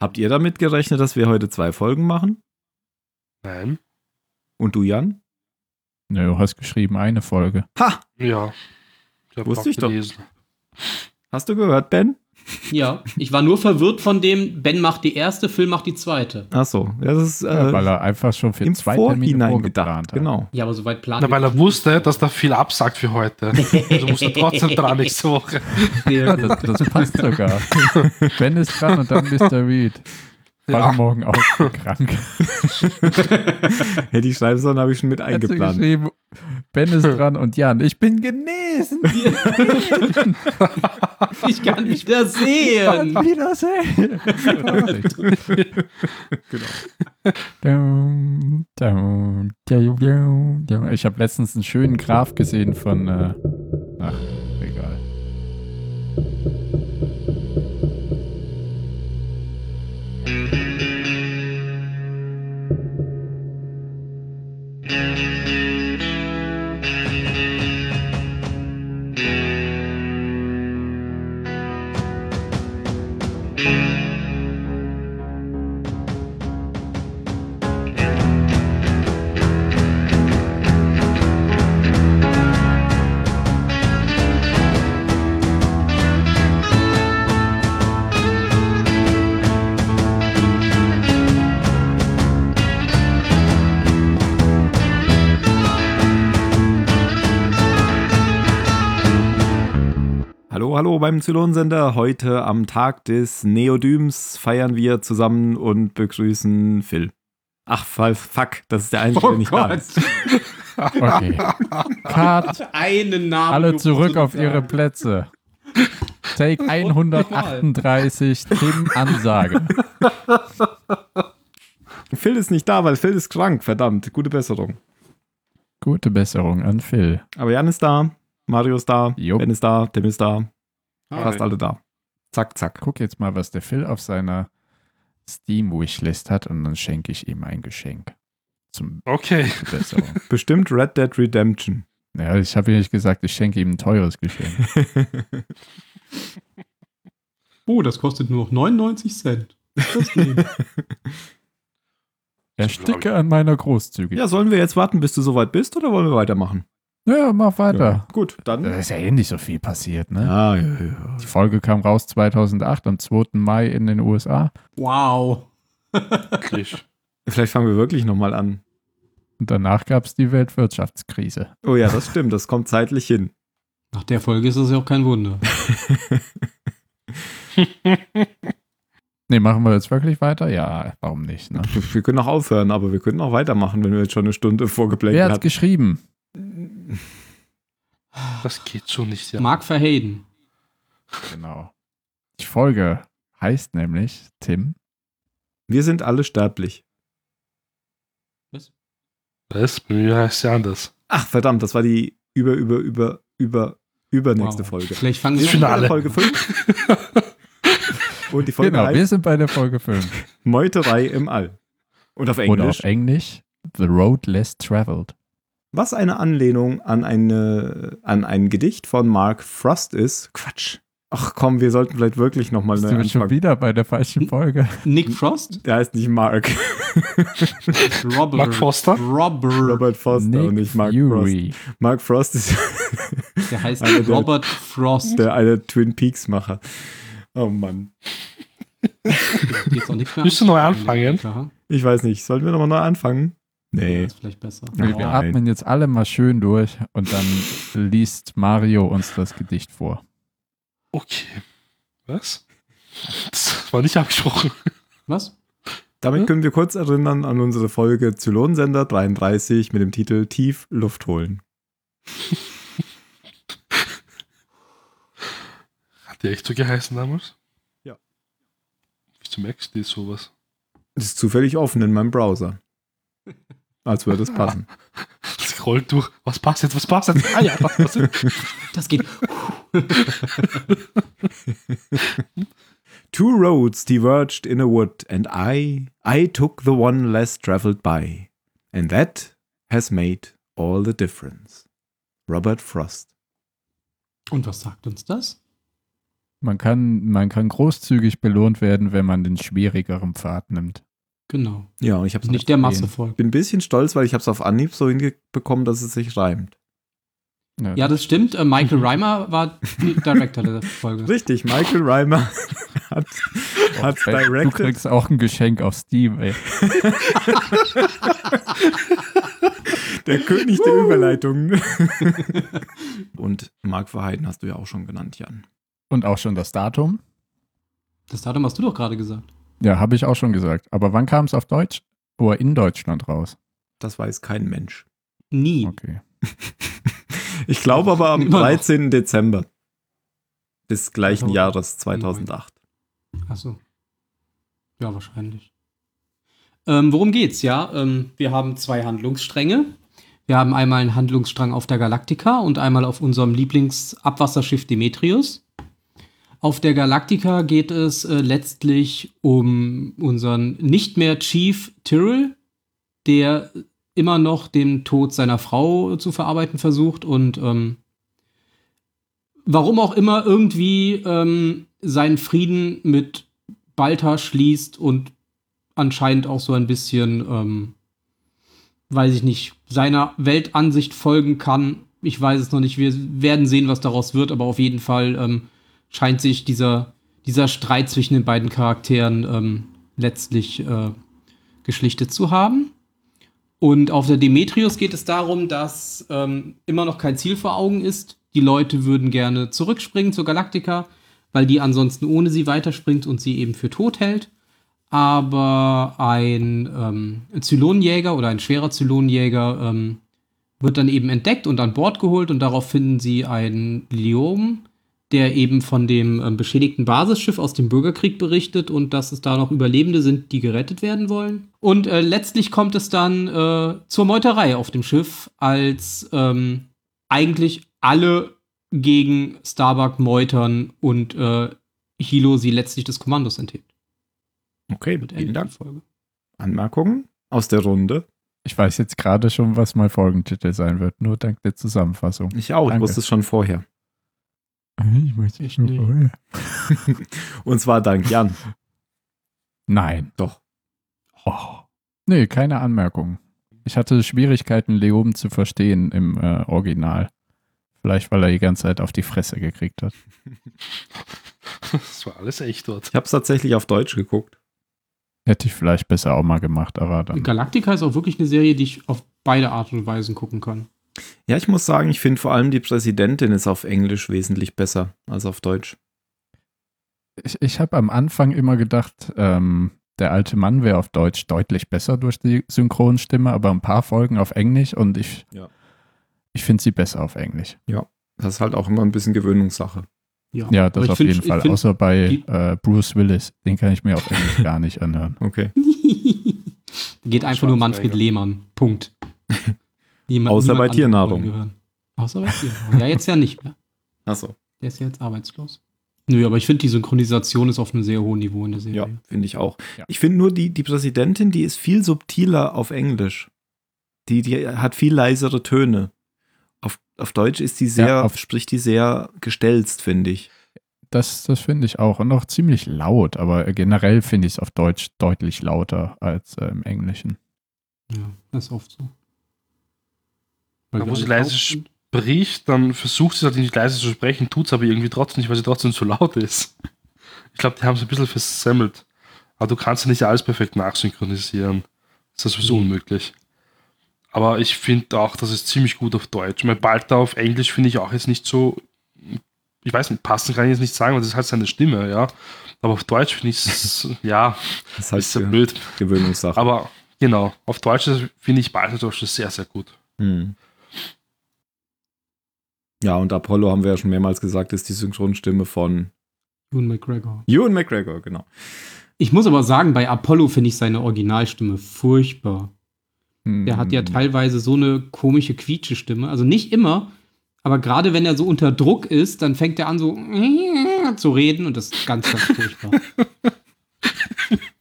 Habt ihr damit gerechnet, dass wir heute zwei Folgen machen? Nein. Und du, Jan? Nö, du hast geschrieben, eine Folge. Ha! Ja. hab Wusste ich doch. gelesen. Hast du gehört, Ben? Ja, ich war nur verwirrt von dem, Ben macht die erste, Phil macht die zweite. Ach so, das ist äh, weil er einfach schon für im zwei Termine Vorhinein vorgeplant gedacht. hat. Genau. Ja, aber soweit planen Na, weil er wusste, dass da viel absagt für heute. Also musste trotzdem dran nächste Woche. Ja, das, das passt sogar. Ben ist dran und dann Mr. Reed. War Ja. er morgen auch krank. Hätte ich schreiben sollen, habe ich schon mit Hättest du eingeplant. geschrieben, Ben ist dran und Jan, ich bin genesen. ich kann nicht wieder sehen. Wiedersehen. Genau. Dum, dum, dum, dum, dum. Ich habe letztens einen schönen Graph gesehen von. Äh, ach, egal. Hallo, hallo beim Zylonsender. Heute am Tag des Neodyms feiern wir zusammen und begrüßen Phil. Ach, fa- fuck, das ist der Oh Einzige, der nicht da ist. Okay. Cut. Einen Namen. Alle nur zurück zu auf sagen. ihre Plätze. Take 138, Tim Ansage. Phil ist nicht da, weil Phil ist krank. Verdammt, gute Besserung. Gute Besserung an Phil. Aber Jan ist da, Mario ist da, Jo. Ben ist da, Tim ist da, fast Hi. alle da. Zack, zack. Guck jetzt mal, was der Phil auf seiner Steam-Wishlist hat und dann schenke ich ihm ein Geschenk. Zum Okay. zur Besserung. Bestimmt Red Dead Redemption. Ja, ich habe ja nicht gesagt, ich schenke ihm ein teures Geschenk. Oh, das kostet nur noch 99 Cent. Das geht. Ersticke an meiner Großzügigkeit. ja, sollen wir jetzt warten, bis du soweit bist oder wollen wir weitermachen? Ja, mach weiter. Gut, dann. Da ist ja eh nicht so viel passiert, ne? Ja, ja, ja. Die Folge kam raus 2008 am 2. Mai in den USA wow. Wirklich. Vielleicht fangen wir wirklich nochmal an. und danach gab es die Weltwirtschaftskrise. Oh ja, das stimmt, das kommt zeitlich hin. Nach der Folge ist das ja auch kein Wunder. Ne, machen wir jetzt wirklich weiter? Ja, warum nicht, ne? Wir können auch aufhören, aber wir könnten auch weitermachen, wenn wir jetzt schon eine Stunde Wer vorgeblendet hat's haben. geschrieben? Das geht so nicht, ja. Mark Verheyden. Genau. Die Folge heißt nämlich, Tim, Wir sind alle sterblich. Das bei mir heißt ja anders. Ach, verdammt, das war die über, über, über, über, übernächste Wow. Folge. Vielleicht fangen Das wir ist schon alle. Folge 5. Und die Folge genau, wir heißt sind bei der Folge 5. Meuterei im All. Und auf Oder auf Englisch. Englisch, The Road Less Traveled. Was eine Anlehnung an, eine, an ein Gedicht von Mark Frost ist. Quatsch. Ach komm, wir sollten vielleicht wirklich nochmal Bist neu du schon anfangen. wieder bei der falschen Folge? Nick Frost? Der heißt nicht Mark. Robert. Mark Foster? Robert. Robert Foster und nicht Mark Frost. Fury. Mark Frost ist Der heißt Einer der- Robert Frost. der eine Twin Peaks-Macher. Oh Mann. Geht's auch nicht mehr Müssen wir neu anfangen? anfangen? Aha, Ich weiß nicht. Sollten wir nochmal neu anfangen? Nee. ist vielleicht besser. Wir Ja. atmen jetzt alle mal schön durch und dann liest Mario uns das Gedicht vor. Okay. Was? Das war nicht abgesprochen. Was? Damit können wir kurz erinnern an unsere Folge Zylonsender 33 mit dem Titel Tief Luft holen. Hat die echt so geheißen damals? Ja. Wieso merkst du dir sowas? Das ist zufällig offen in meinem Browser. Als würde es passen. Scroll durch. Was passt jetzt? Was passt jetzt? Ah ja, was passt jetzt? Das geht. Two roads diverged in a wood, and I, I took the one less traveled by. And that has made all the difference. Robert Frost. Und was sagt uns das? Man kann, man kann großzügig belohnt werden, wenn man den schwierigeren Pfad nimmt. Genau. Ja, und ich hab's Nicht der Masse folgen. bin ein bisschen stolz, weil ich hab's auf Anhieb so hinbekommen, dass es sich reimt. Ja, das stimmt. Äh, Michael Reimer war Director der Folge. Richtig, Michael Reimer hat, hat Oh, Du directed. kriegst auch ein Geschenk auf Steam, ey. Der König der Überleitungen. Und Mark Verheiden hast du ja auch schon genannt, Jan. Und auch schon das Datum. Das Datum hast du doch gerade gesagt. Ja, habe ich auch schon gesagt. Aber wann kam es auf Deutsch? Oder in Deutschland raus? Das weiß kein Mensch. Nie. Okay. Ich glaube aber am Immer noch. 13. Dezember des gleichen Also, Jahres 2008. Ach so. Ja, wahrscheinlich. Ähm, worum geht's? Ja, ähm, wir haben zwei Handlungsstränge. Wir haben einmal einen Handlungsstrang auf der Galaktika und einmal auf unserem Lieblingsabwasserschiff Demetrius. Auf der Galaktika geht es äh, letztlich um unseren nicht mehr Chief Tyrrell, der immer noch den Tod seiner Frau zu verarbeiten versucht und ähm, warum auch immer irgendwie ähm, seinen Frieden mit Balta schließt und anscheinend auch so ein bisschen, ähm, weiß ich nicht, seiner Weltansicht folgen kann. Ich weiß es noch nicht. Wir werden sehen, was daraus wird, aber auf jeden Fall ähm, scheint sich dieser, dieser Streit zwischen den beiden Charakteren ähm, letztlich äh, geschlichtet zu haben. Und auf der Demetrius geht es darum, dass ähm, immer noch kein Ziel vor Augen ist. Die Leute würden gerne zurückspringen zur Galaktika, weil die ansonsten ohne sie weiterspringt und sie eben für tot hält. Aber ein ähm, Zylonjäger oder ein schwerer Zylonjäger ähm, wird dann eben entdeckt und an Bord geholt und darauf finden sie einen Liom, der eben von dem ähm, beschädigten Basisschiff aus dem Bürgerkrieg berichtet und dass es da noch Überlebende sind, die gerettet werden wollen. Und äh, letztlich kommt es dann äh, zur Meuterei auf dem Schiff, als ähm, eigentlich alle gegen Starbuck meutern und äh, Hilo sie letztlich des Kommandos enthebt. Okay, Mit vielen Dank. Folge. Anmerkungen aus der Runde? Ich weiß jetzt gerade schon, was mein Folgentitel sein wird, nur dank der Zusammenfassung. Ich auch, Danke. ich wusste es schon vorher. Ich weiß Ich schon nicht. Und zwar dank Jan. Nein. Doch. Oh. Nee, keine Anmerkung. Ich hatte Schwierigkeiten, Leoben zu verstehen im äh, Original. Vielleicht, weil er die ganze Zeit auf die Fresse gekriegt hat. Das war alles echt dort. Ich habe es tatsächlich auf Deutsch geguckt. Hätte ich vielleicht besser auch mal gemacht, aber dann. Galactica ist auch wirklich eine Serie, die ich auf beide Art und Weisen gucken kann. Ja, ich muss sagen, ich finde vor allem die Präsidentin ist auf Englisch wesentlich besser als auf Deutsch. Ich, ich habe am Anfang immer gedacht, ähm, der alte Mann wäre auf Deutsch deutlich besser durch die Synchronstimme, aber ein paar Folgen auf Englisch und ich, Ja. ich finde sie besser auf Englisch. Das ist halt auch immer ein bisschen Gewöhnungssache. Ja, Aber das ich auf find- jeden ich Fall. find- Außer bei die- äh, Bruce Willis. Den kann ich mir auf Englisch gar nicht anhören. Okay. Geht einfach nur Manfred Schwarzwälder. Lehmann. Punkt. Niemand- Außer bei anderen Tiernahrung. wollen wir hören. Außer bei Tiernahrung. Ja, jetzt ja nicht mehr. Achso. Der ist ja jetzt arbeitslos. Nö, aber ich finde, die Synchronisation ist auf einem sehr hohen Niveau in der Ja, Serie. finde ich auch. Ja. Ich finde nur die, die Präsidentin, die ist viel subtiler auf Englisch. Die, die hat viel leisere Töne. Auf, auf Deutsch ist die sehr, Ja, auf- spricht die sehr gestelzt, finde ich. Das, das finde ich auch. Und auch ziemlich laut, aber generell finde ich es auf Deutsch deutlich lauter als äh, im Englischen. Ja. das ist oft so. Da wir muss alle ich leise drauf sind. Bricht, dann versucht sie halt nicht leise zu sprechen, tut es aber irgendwie trotzdem nicht, weil sie trotzdem zu laut ist. Ich glaube, die haben es ein bisschen versemmelt. Aber du kannst ja nicht alles perfekt nachsynchronisieren. Das ist Mhm. sowieso unmöglich. Aber ich finde auch, das ist ziemlich gut auf Deutsch. Mein Balta auf Englisch finde ich auch jetzt nicht so. Ich weiß nicht, passend kann ich jetzt nicht sagen, weil das ist halt seine Stimme, ja. Aber auf Deutsch finde ich es, ja, Das ist halt ist ja Ge- blöd. Gewöhnungssache. Aber genau, auf Deutsch ist- finde ich Balta doch schon sehr, sehr gut. Hm. Ja, und Apollo haben wir ja schon mehrmals gesagt, ist die Synchronstimme von Ewan McGregor. Ewan McGregor, genau. Ich muss aber sagen, bei Apollo finde ich seine Originalstimme furchtbar. Der hat Mhm. Hm. ja teilweise so eine komische Quietschestimme. Also nicht immer, aber gerade wenn er so unter Druck ist, dann fängt er an so zu reden und das ist ganz, ganz furchtbar.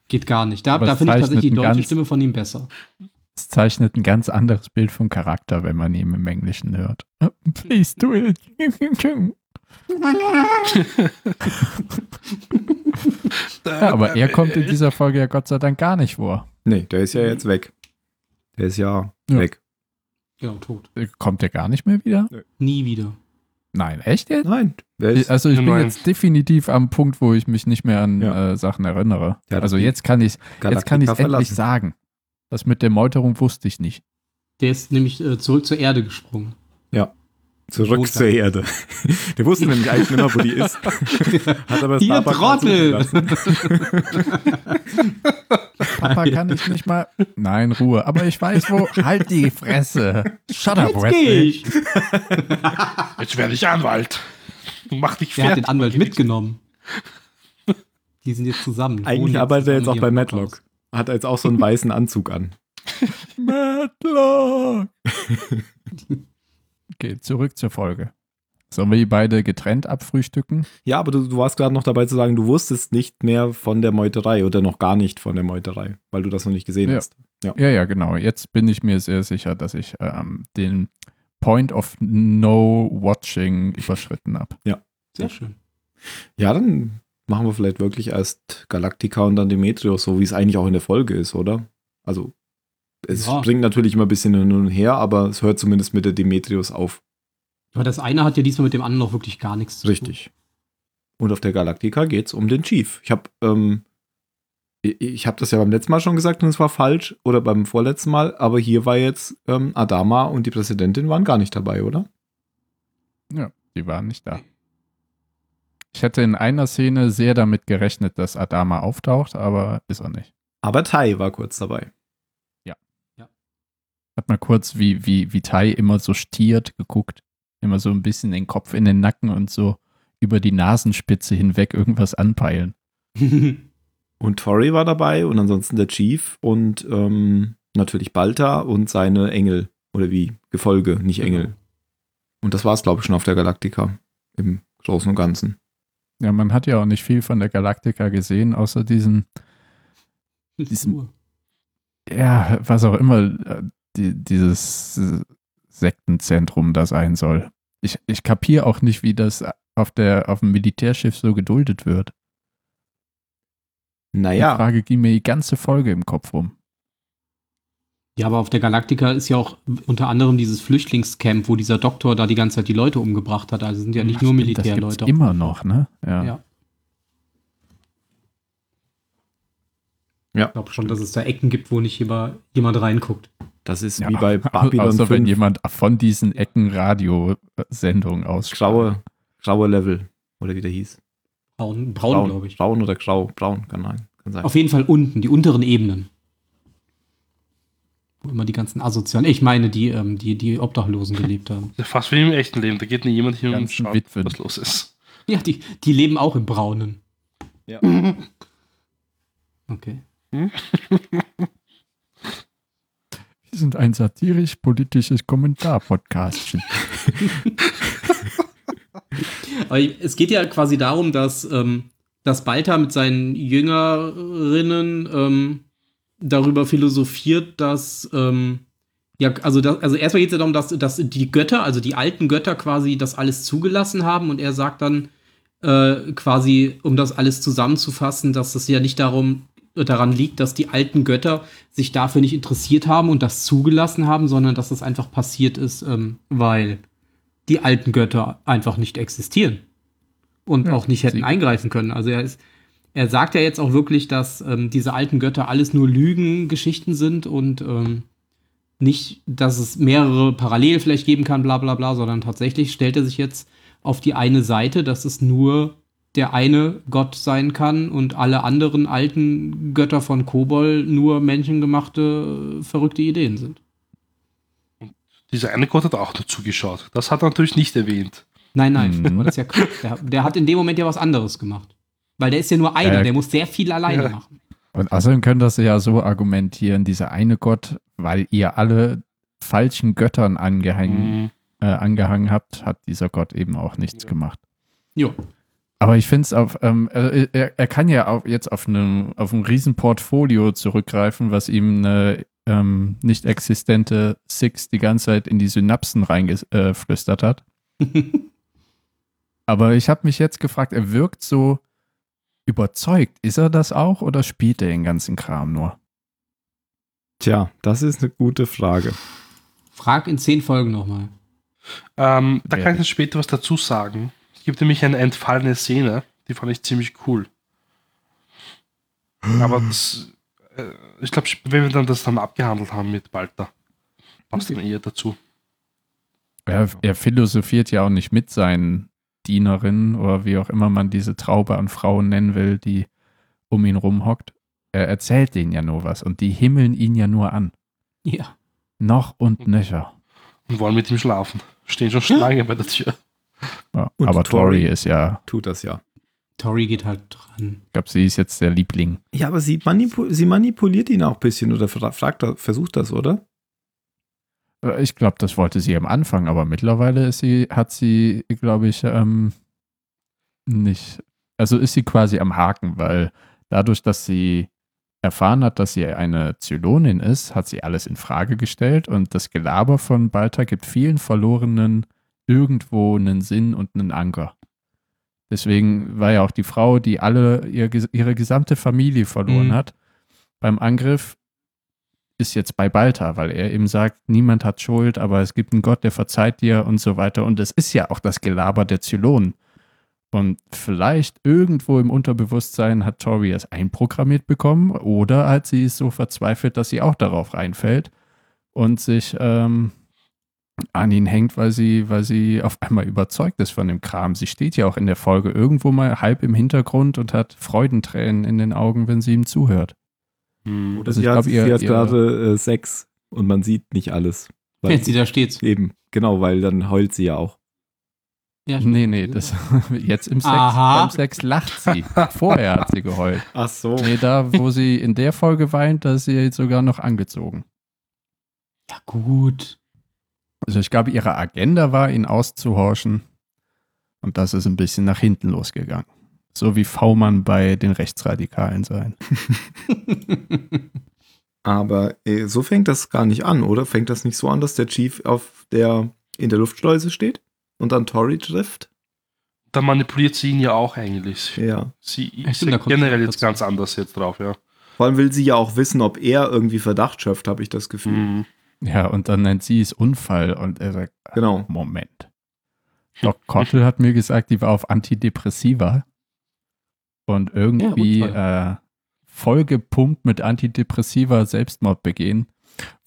Geht gar nicht. Da, Aber da es finde ich tatsächlich die zeichnet einen deutsche ganz- Stimme von ihm besser. Es zeichnet ein ganz anderes Bild vom Charakter, wenn man ihn im Englischen hört. Please do Oh, it. ja, aber Äh, er kommt in dieser Folge ja Gott sei Dank gar nicht vor. Nee, der ist ja jetzt weg. Der ist Mhm. ja, Ja. weg. Genau, tot. Äh, Kommt er gar nicht mehr wieder? Nie wieder. Nein, echt jetzt? Nein, der ist, Also ich bin Nein. jetzt definitiv am Punkt, wo ich mich nicht mehr an Ja. äh, Sachen erinnere. Ja, das also geht. jetzt kann ich jetzt kann ich Galactica endlich sagen. Das mit der Meuterung wusste ich nicht. Der ist nämlich äh, zurück zur Erde gesprungen. Zurück Wo zur Erde. Wir wussten nämlich eigentlich nicht mehr, wo die ist. Hat aber Ihr Starbuck mal Trottel! zugelassen. Papa kann ich nicht mal. Nein, Ruhe. Aber ich weiß wo. Halt die Fresse. Shut up, Jetzt geh Wesley. ich. Jetzt werde ich Anwalt. Mach dich Der hat den fertig. Anwalt mitgenommen. Die sind jetzt zusammen. Wohnen Eigentlich arbeitet er jetzt zusammen auch hier bei im Matlock. Hat jetzt auch so einen weißen Anzug an. Matlock. Okay, zurück zur Folge. Sollen wir die beide getrennt abfrühstücken? Ja, aber du, du warst gerade noch dabei zu sagen, du wusstest nicht mehr von der Meuterei oder noch gar nicht von der Meuterei, weil du das noch nicht gesehen Ja. hast. Ja, ja, genau. Jetzt bin ich mir sehr sicher, dass ich ähm, den Point of No Watching überschritten habe. Sehr schön. Ja, dann machen wir vielleicht wirklich erst Galactica und dann Demetrius, so wie es eigentlich auch in der Folge ist, oder? Also, es Ja. springt natürlich immer ein bisschen hin und her, aber es hört zumindest mit der Demetrius auf. Aber das eine hat ja diesmal mit dem anderen auch wirklich gar nichts zu tun. Richtig. Und auf der Galactica geht es um den Chief. Ich habe ähm, ich- ich habe das ja beim letzten Mal schon gesagt und es war falsch oder beim vorletzten Mal, aber hier war jetzt ähm, Adama und die Präsidentin waren gar nicht dabei, oder? Die waren nicht da. Ich hätte in einer Szene sehr damit gerechnet, dass Adama auftaucht, aber ist er nicht. Aber Tai war kurz dabei. Hat mal kurz wie, wie, wie Tai immer so stiert geguckt. Immer so ein bisschen den Kopf in den Nacken und so über die Nasenspitze hinweg irgendwas anpeilen. Und Tori war dabei und ansonsten der Chief und ähm, natürlich Balta und seine Engel oder wie Gefolge, nicht Genau. Engel. Genau. Und das war es, glaube ich, schon auf der Galactica im Großen und Ganzen. Ja, man hat ja auch nicht viel von der Galaktika gesehen, außer diesen, Diesen- Uhr. ja, was auch immer äh, die, dieses äh, Sektenzentrum da sein soll. Ich, ich kapiere auch nicht, wie das äh, auf, der, auf dem Militärschiff so geduldet wird. Die Naja, Frage ging mir die ganze Folge im Kopf rum. Ja, aber auf der Galaktika ist ja auch unter anderem dieses Flüchtlingscamp, wo dieser Doktor da die ganze Zeit die Leute umgebracht hat. Also sind ja nicht nur Stimmt, Das Militärleute. gibt's immer noch, ne? Ja. Ja. Ja. Ich glaube schon, dass es da Ecken gibt, wo nicht jemand, jemand reinguckt. das ist Ja, wie bei Babylon Außer wenn 5. jemand von diesen Ecken Radiosendungen ausstrahlt. Graue, graue Level oder wie der hieß. Braun, braun, glaube ich. braun oder grau, braun, kann, nein, kann sein. Auf jeden Fall unten, die unteren Ebenen. Wo immer die ganzen Asozialen, ich meine, die, ähm, die, die Obdachlosen gelebt haben. Ja, Fast wie im echten Leben. Da geht nie jemand hin und Ganzen schaut, Witwen. was los ist. Ja, die, die leben auch im Braunen. Ja. Okay. Wir sind ein satirisch-politisches Kommentar-Podcast. Aber ich- es geht ja quasi darum, dass, ähm, dass Balta mit seinen Jüngerinnen ähm, darüber philosophiert, dass ähm, ja, also, das, also erstmal geht es ja darum, dass, dass die Götter, also die alten Götter quasi das alles zugelassen haben und er sagt dann äh, quasi, um das alles zusammenzufassen, dass es ja nicht darum daran liegt, dass die alten Götter sich dafür nicht interessiert haben und das zugelassen haben, sondern dass das einfach passiert ist, ähm, weil die alten Götter einfach nicht existieren und Ja, auch nicht hätten sie- eingreifen können. Also er ist, er sagt ja jetzt auch wirklich, dass ähm, diese alten Götter alles nur Lügengeschichten sind und ähm, nicht, dass es mehrere parallel vielleicht geben kann, bla bla bla, sondern tatsächlich stellt er sich jetzt auf die eine Seite, dass es nur der eine Gott sein kann und alle anderen alten Götter von Kobol nur menschengemachte, äh, verrückte Ideen sind. Dieser eine Gott hat auch nur zugeschaut. Das hat er natürlich nicht erwähnt. Nein, nein, Mhm. aber das ist ja Quatsch. der, der hat in dem Moment ja was anderes gemacht. Weil der ist ja nur einer, Ja. der muss sehr viel alleine Ja. machen. Und außerdem könnt ihr das ja so argumentieren, dieser eine Gott, weil ihr alle falschen Göttern angehangen, Mhm. äh, angehangen habt, hat dieser Gott eben auch nichts gemacht. Jo. Aber ich finde es auf, ähm, er, er- er kann ja auch jetzt auf einem auf ein Riesenportfolio zurückgreifen, was ihm eine ähm, nicht existente Six die ganze Zeit in die Synapsen reingeflüstert äh, flüstert hat. Aber ich habe mich jetzt gefragt, er wirkt so überzeugt. Ist er das auch oder spielt er den ganzen Kram nur? Tja, das ist eine gute Frage. Frag in zehn Folgen nochmal. Ähm, da Wer kann ich dann später was dazu sagen. Es gibt nämlich eine entfallene Szene, die fand ich ziemlich cool. Aber das, äh, ich glaube, wenn wir dann das dann abgehandelt haben mit Walter, passt dann eher dazu. Er, er philosophiert ja auch nicht mit seinen Dienerinnen oder wie auch immer man diese Traube an Frauen nennen will, die um ihn rumhockt. Er erzählt denen ja nur was und die himmeln ihn ja nur an. Ja. Noch und Hm. nöcher. Und wollen mit ihm schlafen. Stehen schon Schlange bei der Tür. Ja, Und aber Tori Tori. ist ja, Tut das ja. Tori geht halt dran. ich glaube, sie ist jetzt der Liebling. Ja, aber sie, manipu sie manipuliert ihn auch ein bisschen oder fra fragt, versucht das, oder? Äh, Ich glaube, das wollte sie am Anfang, aber mittlerweile ist sie, hat sie, glaube ich, ähm, nicht. Also ist sie quasi am Haken, weil dadurch, dass sie erfahren hat, dass sie eine Zylonin ist, hat sie alles in Frage gestellt und das Gelaber von Balta gibt vielen Verlorenen irgendwo einen Sinn und einen Anker. Deswegen war ja auch die Frau, die alle ihr, ges- ihre gesamte Familie verloren Mhm. hat beim Angriff, ist jetzt bei Balta, weil er eben sagt, niemand hat Schuld, aber es gibt einen Gott, der verzeiht dir und so weiter. Und es ist ja auch das Gelaber der Zylonen. Und vielleicht irgendwo im Unterbewusstsein hat Tori es einprogrammiert bekommen oder hat sie es so verzweifelt, dass sie auch darauf reinfällt und sich ähm, an ihn hängt, weil sie, weil sie auf einmal überzeugt ist von dem Kram. Sie steht ja auch in der Folge irgendwo mal halb im Hintergrund und hat Freudentränen in den Augen, wenn sie ihm zuhört. Hm. Also ich sie hat, glaub, ihr- sie hat ihr- gerade äh, Sex und man sieht nicht alles. Weil Jetzt sie da steht. Eben, genau, weil dann heult sie ja auch. Ja, Nee, nee, das, jetzt im Sex, Aha. beim Sex lacht sie. Vorher hat sie geheult. Ach so. Nee, da, wo sie in der Folge weint, da ist sie jetzt sogar noch angezogen. ja gut. Also ich glaube, ihre Agenda war, ihn auszuhorchen. Und das ist ein bisschen nach hinten losgegangen. So wie V-Mann bei den Rechtsradikalen sein. Aber äh, so fängt das gar nicht an, oder? Fängt das nicht so an, dass der Chief auf der, in der Luftschleuse steht und dann Tori trifft? Da manipuliert sie ihn ja auch eigentlich. Ja. Sie stimmt, ist da ja kommt generell sie jetzt dazu. ganz anders jetzt drauf, ja. Vor allem will sie ja auch wissen, ob er irgendwie Verdacht schöpft, habe ich das Hm. Gefühl. Mhm. Ja, und dann nennt sie es Unfall und er sagt, Genau. Moment. Doc Cottle hat mir gesagt, die war auf Antidepressiva und irgendwie Ja, äh, vollgepumpt mit Antidepressiva Selbstmord begehen,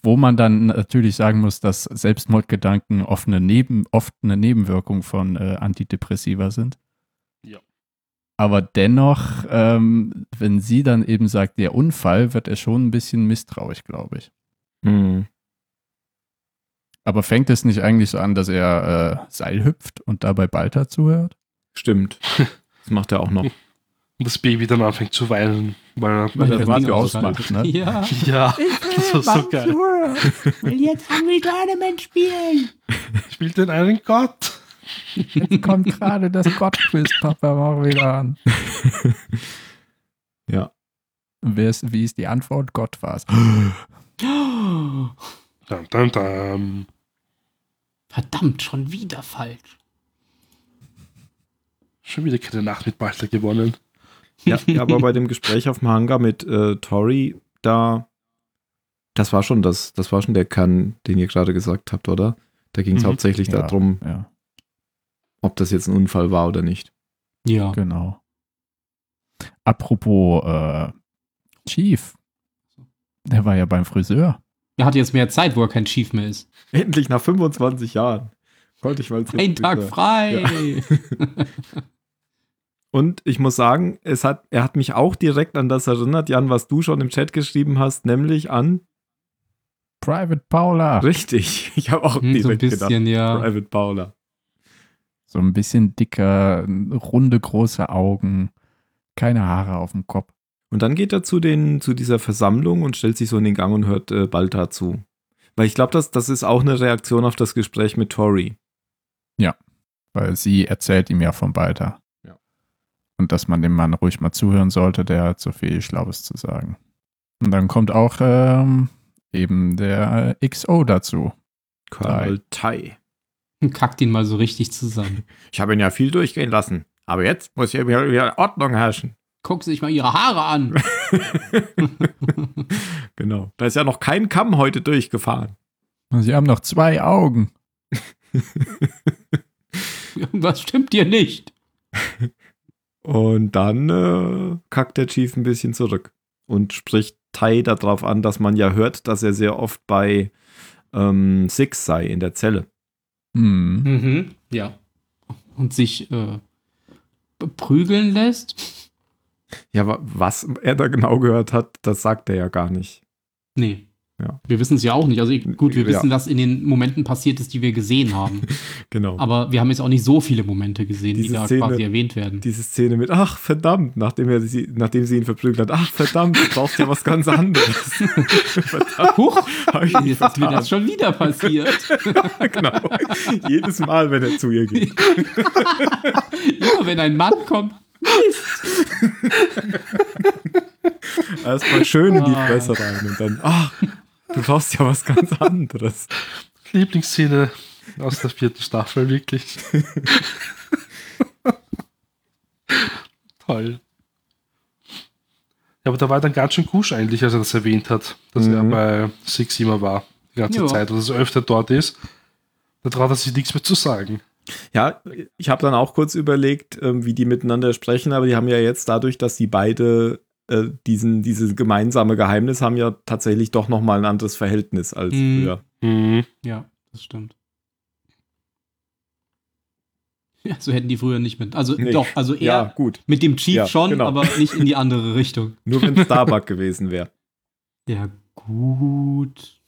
wo man dann natürlich sagen muss, dass Selbstmordgedanken oft eine, Neben, oft eine Nebenwirkung von äh, Antidepressiva sind. Ja. Aber dennoch, ähm, wenn sie dann eben sagt, der Unfall, wird er schon ein bisschen misstrauisch, glaube ich. Mhm. Aber fängt es nicht eigentlich so an, dass er äh, Seil hüpft und dabei Balta zuhört? Stimmt. Das macht er auch noch. Und das Baby dann anfängt zu weinen, weil Weil das das Radio Ding ausmacht, ausschaltet. ne? halt- er, ja, Ja. das war so geil. Will jetzt Hungry Tournament spielen. Spielt denn einen Gott? Jetzt kommt gerade das Gottquiz, Papa, mach wieder an. Ja. Und Wer ist, wie ist die Antwort? Gott war es. Dum, dum, dum. Verdammt, schon wieder falsch. Schon wieder keine Nacht mit Balter gewonnen. Ja, ja, aber bei dem Gespräch auf dem Hangar mit äh, Tori, da, das war schon das, das war schon der Kern, den ihr gerade gesagt habt, oder? Da ging es Mhm. hauptsächlich Ja. darum, Ja, ob das jetzt ein Unfall war oder nicht. Ja. genau. Apropos äh, Chief. Der war ja beim Friseur. Er hat jetzt mehr Zeit, wo er kein Chief mehr ist. Endlich nach 25 Jahren. Konnte ich mal Ein Tag frei. Hm, Und ich muss sagen, es hat, er hat mich auch direkt an das erinnert, Jan, was du schon im Chat geschrieben hast, nämlich an Private Paula. richtig. Ich habe auch Hm, direkt so ein gedacht. bisschen, ja. Private Paula. So ein bisschen dicker, runde, große Augen, keine Haare auf dem Kopf. Und dann geht er zu, den, zu dieser Versammlung und stellt sich so in den Gang und hört äh, Balta zu. Weil ich glaube, das, das ist auch eine Reaktion auf das Gespräch mit Tori. weil sie erzählt ihm ja von Balta. Ja. Und dass man dem Mann ruhig mal zuhören sollte, der hat so viel Schlaues zu sagen. Und dann kommt auch ähm, eben der XO äh, dazu. Colonel Tai. und Hm, kackt ihn mal so richtig zusammen. Ich habe ihn ja viel durchgehen lassen. Aber jetzt muss hier wieder- wieder Ordnung herrschen. Gucken Sie sich mal Ihre Haare an. Genau. Da ist ja noch kein Kamm heute durchgefahren. Sie haben noch zwei Augen. Irgendwas stimmt dir nicht. Und dann äh, kackt der Chief ein bisschen zurück und spricht Tai darauf an, dass man ja hört, dass er sehr oft bei ähm, Six sei in der Zelle. Hm. Mhm, ja. Und sich äh, prügeln lässt? Ja, wa- was er da genau gehört hat, das sagt er ja gar nicht. Nee. Ja. Wir wissen es ja auch nicht. Also ich- gut, wir Ja. wissen, was in den Momenten passiert ist, die wir gesehen haben. Genau. Aber wir haben jetzt auch nicht so viele Momente gesehen, die Diese da Szene- quasi erwähnt werden. Diese Szene mit, ach verdammt, nachdem, er sie, nachdem sie ihn verprügelt hat, ach verdammt, du brauchst ja was ganz anderes. verdammt, Huch, hab ich jetzt ist mir das schon wieder passiert. genau. Jedes Mal, wenn er zu ihr geht. Immer wenn ein Mann kommt, Erstmal schön in die Ah. Fresse rein und dann, ach, du brauchst ja was ganz anderes. Lieblingsszene aus der vierten Staffel, wirklich. Toll. Ja, aber da war dann ganz schön Kusch eigentlich, als er das erwähnt hat, dass Mhm. er bei Six immer war, die ganze Ja. Zeit, oder dass er öfter dort ist. Da traut er sich nichts mehr zu sagen. Ja, ich habe dann auch kurz überlegt, ähm, wie die miteinander sprechen, aber die haben ja jetzt dadurch, dass die beide äh, diesen, dieses gemeinsame Geheimnis haben, ja tatsächlich doch nochmal ein anderes Verhältnis als Mhm. früher. Ja, das stimmt. Ja, so hätten die früher nicht mit. Also Nee. doch, also eher Ja, gut. mit dem Chief Ja, schon, genau. aber nicht in die andere Richtung. Nur wenn Starbuck gewesen wäre. Ja, gut.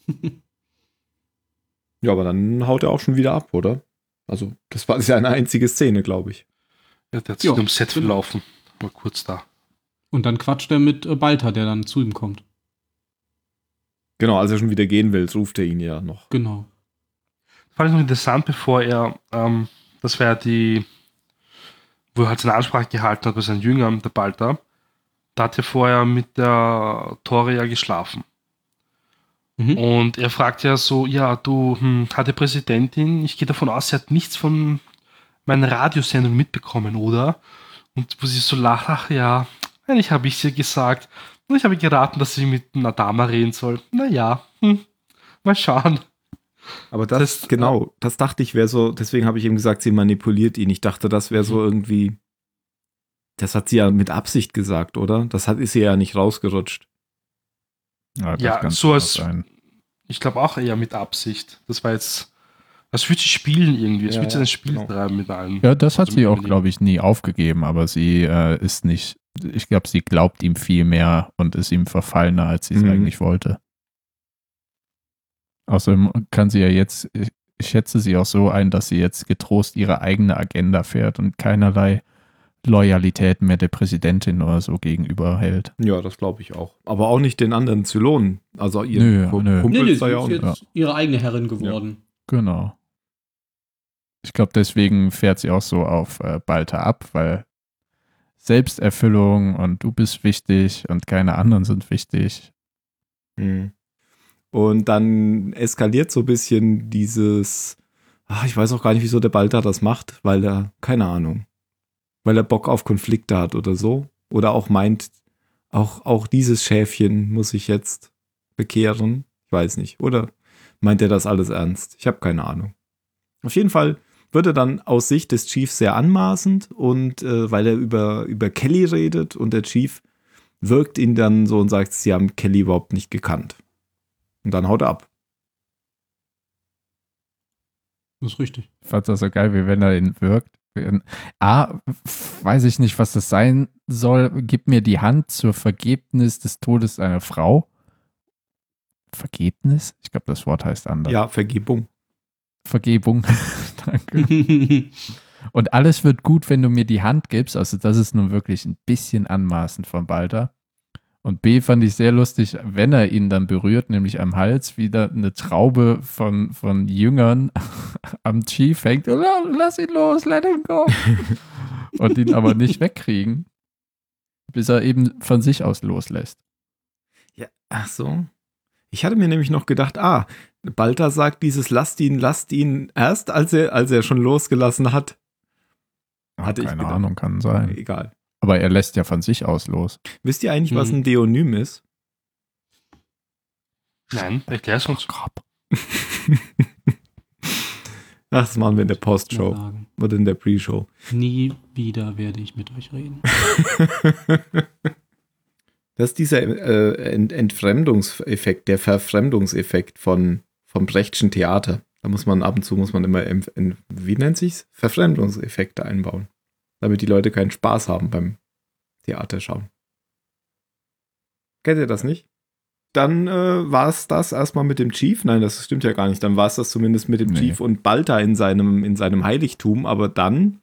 Ja, aber dann haut er auch schon wieder ab, oder? Also, das war seine einzige Szene, glaube ich. Ja, der hat sich Ja, nur im Set genau. verlaufen. War kurz da. Und dann quatscht er mit äh, Balta, der dann zu ihm kommt. Genau, als er schon wieder gehen will, ruft er ihn ja noch. Genau. Fand ich noch interessant, bevor er, ähm, das war ja die, wo er halt seine Ansprache gehalten hat bei seinen Jüngern, der Balta, da hat er vorher mit der Tore ja geschlafen. Mhm. Und er fragt ja so, ja, du, hm, hat die Präsidentin, ich gehe davon aus, sie hat nichts von meiner Radiosendung mitbekommen, oder? Und wo sie so lacht, ach ja, eigentlich habe ich ihr gesagt, und ich habe ihr geraten, dass sie mit Nadama reden soll. Naja, hm, mal schauen. Aber das, Das- genau, das dachte ich wäre so, deswegen habe ich eben gesagt, sie manipuliert ihn. Ich dachte, das wäre so irgendwie, das hat sie ja mit Absicht gesagt, oder? Das hat, ist sie ja nicht rausgerutscht. das Ja, kann's so auch als- sein. Ich glaube auch eher mit Absicht. Das war jetzt. Das würde sie spielen irgendwie. Das Ja, würde sie ja, ein Spiel genau. treiben mit allen. Ja, das hat Also sie mit auch, Berlin. glaube ich, nie aufgegeben, aber sie äh, ist nicht, ich glaube, sie glaubt ihm viel mehr und ist ihm verfallener, als sie es Mhm. eigentlich wollte. Außerdem kann sie ja jetzt, ich ich schätze sie auch so ein, dass sie jetzt getrost ihre eigene Agenda fährt und keinerlei Loyalität mehr der Präsidentin oder so gegenüber hält. Ja, das glaube ich auch. Aber auch nicht den anderen Zylonen. Also ihr Nö, Kum- nö. Kumpel ist da ja auch nicht. jetzt Ja. ihre eigene Herrin geworden. Genau. Ich glaube, deswegen fährt sie auch so auf äh, Balta ab, weil Selbsterfüllung und du bist wichtig und keine anderen sind wichtig. Mhm. Und dann eskaliert so ein bisschen dieses, ach, ich weiß auch gar nicht, wieso der Balta das macht, weil er, keine Ahnung, weil er Bock auf Konflikte hat oder so. Oder auch meint, auch, auch dieses Schäfchen muss ich jetzt bekehren. Ich weiß nicht. Oder meint er das alles ernst? Ich habe keine Ahnung. Auf jeden Fall wird er dann aus Sicht des Chiefs sehr anmaßend und äh, weil er über, über Kelly redet und der Chief wirkt ihn dann so und sagt, sie haben Kelly überhaupt nicht gekannt. Und dann haut er ab. Das ist richtig. Ich fand das so geil, wie wenn er ihn wirkt. Wenn- A, f- weiß ich nicht, was das sein soll. Gib mir die Hand zur Vergebnis des Todes einer Frau. Vergebnis? Ich glaube, das Wort heißt anders. Ja, Vergebung. Vergebung. Danke. ja, Und alles wird gut, wenn du mir die Hand gibst. Also, das ist nun wirklich ein bisschen anmaßend von Balder. Und B fand ich sehr lustig, wenn er ihn dann berührt, nämlich am Hals, wieder eine Traube von, von Jüngern am Chief hängt. "La- Lass ihn los, let him go. Und ihn aber nicht wegkriegen, bis er eben von sich aus loslässt. Ja, ach so. Ich hatte mir nämlich noch gedacht, ah, Balta sagt dieses Lasst ihn, lasst ihn erst, als er, als er schon losgelassen hat. Hatte ich keine gedacht. Ahnung, kann sein. Egal. Aber er lässt ja von sich aus los. Wisst ihr eigentlich, was Mhm. ein Deonym ist? Nein, erklär's uns. Ach, das machen wir in der Mal Postshow sagen. oder in der Pre-Show. Nie wieder werde ich mit euch reden. Das ist dieser äh, Ent Entfremdungseffekt, der Verfremdungseffekt von, vom Brechtschen Theater. Da muss man ab und zu muss man immer, em- en- wie nennt sich's? Verfremdungseffekte einbauen. Damit die Leute keinen Spaß haben beim Theater schauen. Kennt ihr das nicht? Dann äh, war es das erstmal mit dem Chief. Nein, das stimmt ja gar nicht. Dann war es das zumindest mit dem Nee. Chief und Balta in seinem, in seinem Heiligtum. Aber dann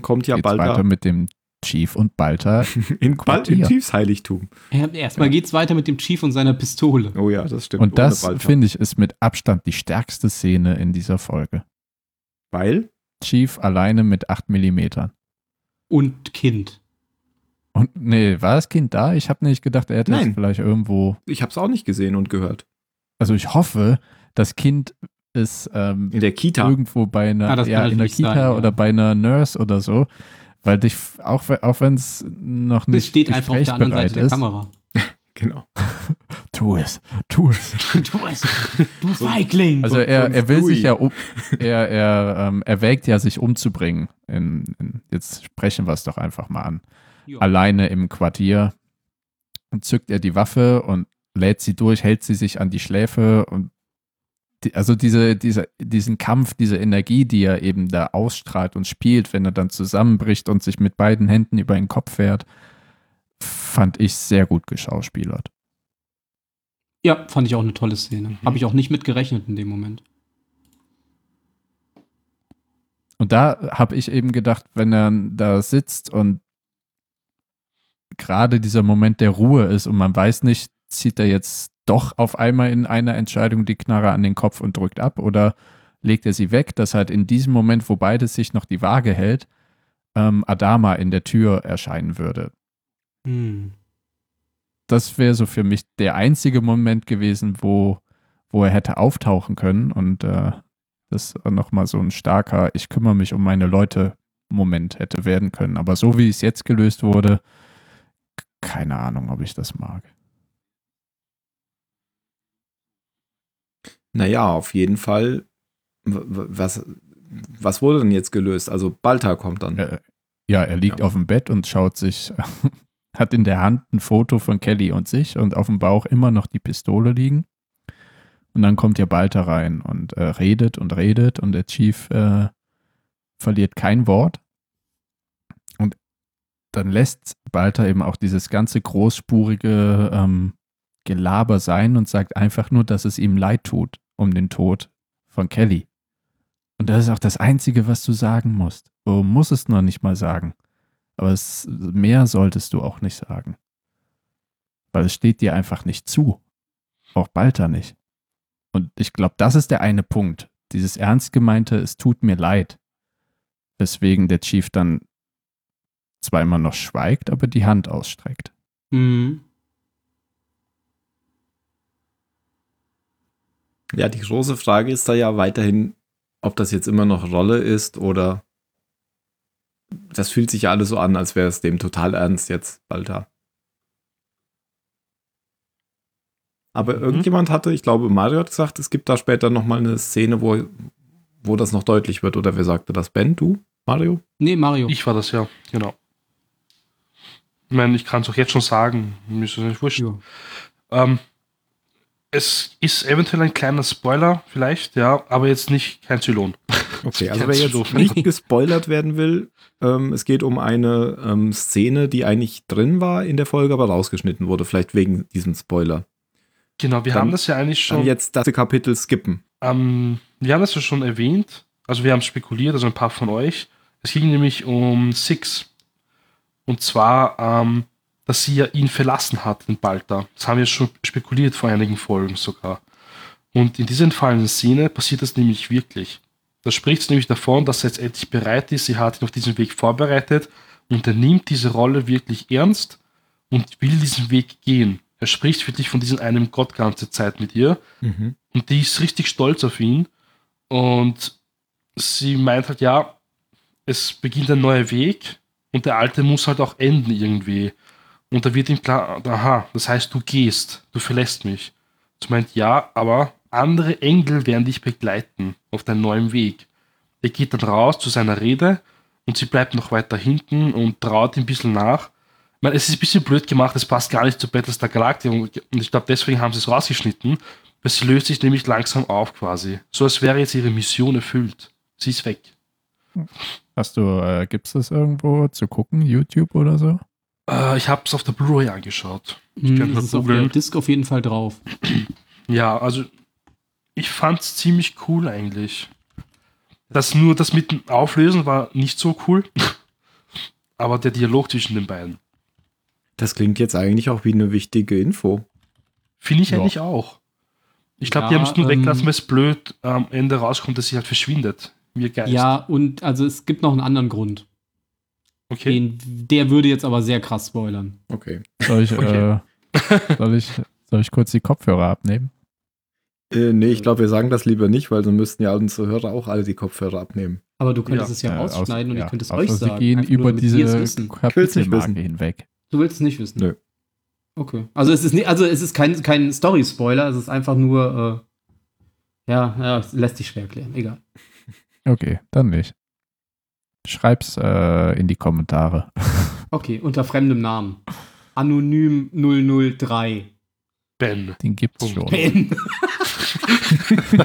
kommt ja Geht's weiter Balta mit dem Chief und Balta. in, Bal in Quartier. Chiefs Heiligtum. Ja, Erstmal geht's weiter mit dem Chief und seiner Pistole. Oh ja, das stimmt. Und das, Ohne Balta. finde ich, ist mit Abstand die stärkste Szene in dieser Folge. Weil? Chief alleine mit 8 Millimetern. Und Kind. Und nee, war das Kind da? Ich habe nicht gedacht, er hätte es Nein. vielleicht irgendwo. Ich habe es auch nicht gesehen und gehört. Also ich hoffe, das Kind ist ähm, In der Kita. irgendwo bei einer Ah, das ja, kann in der natürlich Kita sein, ja. oder bei einer Nurse oder so. Weil dich, auch, we- auch wenn es noch nicht Das steht einfach auf der anderen Seite der gesprächsbereit Kamera. Genau. ist. Tu es, tu es. Du weißt, du Feigling. Also So- er, so er will Flui. sich ja, um, er, er ähm, erwägt ja, sich umzubringen. In, in, jetzt sprechen wir es doch einfach mal an. Ja. Alleine im Quartier Und zückt er die Waffe und lädt sie durch, hält sie sich an die Schläfe und die, also diese, diese, diesen Kampf, diese Energie, die er eben da ausstrahlt und spielt, wenn er dann zusammenbricht und sich mit beiden Händen über den Kopf fährt, fand ich sehr gut geschauspielert. Ja, fand ich auch eine tolle Szene. Habe ich auch nicht mit gerechnet in dem Moment. Und da habe ich eben gedacht, wenn er da sitzt und gerade dieser Moment der Ruhe ist und man weiß nicht, zieht er jetzt doch auf einmal in einer Entscheidung die Knarre an den Kopf und drückt ab oder legt er sie weg, dass halt in diesem Moment, wo beides sich noch die Waage hält, ähm, Adama in der Tür erscheinen würde. Hm. Das wäre so für mich der einzige Moment gewesen, wo, wo er hätte auftauchen können und äh, das nochmal so ein starker, ich kümmere mich um meine Leute Moment hätte werden können. Aber so wie es jetzt gelöst wurde, k- keine Ahnung, ob ich das mag. Naja, auf jeden Fall. w- w- Was, was wurde denn jetzt gelöst? Also Balta kommt dann. Äh, ja, er liegt Ja. auf dem Bett und schaut sich, hat in der Hand ein Foto von Kelly und sich und auf dem Bauch immer noch die Pistole liegen. Und dann kommt ja Balta rein und äh, redet und redet und der Chief äh, verliert kein Wort. Und dann lässt Balta eben auch dieses ganze großspurige ähm, Gelaber sein und sagt einfach nur, dass es ihm leid tut um den Tod von Kelly. Und das ist auch das Einzige, was du sagen musst. Du musst es noch nicht mal sagen. Aber es, mehr solltest du auch nicht sagen. Weil es steht dir einfach nicht zu. Auch Balta nicht. Und ich glaube, das ist der eine Punkt. Dieses ernst gemeinte, es tut mir leid. Weswegen der Chief dann zwar immer noch schweigt, aber die Hand ausstreckt. Hm. Ja, die große Frage ist da ja weiterhin, ob das jetzt immer noch Rolle ist oder. Das fühlt sich ja alles so an, als wäre es dem total ernst jetzt, Balta. Aber irgendjemand hatte, ich glaube, Mario hat gesagt, es gibt da später nochmal eine Szene, wo, wo das noch deutlich wird. Oder wer sagte das? Ben, du? Mario? Nee, Mario. Ich war das ja, genau. Ich meine, ich kann es auch jetzt schon sagen, mir ist es nicht wurscht. Ja. Ähm, es ist eventuell ein kleiner Spoiler, vielleicht, ja, aber jetzt nicht kein Zylon. Okay, Ich also wer kann's jetzt doof. nicht gespoilert werden will, ähm, es geht um eine ähm, Szene, die eigentlich drin war in der Folge, aber rausgeschnitten wurde, vielleicht wegen diesem Spoiler. Genau, wir Dann- haben das ja eigentlich Dann schon. jetzt das Kapitel skippen. Ähm, wir haben das ja schon erwähnt, also wir haben spekuliert, also ein paar von euch. Es ging nämlich um Six. Und zwar, ähm, dass sie ja ihn verlassen hat, den Balta. Das haben wir schon spekuliert vor einigen Folgen sogar. Und in dieser entfallenen Szene passiert das nämlich wirklich. Da spricht es nämlich davon, dass er jetzt endlich bereit ist, sie hat ihn auf diesen Weg vorbereitet und er nimmt diese Rolle wirklich ernst und will diesen Weg gehen. Er spricht wirklich von diesem einem Gott ganze Zeit mit ihr. Mhm. Und die ist richtig stolz auf ihn. Und sie meint halt, ja, es beginnt ein neuer Weg und der alte muss halt auch enden irgendwie. Und da wird ihm klar, aha, das heißt, du gehst, du verlässt mich. Sie meint, ja, aber andere Engel werden dich begleiten auf deinem neuen Weg. Er geht dann raus zu seiner Rede und sie bleibt noch weiter hinten und traut ihm ein bisschen nach. Ich meine, es ist ein bisschen blöd gemacht, es passt gar nicht zu Battlestar Galactica und und ich glaube, deswegen haben sie es rausgeschnitten, weil sie löst sich nämlich langsam auf quasi. So als wäre jetzt ihre Mission erfüllt. Sie ist weg. Hast du, äh, gibt's das irgendwo zu gucken? YouTube oder so? Äh, ich habe es auf der Blu-ray angeschaut. Hm, kann mal das ist auf der googeln. Disc auf jeden Fall drauf. Ja, also ich fand's ziemlich cool eigentlich. Das nur das mit dem Auflösen war nicht so cool, aber der Dialog zwischen den beiden Das klingt jetzt eigentlich auch wie eine wichtige Info. finde ich Ja. eigentlich auch. Ich glaube, die Ja, haben es nur ähm, weggelassen, weil es blöd am Ende rauskommt, dass sie halt verschwindet. Mir geil. Ja, und also es gibt noch einen anderen Grund. okay. Den, der würde jetzt aber sehr krass spoilern. Okay. Soll ich, Okay. äh, soll ich, soll ich kurz die Kopfhörer abnehmen? Äh, nee, ich glaube, wir sagen das lieber nicht, weil dann müssten ja unsere Hörer auch alle die Kopfhörer abnehmen. Aber du könntest Ja, es ja Äh, rausschneiden aus- und ja, ich könnte es aus- euch aus- sagen. Sie gehen einfach über nur, damit ihr es diese Will's wissen. nicht wissen. Kapitelmarke hinweg. Du willst es nicht wissen. Nö. Okay. Also es ist nicht, also es ist kein, kein Story-Spoiler, es ist einfach nur, äh, ja, ja, es lässt sich schwer erklären, egal. Okay, dann nicht. Schreib's äh, in die Kommentare. Okay, unter fremdem Namen. Anonym 003. Ben. Den gibt's schon. Punkt.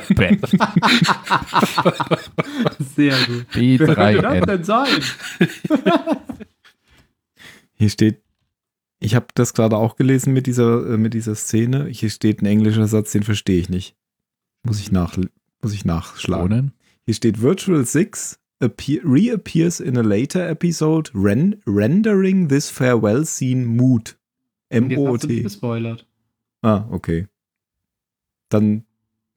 Ben. Ben. Sehr gut. B3N. denn sein? Hier steht, ich habe das gerade auch gelesen mit dieser, äh, mit dieser Szene. Hier steht ein englischer Satz, den verstehe ich nicht. Muss ich, nach, muss ich nachschlagen. Klonen? Hier steht Virtual Six appear, reappears in a later episode, ren, rendering this farewell scene mood. Jetzt hast du dich M-O-O-T. gespoilert. Ah, okay. Dann,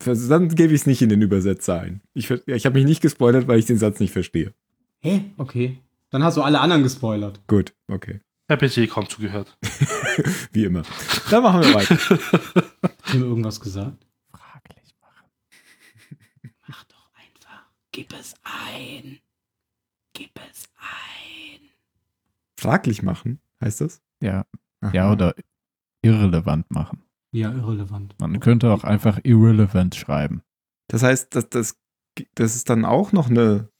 dann gebe ich es nicht in den Übersetzer ein. Ich, ver- ich habe mich nicht gespoilert, weil ich den Satz nicht verstehe. Hä? Okay. Dann hast du alle anderen gespoilert. Gut, okay. Ich habe jetzt eh kaum zugehört. Wie immer. Dann machen wir weiter. Hat mir irgendwas gesagt? Fraglich machen. Mach doch einfach. Gib es ein. Gib es ein. Fraglich machen, heißt das? Ja, Aha. ja, oder irrelevant machen. Ja, irrelevant. Man könnte auch einfach irrelevant schreiben. Das heißt, das, das, das ist dann auch noch eine.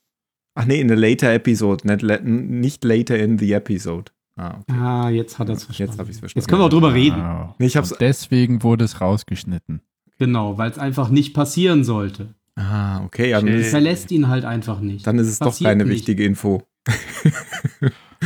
Ach nee, eine later episode, nicht, la- nicht later in the episode. Ah, okay. Ah, jetzt hat er es verstanden. Jetzt habe ich es verstanden. Ah, Jetzt können wir auch drüber reden. Wow. Nee, ich hab's- Genau. Und deswegen wurde es rausgeschnitten. Genau, weil es einfach nicht passieren sollte. Ah, okay. ja, Dann Shit. ist, Es verlässt ihn halt einfach nicht. dann ist es doch Passiert keine nicht. wichtige Info.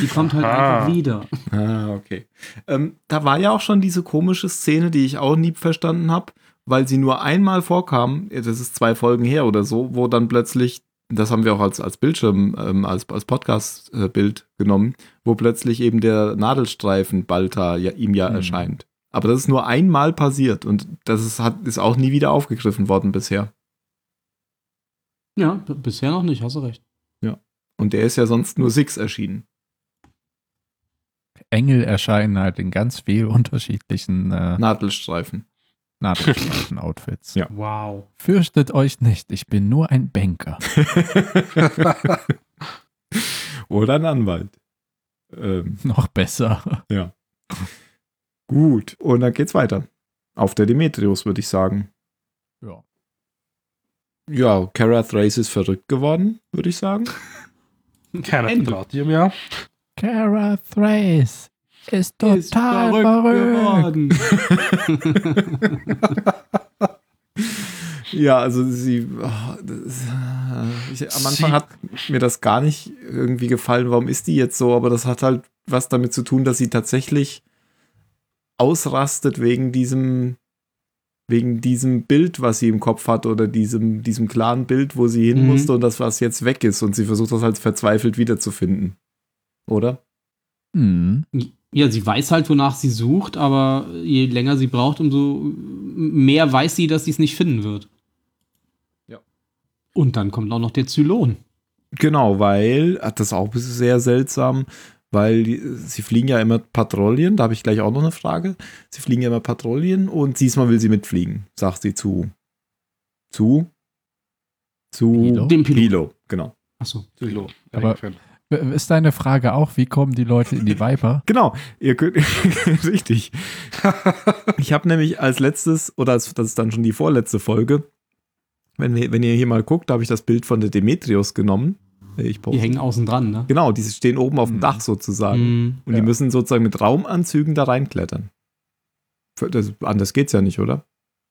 Die kommt halt Aha. einfach wieder. Ah, okay. Ähm, da war ja auch schon diese komische Szene, die ich auch nie verstanden habe, weil sie nur einmal vorkam, das ist zwei Folgen her oder so, wo dann plötzlich, das haben wir auch als, als Bildschirm, ähm, als, als Podcast-Bild genommen, wo plötzlich eben der Nadelstreifen Balta ja, ihm ja Mhm. erscheint. Aber das ist nur einmal passiert und das ist, hat, ist auch nie wieder aufgegriffen worden bisher. Ja, b- bisher noch nicht, hast du recht. Und der ist ja sonst nur Six erschienen. Engel erscheinen halt in ganz viel unterschiedlichen äh, Nadelstreifen. nahtlosen Outfits. Ja. Wow. Fürchtet euch nicht, ich bin nur ein Banker. Oder ein Anwalt. Ähm. Noch besser. Gut, und dann geht's weiter. Auf der Demetrius, würde ich sagen. Ja. Ja, Kara Thrace ist verrückt geworden, würde ich sagen. Keiner Ende. vertraut ihm ja. Cara Thrace ist total verrückt. Ja, also sie. ah, das, äh, ich, am Anfang Sie- hat mir das gar nicht irgendwie gefallen. Warum ist die jetzt so? Aber das hat halt was damit zu tun, dass sie tatsächlich ausrastet wegen diesem wegen diesem Bild, was sie im Kopf hat oder diesem diesem klaren Bild, wo sie hin Mhm. musste und das was jetzt weg ist und sie versucht das halt verzweifelt wiederzufinden, oder? Hm. ja, sie weiß halt, wonach sie sucht, aber je länger sie braucht, umso mehr weiß sie, dass sie es nicht finden wird. Ja. Und dann kommt auch noch der Zylon. Genau, weil, ah, das ist auch ein bisschen sehr seltsam, weil die- sie fliegen ja immer Patrouillen, da habe ich gleich auch noch eine Frage. Sie fliegen ja immer Patrouillen und diesmal will sie mitfliegen, sagt sie zu. Zu? Zu Pilo? Dem Pilot. Pilo, genau. Achso. Pilo. Aber- Ist deine Frage auch, wie kommen die Leute in die Viper? Genau, ihr könnt, richtig. ich habe nämlich als letztes, oder als, das ist dann schon die vorletzte Folge, wenn, wir- wenn ihr hier mal guckt, da habe ich das Bild von der Demetrius genommen. Ich Die poste. hängen Hm. außen dran, ne? Genau, die stehen oben auf dem Mhm. Dach sozusagen. Mhm. Und die Ja. müssen sozusagen mit Raumanzügen da reinklettern. Für- Das, anders geht's ja nicht, oder?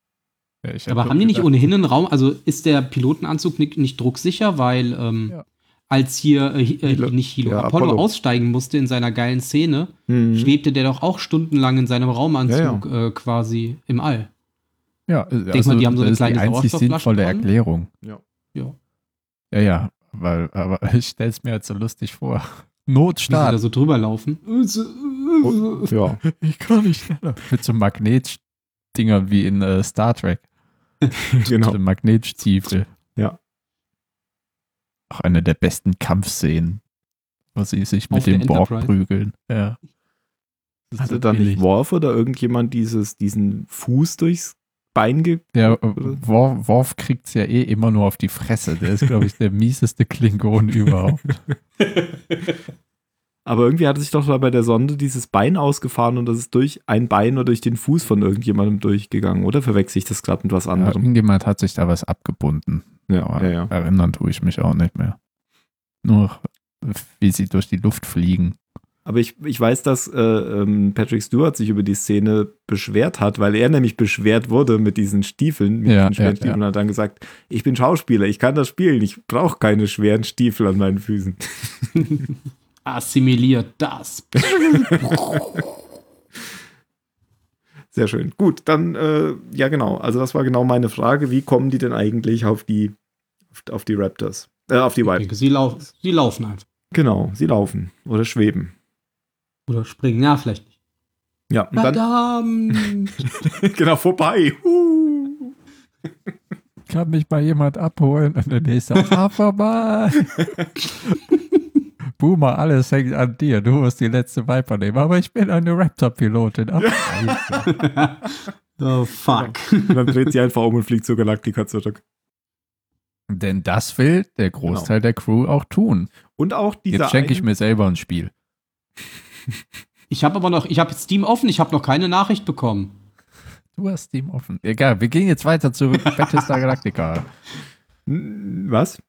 Ja, ich Aber hab haben die nicht gedacht, ohnehin einen Raum? Also ist der Pilotenanzug nicht, nicht drucksicher, weil ähm, Ja. als hier äh, hi- Hilo- äh, nicht Hilo, ja, Apollo, Apollo. aussteigen musste in seiner geilen Szene, Hm. Mhm. schwebte der doch auch stundenlang in seinem Raumanzug Äh, quasi im All. Ja, äh, denk mal, die haben so das eine ist kleine die einzig Sauerstoffflasche sinnvolle dran. Erklärung. Ja. Ja. Ja, ja, weil, aber ich stelle es mir halt so lustig vor. Wie sie da Notstart. so drüber laufen. Oh, ja. Ich kann nicht schneller. Mit so Magnetdingern wie in äh, Star Trek. genau. So Magnetstiefel. Ja. Auch eine der besten Kampfszenen, wo sie sich mit Auf der dem Borg Enterprise. prügeln. Ja. Das ist Hatte so da nicht billig. Worf oder irgendjemand dieses, diesen Fuß durchs Bein ge Der äh, Worf, Worf kriegt's ja eh immer nur auf die Fresse. Der ist, glaube ich, der mieseste Klingon überhaupt. Aber irgendwie hatte sich doch mal bei der Sonde dieses Bein ausgefahren und das ist durch ein Bein oder durch den Fuß von irgendjemandem durchgegangen, oder? Verwechsel ich das gerade mit was Ja, genau. anderem? irgendjemand hat sich da was abgebunden. Ja, Aber ja, ja. erinnern tue ich mich auch nicht mehr. Nur, wie sie durch die Luft fliegen. Aber ich, ich weiß, dass äh, ähm, Patrick Stewart sich über die Szene beschwert hat, weil er nämlich beschwert wurde mit diesen Stiefeln, mit Ja, diesen schweren ja, Stiefeln, und hat dann gesagt, ich bin Schauspieler, ich kann das spielen, ich brauche keine schweren Stiefel an meinen Füßen. Assimiliert das. Sehr schön. Gut, dann, äh, ja genau, also das war genau meine Frage, wie kommen die denn eigentlich auf die, auf, auf die Raptors, äh, auf die Ich Wild? denke, sie, lau sie laufen einfach. Genau, sie laufen oder schweben. Oder springen. Ja, vielleicht nicht. Ja, und dann, Verdammt. genau, vorbei. Huh. Kann mich mal jemand abholen? Und der nächste, fahr vorbei. Boomer, alles hängt an dir. Du musst die letzte Viper nehmen. Aber ich bin eine Raptor-Pilotin. Ach, scheiße. oh, fuck. Und dann dreht sie einfach um und fliegt zur Galaktika zurück. Denn das will der Genau. Großteil der Crew auch tun. Und auch dieser Jetzt schenke ich eine- mir selber ein Spiel. Ich habe aber noch, ich habe Steam offen, ich habe noch keine Nachricht bekommen. Du hast Steam offen. Egal, wir gehen jetzt weiter zurück. Battlestar Galactica. N- Was?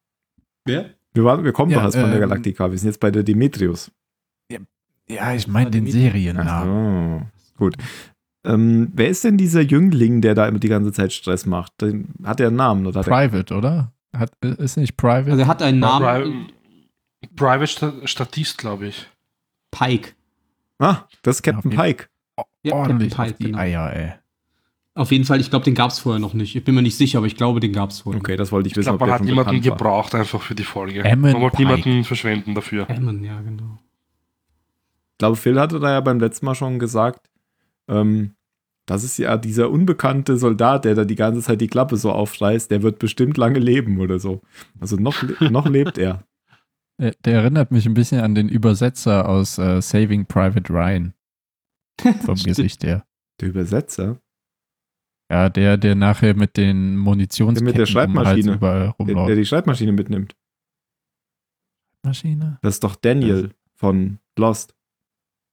Wer? Wir, waren, wir kommen Ja, doch erst von der ähm, Galaktika. Wir sind jetzt bei der Demetrius. Ja, ich meine den Seriennamen. Ah, gut. Ähm, wer ist denn dieser Jüngling, der da immer die ganze Zeit Stress macht? Den, hat er einen Namen oder? Hat er, Private, oder? Hat, ist nicht Private? Also er hat einen Namen. Pri Private Sta- Statist, glaube ich. Pike. ah, das ist Captain Ja, Pike. Ja, ordentlich Oh, Captain auf die genau. Eier, ey. Auf jeden Fall, ich glaube, den gab es vorher noch nicht. Ich bin mir nicht sicher, aber ich glaube, den gab es vorher. Okay, das wollte ich Ich wissen. glaube, man der hat schon niemanden bekannt war. gebraucht einfach für die Folge. Ammon man wollte Pike. niemanden verschwenden dafür. Hammond, ja, genau. Ich glaube, Phil hatte da ja beim letzten Mal schon gesagt, ähm, das ist ja dieser unbekannte Soldat, der da die ganze Zeit die Klappe so aufreißt, der wird bestimmt lange leben oder so. Also noch, le- noch lebt er. Der, Äh, der erinnert mich ein bisschen an den Übersetzer aus äh, Saving Private Ryan. Vom Stimmt. Gesicht her. Der Übersetzer, Ja, der, der nachher mit den Munitionsketten Der mit der um den Hals Schreibmaschine. überall der, der rumläuft. die Schreibmaschine mitnimmt. Maschine? Das ist doch Daniel von Lost.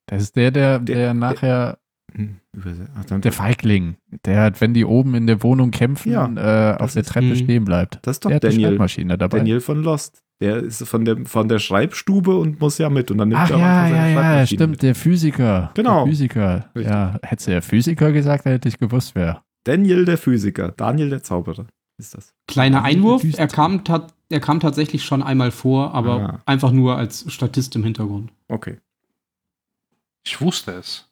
Das ist der, Der- der, der, der- nachher, Hm, Überse- Ach, dann- der Feigling, der halt, wenn die oben in der Wohnung kämpfen, äh, das auf der ist- Treppe Mhm. stehen bleibt. Das ist doch Der hat die Daniel, Schreibmaschine dabei. Daniel von Lost. Der ist von der, von der Schreibstube und muss ja mit. Und dann nimmt Ach er auch ja, seine ja, ja, Schreibmaschine stimmt, Mit. der Physiker. Genau. Der Physiker. Richtig. Ja, hättest du ja Physiker gesagt, dann hätte ich gewusst, wer. Daniel der Physiker, Daniel der Zauberer ist das. Kleiner Einwurf, Düster. er kam, tat, er kam tatsächlich schon einmal vor, aber Ah. einfach nur als Statist im Hintergrund. Okay. Ich wusste es.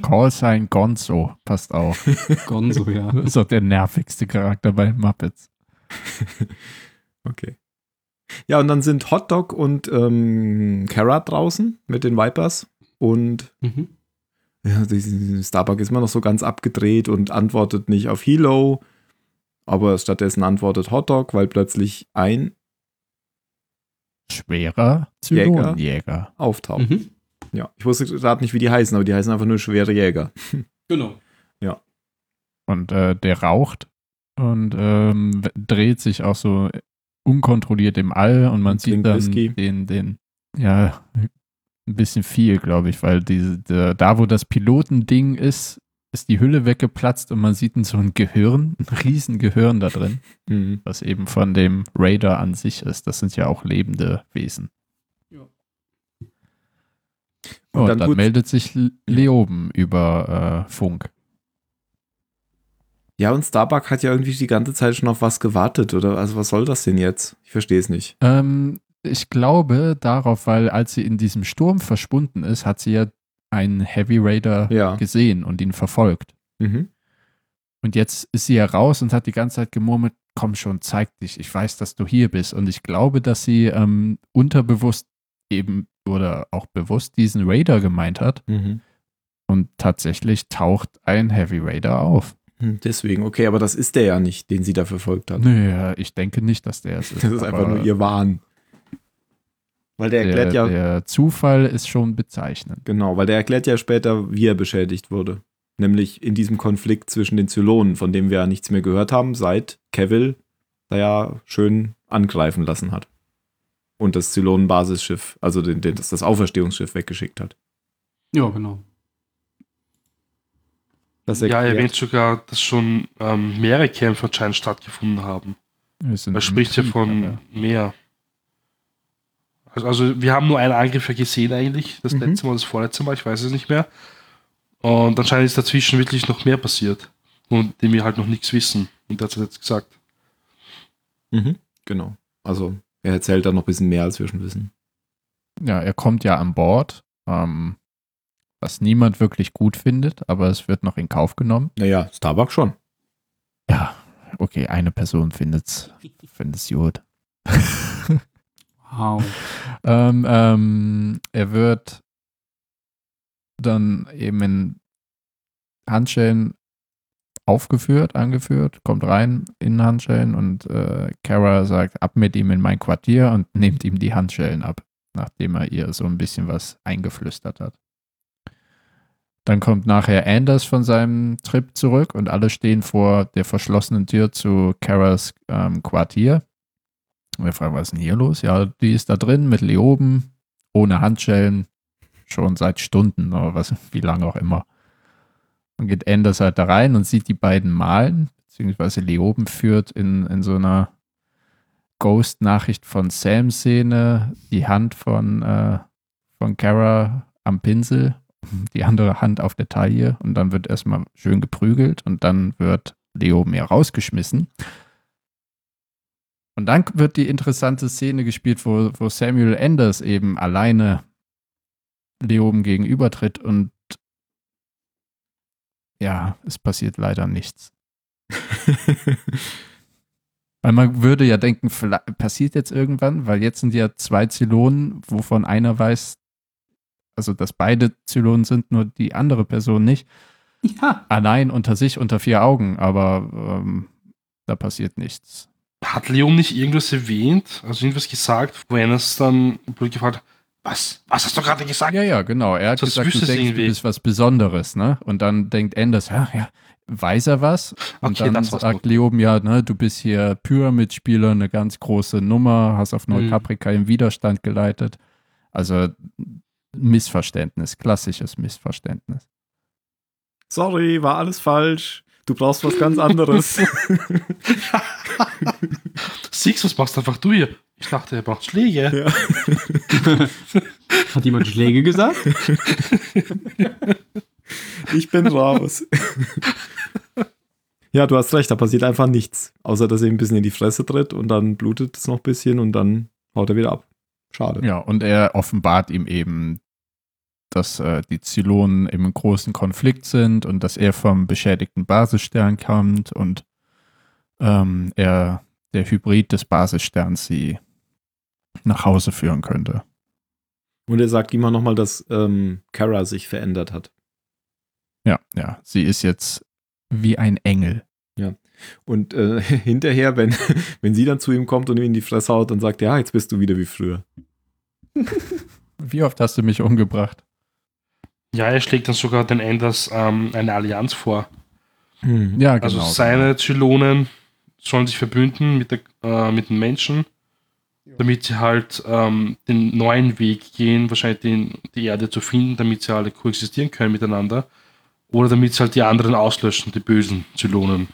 Call sein Gonzo. Passt auch. Gonzo, ja. Das ist auch der nervigste Charakter bei den Muppets. Okay. Ja, und dann sind Hotdog und ähm, Kara draußen mit den Vipers und Mhm. ja, die- Starbuck ist immer noch so ganz abgedreht und antwortet nicht auf Hilo, aber stattdessen antwortet Hotdog, weil plötzlich ein Schwerer Zylonenjäger. auftauchen. Mhm. Ja, ich wusste gerade nicht, wie die heißen, aber die heißen einfach nur schwere Jäger. Genau. Und äh, der raucht und ähm, w- dreht sich auch so unkontrolliert im All und man Und sieht trinkt dann Whisky. den, den, ja, ein bisschen viel, glaube ich, weil diese, der, da, wo das Pilotending ist, ist die Hülle weggeplatzt und man sieht so ein Gehirn, ein riesen Gehirn da drin, Mhm. was eben von dem Raider an sich ist. Das sind ja auch lebende Wesen. Ja. Und, Und dann dann, tut- meldet sich L- Leoben über äh, Funk. Ja, und Starbuck hat ja irgendwie die ganze Zeit schon auf was gewartet, oder? Also was soll das denn jetzt? Ich verstehe es nicht. Ähm, ich glaube darauf, weil als sie in diesem Sturm verschwunden ist, hat sie ja einen Heavy Raider Ja. gesehen und ihn verfolgt. Mhm. Und jetzt ist sie ja raus und hat die ganze Zeit gemurmelt, komm schon, zeig dich, ich weiß, dass du hier bist. Und ich glaube, dass sie ähm, unterbewusst eben oder auch bewusst diesen Raider gemeint hat. Mhm. Und tatsächlich taucht ein Heavy Raider auf. Hm, Deswegen, okay, aber das ist der ja nicht, den sie da verfolgt hat. Naja, ich denke nicht, dass der es ist. Das ist einfach aber nur ihr Wahn. Weil der erklärt ja, der, der Zufall ist schon bezeichnend. genau, weil der erklärt ja später, wie er beschädigt wurde. Nämlich in diesem Konflikt zwischen den Zylonen, von dem wir ja nichts mehr gehört haben, seit Cavill da ja schön angreifen lassen hat. Und das Zylonen-Basisschiff, also den, den, das, das Auferstehungsschiff weggeschickt hat. Ja, genau. Das ja, erklärt- er erwähnt sogar, dass schon ähm, mehrere Kämpfe anscheinend stattgefunden haben. Wir sind Mhm. Er im spricht ja Krieg, von aber- mehr. Also, also wir haben nur einen Angriff ja gesehen eigentlich, das Mhm. letzte Mal, das vorletzte Mal, ich weiß es nicht mehr. Und anscheinend ist dazwischen wirklich noch mehr passiert, und dem wir halt noch nichts wissen. Und das hat er jetzt gesagt. Mhm, genau. Also er erzählt da noch ein bisschen mehr, als wir schon wissen. Ja, er kommt ja an Bord, ähm, was niemand wirklich gut findet, aber es wird noch in Kauf genommen. Naja, Starbuck schon. Ja, okay, eine Person findet's, findet's gut. Wow. ähm, ähm, er wird dann eben in Handschellen aufgeführt, angeführt, kommt rein in Handschellen und äh, Kara sagt, ab mit ihm in mein Quartier und nimmt ihm die Handschellen ab, nachdem er ihr so ein bisschen was eingeflüstert hat. Dann kommt nachher Anders von seinem Trip zurück und alle stehen vor der verschlossenen Tür zu Karas ähm, Quartier. Und wir fragen, was ist denn hier los? Ja, die ist da drin mit Leoben, ohne Handschellen, schon seit Stunden oder was, wie lange auch immer. Und geht Anders halt da rein und sieht die beiden malen, beziehungsweise Leoben führt in, in so einer Ghost-Nachricht von Sam-Szene die Hand von, äh, von Kara am Pinsel, die andere Hand auf der Taille und dann wird erstmal schön geprügelt und dann wird Leoben ja rausgeschmissen. Und dann wird die interessante Szene gespielt, wo, wo Samuel Anders eben alleine Leoben gegenübertritt und ja, es passiert leider nichts. Weil man würde ja denken, vielleicht passiert jetzt irgendwann, weil jetzt sind ja zwei Zylonen, wovon einer weiß, also dass beide Zylonen sind, nur die andere Person nicht. Ja. Allein unter sich, unter vier Augen, aber ähm, da passiert nichts. Hat Leon nicht irgendwas erwähnt, also irgendwas gesagt, wo Enes dann blöd gefragt hat, was? Was hast du gerade gesagt? Ja, ja, genau. Er hat Sonst gesagt, du wüsstest du denkst, du irgendwie. bist was Besonderes, ne? Und dann denkt Anders, ja, ja, weiß er was? Und Okay, dann das war's sagt Leoben, ja, ne, du bist hier Pyramidspieler, eine ganz große Nummer, hast auf Mhm. Neukaprika im Widerstand geleitet. Also Missverständnis, klassisches Missverständnis. Sorry, war alles falsch. Du brauchst was ganz anderes. Six, was machst einfach du hier? Ich dachte, er braucht Schläge. ja. Hat jemand Schläge gesagt? Ich bin raus. ja, du hast recht, da passiert einfach nichts. Außer, dass er ihm ein bisschen in die Fresse tritt und dann blutet es noch ein bisschen und dann haut er wieder ab. Schade. Ja, und er offenbart ihm eben, dass äh, die Zylonen im großen Konflikt sind und dass er vom beschädigten Basisstern kommt und ähm, er der Hybrid des Basissterns sie nach Hause führen könnte. Und er sagt immer nochmal, dass ähm, Kara sich verändert hat. Ja, ja, sie ist jetzt wie ein Engel. Ja. Und äh, hinterher, wenn, wenn sie dann zu ihm kommt und ihm in die Fresse haut und sagt, ja, jetzt bist du wieder wie früher. Wie oft hast du mich umgebracht? Ja, er schlägt dann sogar den Enders ähm, eine Allianz vor. Hm. Ja, genau. Also seine Zylonen sollen sich verbünden mit, der, äh, mit den Menschen, damit sie halt ähm, den neuen Weg gehen, wahrscheinlich den, die Erde zu finden, damit sie alle koexistieren können miteinander. Oder damit sie halt die anderen auslöschen, die bösen Zylonen.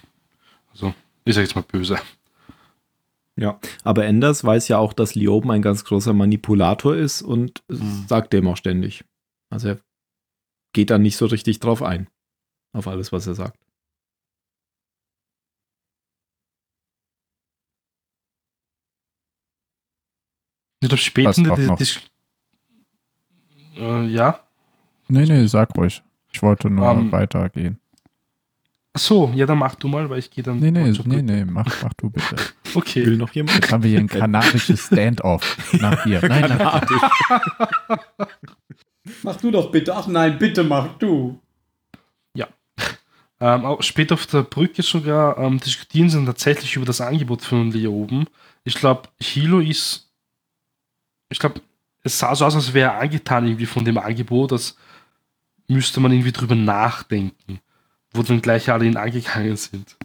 Also, ich sag jetzt mal böse. Aber Anders weiß ja auch, dass Lioben ein ganz großer Manipulator ist und Hm. sagt dem auch ständig. Also er geht dann nicht so richtig drauf ein. Auf alles, was er sagt. Ich glaube, Passt später. auch Die, noch. die, äh, ja, Nee, nee, sag ruhig. Ich wollte nur Ähm, weitergehen. Ach so, ja, dann mach du mal, weil ich gehe dann. Nee, nee, zur nee, Brücke. nee, mach, mach du bitte. Okay. noch jemand? Jetzt haben wir hier ein kanadisches Stand-off nach dir. Nein, nein, nein. Mach du doch bitte. Ach nein, bitte mach du. Ähm, auch später auf der Brücke sogar ähm, diskutieren sie dann tatsächlich über das Angebot von Leo oben. Ich glaube, Hilo ist. Ich glaube, es sah so aus, als wäre er angetan irgendwie von dem Angebot, als müsste man irgendwie drüber nachdenken, wo dann gleich alle ihn angegangen sind.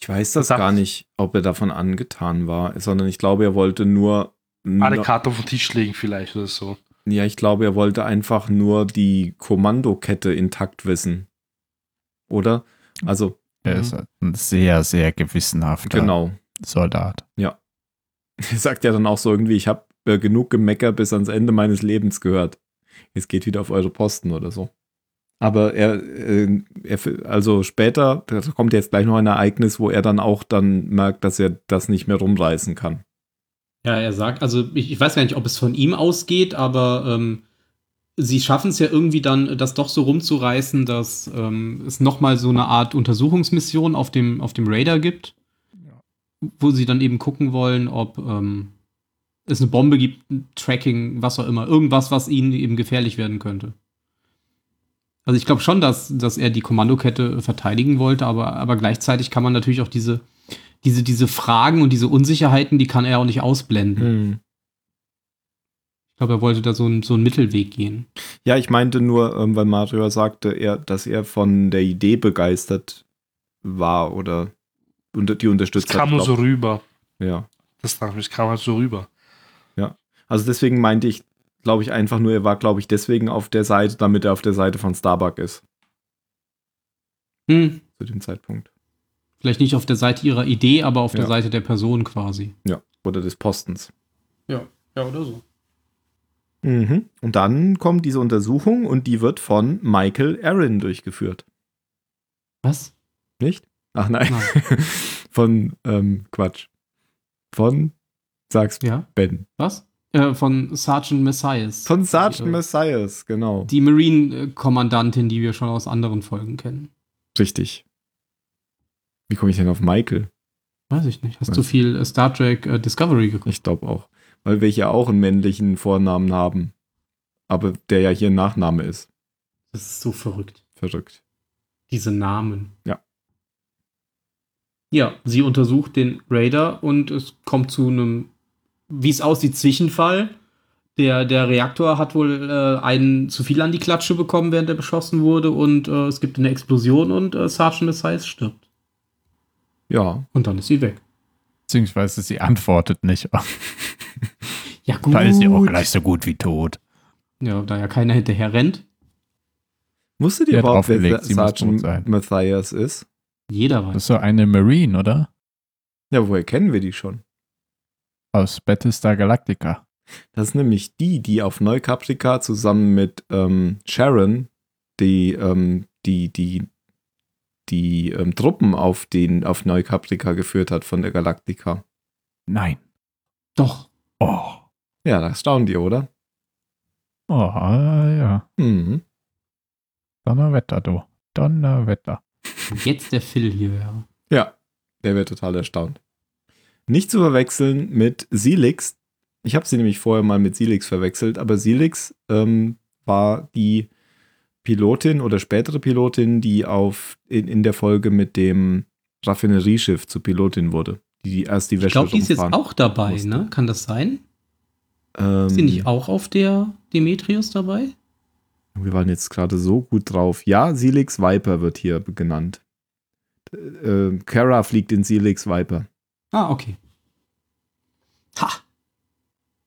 Ich weiß das Sag- gar nicht, ob er davon angetan war, sondern ich glaube, er wollte nur. Alle Karten auf den Tisch legen vielleicht oder so. Ja, ich glaube, er wollte einfach nur die Kommandokette intakt wissen. Oder? Also, Der ist ein sehr, sehr gewissenhafter genau. Soldat. Er sagt ja dann auch so irgendwie, ich habe äh, genug Gemecker bis ans Ende meines Lebens gehört. Es geht wieder auf eure Posten oder so. Aber er, äh, er f- also später, da kommt jetzt gleich noch ein Ereignis, wo er dann auch dann merkt, dass er das nicht mehr rumreißen kann. Ja, er sagt, also ich, ich weiß gar nicht, ob es von ihm ausgeht, aber ähm, sie schaffen es ja irgendwie dann, das doch so rumzureißen, dass ähm, es nochmal so eine Art Untersuchungsmission auf dem, auf dem Radar gibt, wo sie dann eben gucken wollen, ob ähm, es eine Bombe gibt, ein Tracking, was auch immer, irgendwas, was ihnen eben gefährlich werden könnte. Also ich glaube schon, dass, dass er die Kommandokette verteidigen wollte, aber, aber gleichzeitig kann man natürlich auch diese, diese, diese Fragen und diese Unsicherheiten, die kann er auch nicht Mhm. ausblenden. Hm. Ich glaube, er wollte da so, einen- so einen Mittelweg gehen. Ja, ich meinte nur, ähm, weil Mario sagte, er, dass er von der Idee begeistert war oder unter, die Das unterstützt kam nur so glaub- rüber. Ja. Das, das kam halt so rüber. Also deswegen meinte ich, glaube ich, einfach nur, er war, glaube ich, deswegen auf der Seite, damit er auf der Seite von Starbuck ist, Hm. zu dem Zeitpunkt. Vielleicht nicht auf der Seite ihrer Idee, aber auf Ja. der Seite der Person quasi. Ja. Oder des Postens. Ja, ja, oder so. Mhm. Und dann kommt diese Untersuchung und die wird von Michael Aaron durchgeführt. Was? Nicht? Ach nein. Nein. von ähm, Quatsch. Von, sag's Ja? Ben. Was? Äh, von Sergeant Messias. Von Sergeant Die, äh, Messias, genau. Die Marine-Kommandantin, die wir schon aus anderen Folgen kennen. Richtig. Wie komme ich denn auf Michael? Weiß ich nicht. Hast Was? du viel äh, Star Trek äh, Discovery geguckt? Ich glaube auch. Weil wir hier auch einen männlichen Vornamen haben. Aber der ja hier ein Nachname ist. Das ist so verrückt. Verrückt. Diese Namen. Ja. Ja, sie untersucht den Raider und es kommt zu einem, wie es aussieht, Zwischenfall. Der, der Reaktor hat wohl äh, einen zu viel an die Klatsche bekommen, während er beschossen wurde und äh, es gibt eine Explosion und äh, Sergeant Messias stirbt. Ja. Und dann ist sie weg. Beziehungsweise sie antwortet nicht. Ja, gut. Da ist sie auch gleich so gut wie tot. Ja, da ja keiner hinterher rennt. Wusstet Der ihr hat überhaupt, wer draufgelegt, sie muss tot sein. Sergeant Matthias ist? Jeder Das weiß. ist so eine Marine, oder? Ja, woher kennen wir die schon? Aus Battlestar Galactica. Das ist nämlich die, die auf Neukaprika zusammen mit ähm, Sharon die, ähm, die, die, die ähm, Truppen auf, den, auf Neukaprika geführt hat von der Galaktika. Nein. Doch. Oh. Ja, das staunt ihr, oder? Oh, ja. Mhm. Donnerwetter, du. Donnerwetter. Wenn Jetzt der Phil hier wäre. Ja, der wäre total erstaunt. Nicht zu verwechseln mit Silix. Ich habe sie nämlich vorher mal mit Silix verwechselt, aber Silix ähm, war die Pilotin oder spätere Pilotin, die auf in, in der Folge mit dem Raffinerieschiff zur Pilotin wurde, die erst die Wäsche Ich glaube, die ist jetzt rumfahren auch dabei, musste. ne? Kann das sein? Ähm, Ist die nicht auch auf der Demetrius dabei? Wir waren jetzt gerade so gut drauf. Ja, Silix Viper wird hier genannt. Äh, Kara fliegt in Silix Viper. Ah, okay. Ha!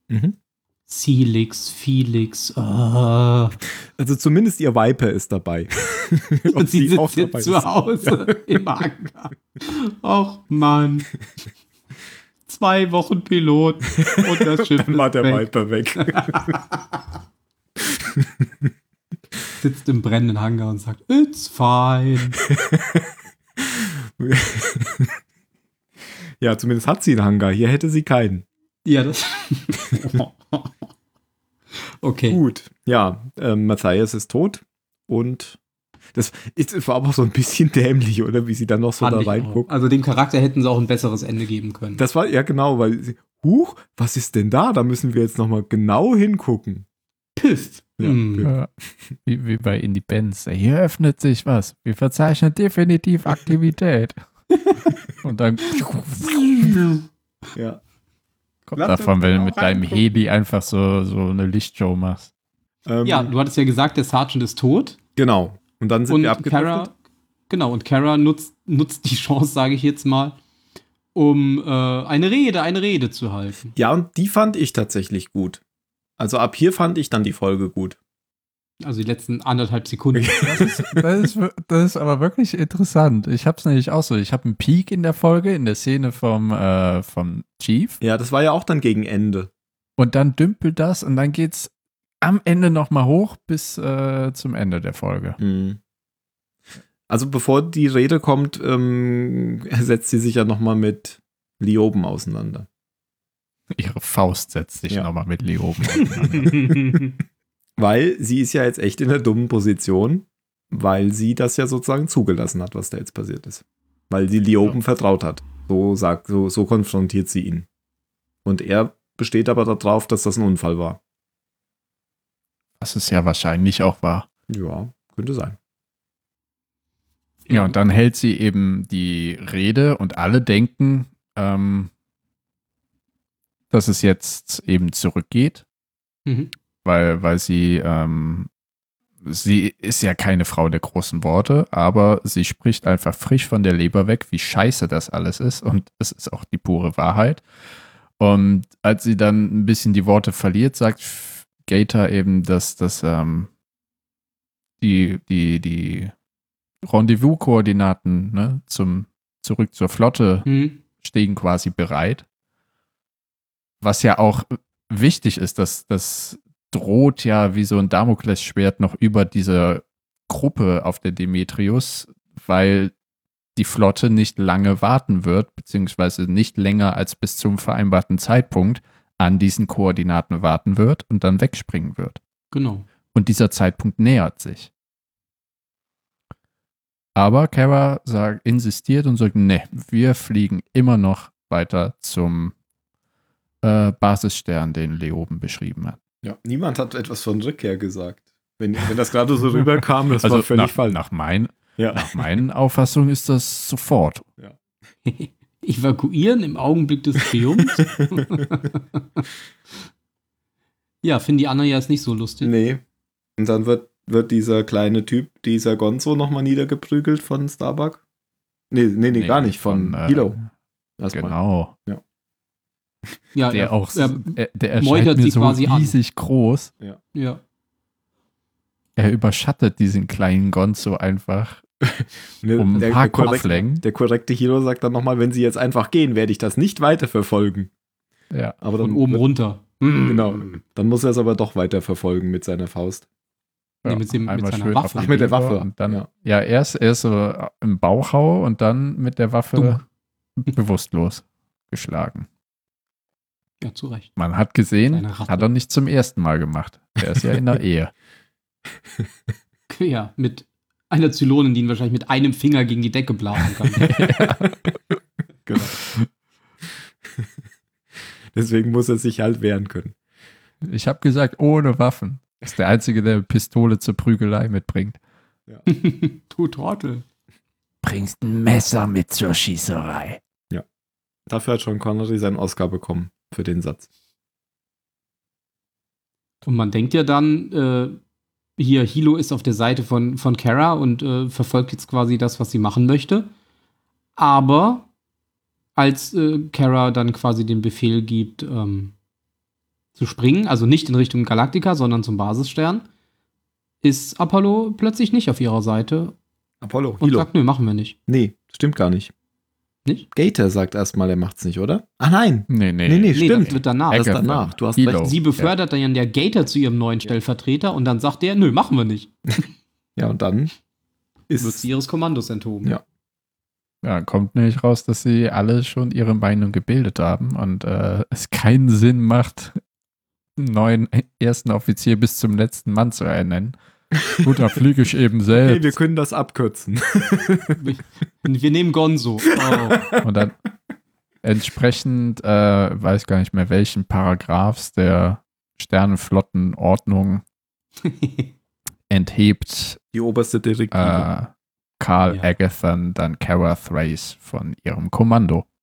Mhm. Silix, Felix, ah. Also zumindest ihr Viper ist dabei. Ob Und sie auch sitzt dabei jetzt zu ist. Hause im Anker. Och Mann. Zwei Wochen Pilot und das Schiff Dann war ist der weg, Viper weg. sitzt im brennenden Hangar und sagt, it's fine. ja, zumindest hat sie einen Hangar. Hier hätte sie keinen. Ja, das. okay. Gut, ja, ähm, Matthias ist tot und das ist, war aber auch so ein bisschen dämlich, oder? Wie sie dann noch so Fand ich da auch. reinguckt. Also dem Charakter hätten sie auch ein besseres Ende geben können. Das war, ja genau, weil, sie- huch, was ist denn da? Da müssen wir jetzt nochmal genau hingucken. Piff. Ja, Hm. Piff. Ja. Wie, wie bei Independence. Hier öffnet sich was. Wir verzeichnen definitiv Aktivität. Und dann Mhm. Ja. kommt Lass uns davon, wenn du genau mit deinem reingucken. Heli einfach so, so eine Lichtshow machst. Ähm, Ja, du hattest ja gesagt, der Sergeant ist tot Genau. Und dann sind und wir Kara, abgedriftet. genau, und Kara nutzt, nutzt die Chance, sage ich jetzt mal, um äh, eine Rede, eine Rede zu halten. Ja, und die fand ich tatsächlich gut. Also ab hier fand ich dann die Folge gut. Also die letzten anderthalb Sekunden. Das ist, wir- das ist aber wirklich interessant. Ich habe es nämlich auch so. Ich habe einen Peak in der Folge, in der Szene vom, äh, vom Chief. Ja, das war ja auch dann gegen Ende. Und dann dümpelt das und dann geht's am Ende nochmal hoch bis äh, zum Ende der Folge. Mhm. Also bevor die Rede kommt, ähm, setzt sie sich ja nochmal mit Lioben auseinander. Ihre Faust setzt sich Ja. nochmal mit Leo um. oben. Weil sie ist ja jetzt echt in der dummen Position, weil sie das ja sozusagen zugelassen hat, was da jetzt passiert ist. Weil sie Lioben vertraut hat. So sagt, so, so konfrontiert sie ihn. Und er besteht aber darauf, dass das ein Unfall war. Was es ja wahrscheinlich auch war. Ja, könnte sein. Ja, und dann hält sie eben die Rede und alle denken, ähm, dass es jetzt eben zurückgeht. Mhm. weil, weil sie, ähm, sie ist ja keine Frau der großen Worte, aber sie spricht einfach frisch von der Leber weg, wie scheiße das alles ist und es ist auch die pure Wahrheit. Und als sie dann ein bisschen die Worte verliert, sagt F- Gator eben, dass, dass ähm, die, die, die Rendezvous-Koordinaten ne, zum zurück zur Flotte Mhm. stehen quasi bereit. Was ja auch wichtig ist, dass das droht ja wie so ein Damoklesschwert noch über diese Gruppe auf der Demetrius, weil die Flotte nicht lange warten wird, beziehungsweise nicht länger als bis zum vereinbarten Zeitpunkt an diesen Koordinaten warten wird und dann wegspringen wird. Genau. Und dieser Zeitpunkt nähert sich. Aber Kara sagt, insistiert und sagt, nee, wir fliegen immer noch weiter zum äh, Basisstern, den Leoben beschrieben hat. Ja. Niemand hat etwas von Rückkehr gesagt. Wenn, wenn das gerade so rüberkam, das war Also nach, völlig falsch. Nach, mein, Ja. nach meinen Auffassungen ist das sofort. Evakuieren im Augenblick des Triumphs. ja, finden die anderen ja jetzt nicht so lustig. Nee. Und dann wird, wird dieser kleine Typ, dieser Gonzo, nochmal niedergeprügelt von Starbuck. Nee, nee, nee, gar nicht, von, äh, Hilo. erstmal. Genau. Ja, Der er- auch, er- äh, der erscheint meutert mir sie so quasi an. riesig groß. ja. Er überschattet diesen kleinen Gonzo einfach Ne, um ein paar korrekte- Kopflängen. Der korrekte Hero sagt dann nochmal, wenn sie jetzt einfach gehen, werde ich das nicht weiterverfolgen. Ja. Aber dann, Von oben runter. Genau. Dann muss er es aber doch weiterverfolgen mit seiner Faust. Nee, mit dem- mit einmal seiner schön Waffe. auf die Ach, mit der Leber Waffe. Und dann, Ja. ja. erst, erst so äh, im Bauch hau und dann mit der Waffe bewusstlos geschlagen. Ja, zu Recht. Man hat gesehen, Kleine Ratte. hat er nicht zum ersten Mal gemacht. Er ist ja in der Ehe. Quer mit einer Zylonin, die ihn wahrscheinlich mit einem Finger gegen die Decke blasen kann. Genau. Deswegen muss er sich halt wehren können. Ich habe gesagt, ohne Waffen. Ist der Einzige, der eine Pistole zur Prügelei mitbringt. du Trottel. bringst ein Messer mit zur Schießerei. Dafür hat Sean Connery seinen Oscar bekommen für den Satz. Und man denkt ja dann, äh, hier, Hilo ist auf der Seite von, von Kara und äh, verfolgt jetzt quasi das, was sie machen möchte. Aber als äh, Kara dann quasi den Befehl gibt, ähm, zu springen, also nicht in Richtung Galactica, sondern zum Basisstern, ist Apollo plötzlich nicht auf ihrer Seite Apollo, und Hilo. sagt, nö, machen wir nicht. Nee, stimmt gar nicht. Nicht? Gator sagt erstmal, er macht's nicht, oder? Ah nein. Nee, nee. Nee, nee, Nee, stimmt. das wird danach. Das ist Gator. danach. Du hast Hilo. recht. Sie befördert dann der Gator zu ihrem neuen Stellvertreter und dann sagt der, nö, machen wir nicht. Ja, und dann ist Wird sie ihres Kommandos enthoben. Ja. Ja, kommt nämlich raus, dass sie alle schon ihre Meinung gebildet haben und äh, es keinen Sinn macht, einen neuen ersten Offizier bis zum letzten Mann zu ernennen. Gut, da fliege ich eben Hey, wir selbst. können das abkürzen. Wir nehmen Gonzo. Oh. und dann entsprechend, äh, weiß gar nicht mehr welchen Paragraphs der Sternenflottenordnung enthebt Die oberste Direktive. äh, Karl Ja. Agathon dann Kara Thrace von ihrem Kommando.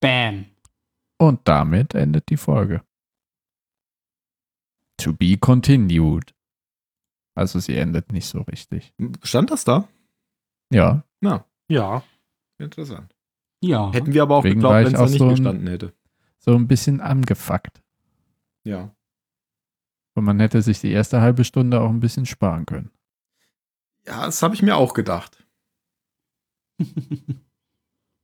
Bam. Und damit endet die Folge. To be continued. Also sie endet nicht so richtig. Stand das da? Ja, Ja. Interessant. Ja. Hätten wir aber auch Deswegen geglaubt, war wenn ich es da auch nicht so ein- gestanden hätte. so ein bisschen angefuckt. Ja. Und man hätte sich die erste halbe Stunde auch ein bisschen sparen können. Ja, das habe ich mir auch gedacht.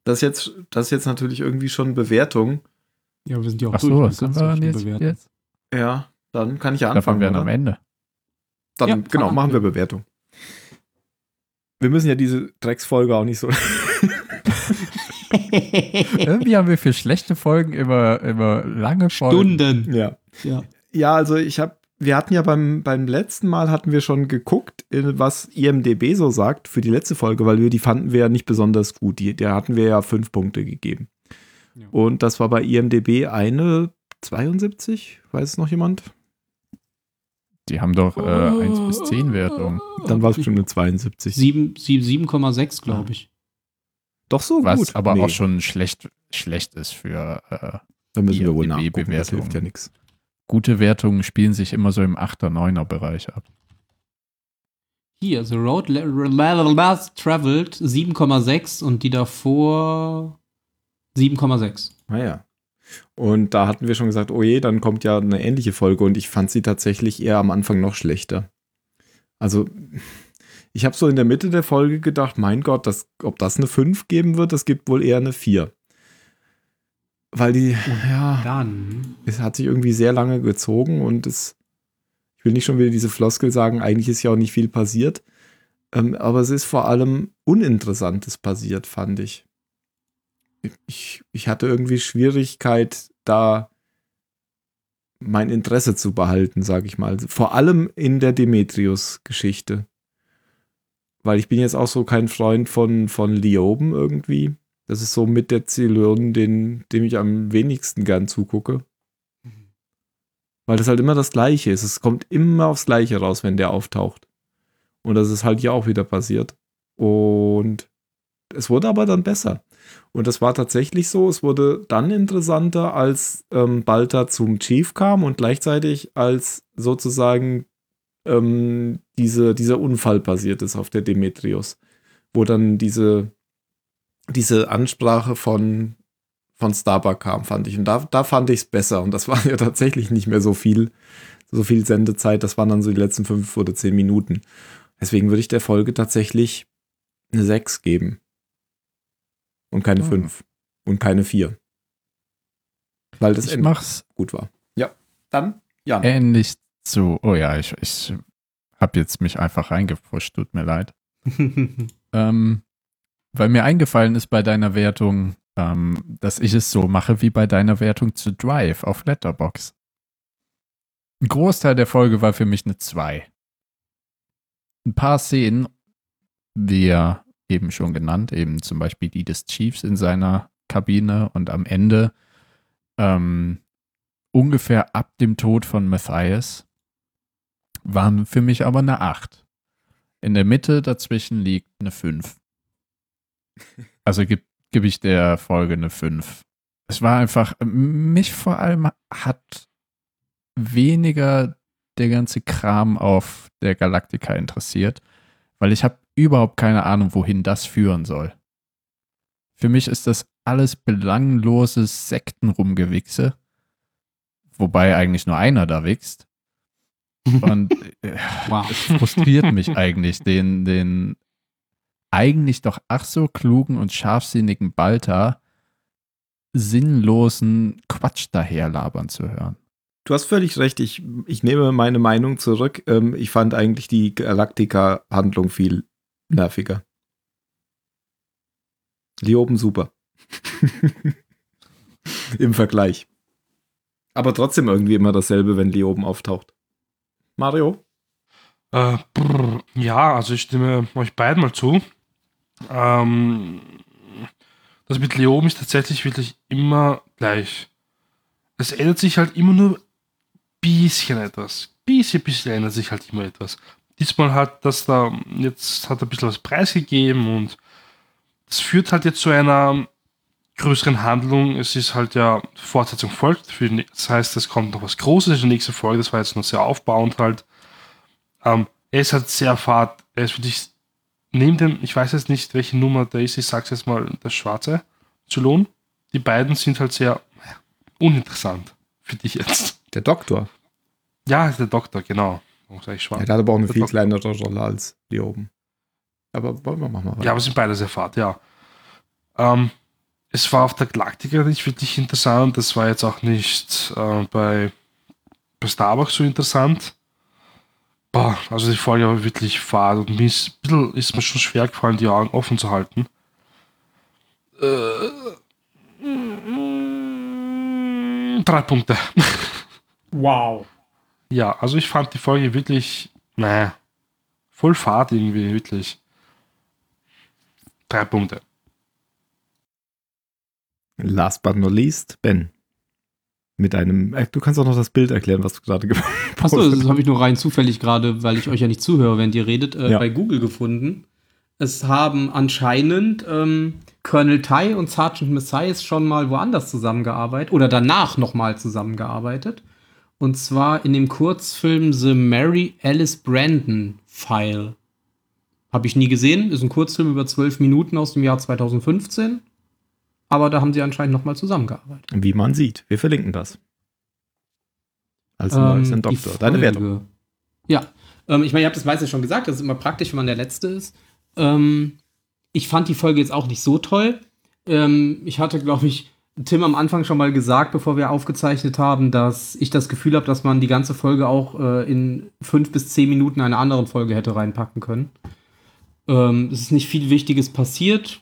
Das ist jetzt, das ist jetzt natürlich irgendwie schon Bewertung. ja, wir sind ja auch Ach durch. so, man was sind kann's wir nicht dann mehr jetzt? jetzt? bewerten. Ja, dann kann ich ja Davon anfangen. wären am oder? Ende. Dann, Ja, fang genau, an. machen wir Bewertung. Wir müssen ja diese Drecksfolge auch nicht so. Irgendwie haben wir für schlechte Folgen immer, immer lange Folgen. Stunden. ja. Ja. Ja, also ich habe, wir hatten ja beim, beim letzten Mal hatten wir schon geguckt, in- was IMDB so sagt für die letzte Folge, weil wir die fanden wir ja nicht besonders gut. Die, der hatten wir ja fünf Punkte gegeben. Ja. Oh, Und das war bei IMDB eine 72, weiß es noch jemand? Die haben doch äh, 1 bis 10 Wertung. Dann war es bestimmt eine 72. Sieben- sieb- 7,6, glaube ich. Doch so Was Oh, gut. aber Nee, auch schon schlecht, schlecht ist für äh, Da müssen wir wohl IMDb nachgucken, das Bewertungen. hilft ja nichts. gute Wertungen spielen sich immer so im 8er, 9er Bereich ab. Hier, The Road Le- Le- Last Traveled 7,6 und die davor 7,6. Naja. Ah Und da hatten wir schon gesagt, oh je, dann kommt ja eine ähnliche Folge und ich fand sie tatsächlich eher am Anfang noch schlechter. Also, ich habe so in der Mitte der Folge gedacht, mein Gott, das, ob das eine 5 geben wird, das gibt wohl eher eine 4. Weil die, ja, Dann. es hat sich irgendwie sehr lange gezogen und es, ich will nicht schon wieder diese Floskel sagen, eigentlich ist ja auch nicht viel passiert, ähm, aber es ist vor allem Uninteressantes passiert, fand ich. Ich, ich hatte irgendwie Schwierigkeit, da mein Interesse zu behalten, sage ich mal. Also Vor allem in der Demetrius-Geschichte. Weil ich bin jetzt auch so kein Freund von, von Lioben irgendwie. Das ist so mit der Zylon, den, dem ich am wenigsten gern zugucke. Weil das halt immer das Gleiche ist. Es kommt immer aufs Gleiche raus, wenn der auftaucht. Und das ist halt hier auch wieder passiert. Und es wurde aber dann besser. Und das war tatsächlich so. Es wurde dann interessanter, als ähm, Balta zum Chief kam und gleichzeitig als sozusagen ähm, diese, dieser Unfall passiert ist auf der Demetrius. Wo dann diese, diese Ansprache von, von Starbuck kam, fand ich. Und da, da fand ich es besser. Und das war ja tatsächlich nicht mehr so viel, so viel Sendezeit. Das waren dann so die letzten fünf oder zehn Minuten. Deswegen würde ich der Folge tatsächlich eine sechs geben. Und keine Ah. fünf. Und keine vier. Weil das Ich Ende mach's gut war. Ja, dann Jan. ähnlich zu. Oh ja, ich, ich habe jetzt mich einfach reingepusht, tut mir leid. Ähm, weil mir eingefallen ist bei deiner Wertung, ähm, dass ich es so mache wie bei deiner Wertung zu Drive auf Letterbox. Ein Großteil der Folge war für mich eine 2. Ein paar Szenen, wie ja eben schon genannt, eben zum Beispiel die des Chiefs in seiner Kabine und am Ende ähm, ungefähr ab dem Tod von Matthias waren für mich aber eine 8. In der Mitte dazwischen liegt eine 5. Also gebe geb ich der Folge eine 5. Es war einfach, mich vor allem hat weniger der ganze Kram auf der Galaktika interessiert, weil ich habe überhaupt keine Ahnung, wohin das führen soll. Für mich ist das alles belangloses Sektenrumgewichse, wobei eigentlich nur einer da wächst. Und äh, Wow. es frustriert mich eigentlich, den, den eigentlich doch ach so klugen und scharfsinnigen Balta sinnlosen Quatsch daherlabern zu hören. Du hast völlig recht, ich, ich nehme meine Meinung zurück. Ähm, ich fand eigentlich die Galactica-Handlung viel nerviger. Lioben super. Im Vergleich. Aber trotzdem irgendwie immer dasselbe, wenn Lioben auftaucht. Mario? Äh, brr, ja, also ich stimme euch beiden mal zu. Ähm, das mit Leoben ist tatsächlich wirklich immer gleich. Es ändert sich halt immer nur bisschen etwas. Bisschen, bisschen ändert sich halt immer etwas. Diesmal hat das da, jetzt hat er ein bisschen was preisgegeben und das führt halt jetzt zu einer größeren Handlung. Es ist halt ja Fortsetzung folgt. Für, die- das heißt, es kommt noch was Großes in der nächsten Folge. Das war jetzt noch sehr aufbauend halt. Ähm, er ist halt sehr fad. Er ist für dich neben dem, ich weiß jetzt nicht, welche Nummer da ist, ich sag's jetzt mal, das Schwarze, Zylon. Die beiden sind halt sehr naja, uninteressant für dich jetzt. Der Doktor. Ja, der Doktor, genau. Warum sag ich schwarz? der hat aber auch eine Der viel Doktor. kleinere Rolle als Lioben. Aber wollen wir machen mal Ja, aber sind beide sehr fad, ja. Ähm, es war auf der Galaktika nicht wirklich interessant. Das war jetzt auch nicht äh, bei, bei Starbucks so interessant. Boah, also die Folge war wirklich fad und mir ist, ein bisschen ist mir schon schwer gefallen, die Augen offen zu halten. Äh, drei Punkte. Wow. Ja, also ich fand die Folge wirklich, naja, voll fad irgendwie, wirklich. Drei Punkte. Last but not least, Ben. Mit einem. äh, Du kannst auch noch das Bild erklären, was du gerade gemacht Achso, das habe ich nur rein zufällig gerade, weil ich euch ja nicht zuhöre, während ihr redet, äh, Ja. bei Google gefunden. Es haben anscheinend ähm, Colonel Tai und Sergeant Messias schon mal woanders zusammengearbeitet oder danach nochmal zusammengearbeitet. Und zwar in dem Kurzfilm The Mary Alice Brandon File. Habe ich nie gesehen, ist ein Kurzfilm über zwölf Minuten aus dem Jahr 2015. Aber da haben sie anscheinend nochmal zusammengearbeitet. Wie man sieht. Wir verlinken das. Als Ähm, neues im die Doktor. Deine Folge. Wertung. Ja, ähm, ich meine, ihr habt das meistens schon gesagt, das ist immer praktisch, wenn man der Letzte ist. Ähm, ich fand die Folge jetzt auch nicht so toll. Ähm, ich hatte, glaube ich, Tim am Anfang schon mal gesagt, bevor wir aufgezeichnet haben, dass ich das Gefühl habe, dass man die ganze Folge auch äh, in fünf bis zehn Minuten einer anderen Folge hätte reinpacken können. Ähm, es ist nicht viel Wichtiges passiert.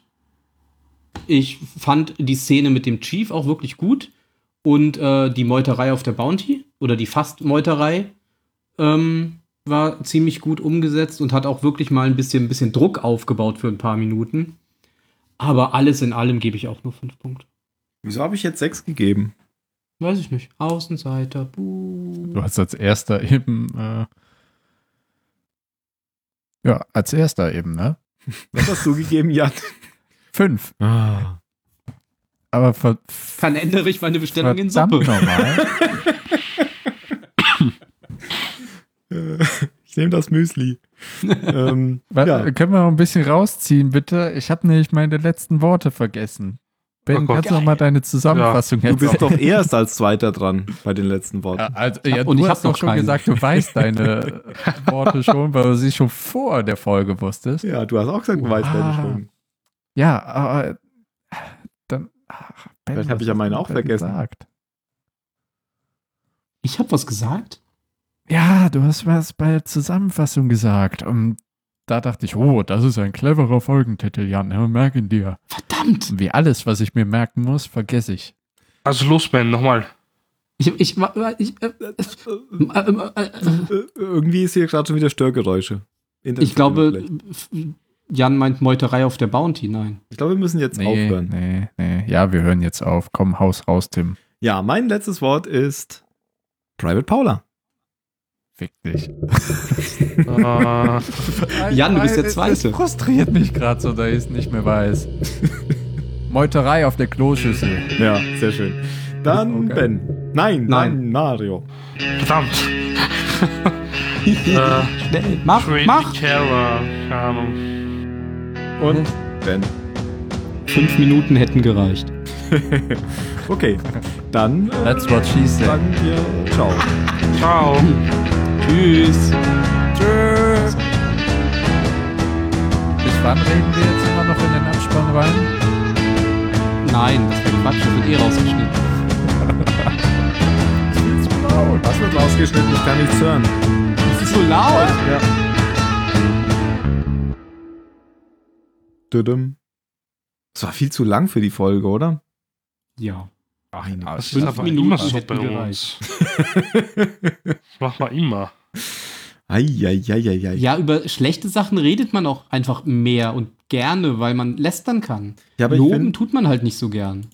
Ich fand die Szene mit dem Chief auch wirklich gut und äh, die Meuterei auf der Bounty oder die Fast-Meuterei ähm, war ziemlich gut umgesetzt und hat auch wirklich mal ein bisschen, ein bisschen Druck aufgebaut für ein paar Minuten. Aber alles in allem gebe ich auch nur fünf Punkte. Wieso habe ich jetzt sechs gegeben? Weiß ich nicht. Außenseiter. Buh. Du hast als erster eben, äh, ja, als erster eben, ne? Was hast du gegeben, Jan? Fünf. Ah. Aber ver Dann ändere ich meine Bestellung in verdammt Suppe. nochmal. Äh, Ich nehme das Müsli. ähm, Warte, ja. Können wir noch ein bisschen rausziehen, bitte? Ich habe nämlich meine letzten Worte vergessen. Ben, Oh Gott. kannst du nochmal deine Zusammenfassung Du bist erzählen? doch erst als Zweiter dran bei den letzten Worten. Ja, also, ja, Und du ich hab hast doch noch schon keine. gesagt, du weißt deine äh, Worte schon, weil du sie schon vor der Folge wusstest. Ja, du hast auch gesagt, du weißt Ah. ah. schon. Ja, aber äh, dann. ach, Ben, Vielleicht hab was ich ja hast meine du auch denn vergessen. Gesagt? Ich habe was gesagt? Ja, du hast was bei der Zusammenfassung gesagt. Und da dachte ich, oh, das ist ein cleverer Folgentitel, Jan. Ja, merk ihn dir. Verdammt! Wie alles, was ich mir merken muss, vergesse ich. Also los, Ben, nochmal. Ich, ich, wa- ich, äh, äh, äh, äh, äh, Äh, Irgendwie ist hier gerade schon wieder Störgeräusche. Internet- ich glaube, vielleicht. f- Jan meint Meuterei auf der Bounty. Nein. Ich glaube, wir müssen jetzt aufhören. nee, nee. Ja, wir hören jetzt auf. Komm, haus raus, Tim. Ja, mein letztes Wort ist Private Paula. Fick dich. Ah, Jan, du bist der Es- Zweite. Es frustriert mich gerade so, dass ich es nicht mehr weiß. Meuterei auf der Kloschüssel. Ja, sehr schön. Dann Okay. Ben. Oh, Nein, Nein. dann Mario. verdammt. äh, Schnell, mach, Pretty mach. Terror. Keine Ahnung. Und Ben. Fünf Minuten hätten gereicht. Okay, dann äh, That's what she said. sagen wir Ciao. Ciao. Tschüss. Bis wann reden wir jetzt immer noch in den Abspann rein? Nein, das war Quatsch, das wird eh rausgeschnitten. Was wird rausgeschnitten? Ich kann nichts hören. Das ist so laut. Düdüm. Das war viel zu lang für die Folge, oder? Ah, Ja. Nein, Das ist Fünf aber Minuten immer so hätten bei uns. gereicht. Das macht man immer. Eieieiei. Ja, über schlechte Sachen redet man auch einfach mehr und gerne, weil man lästern kann. Ja, aber ich Loben bin, tut man halt nicht so gern.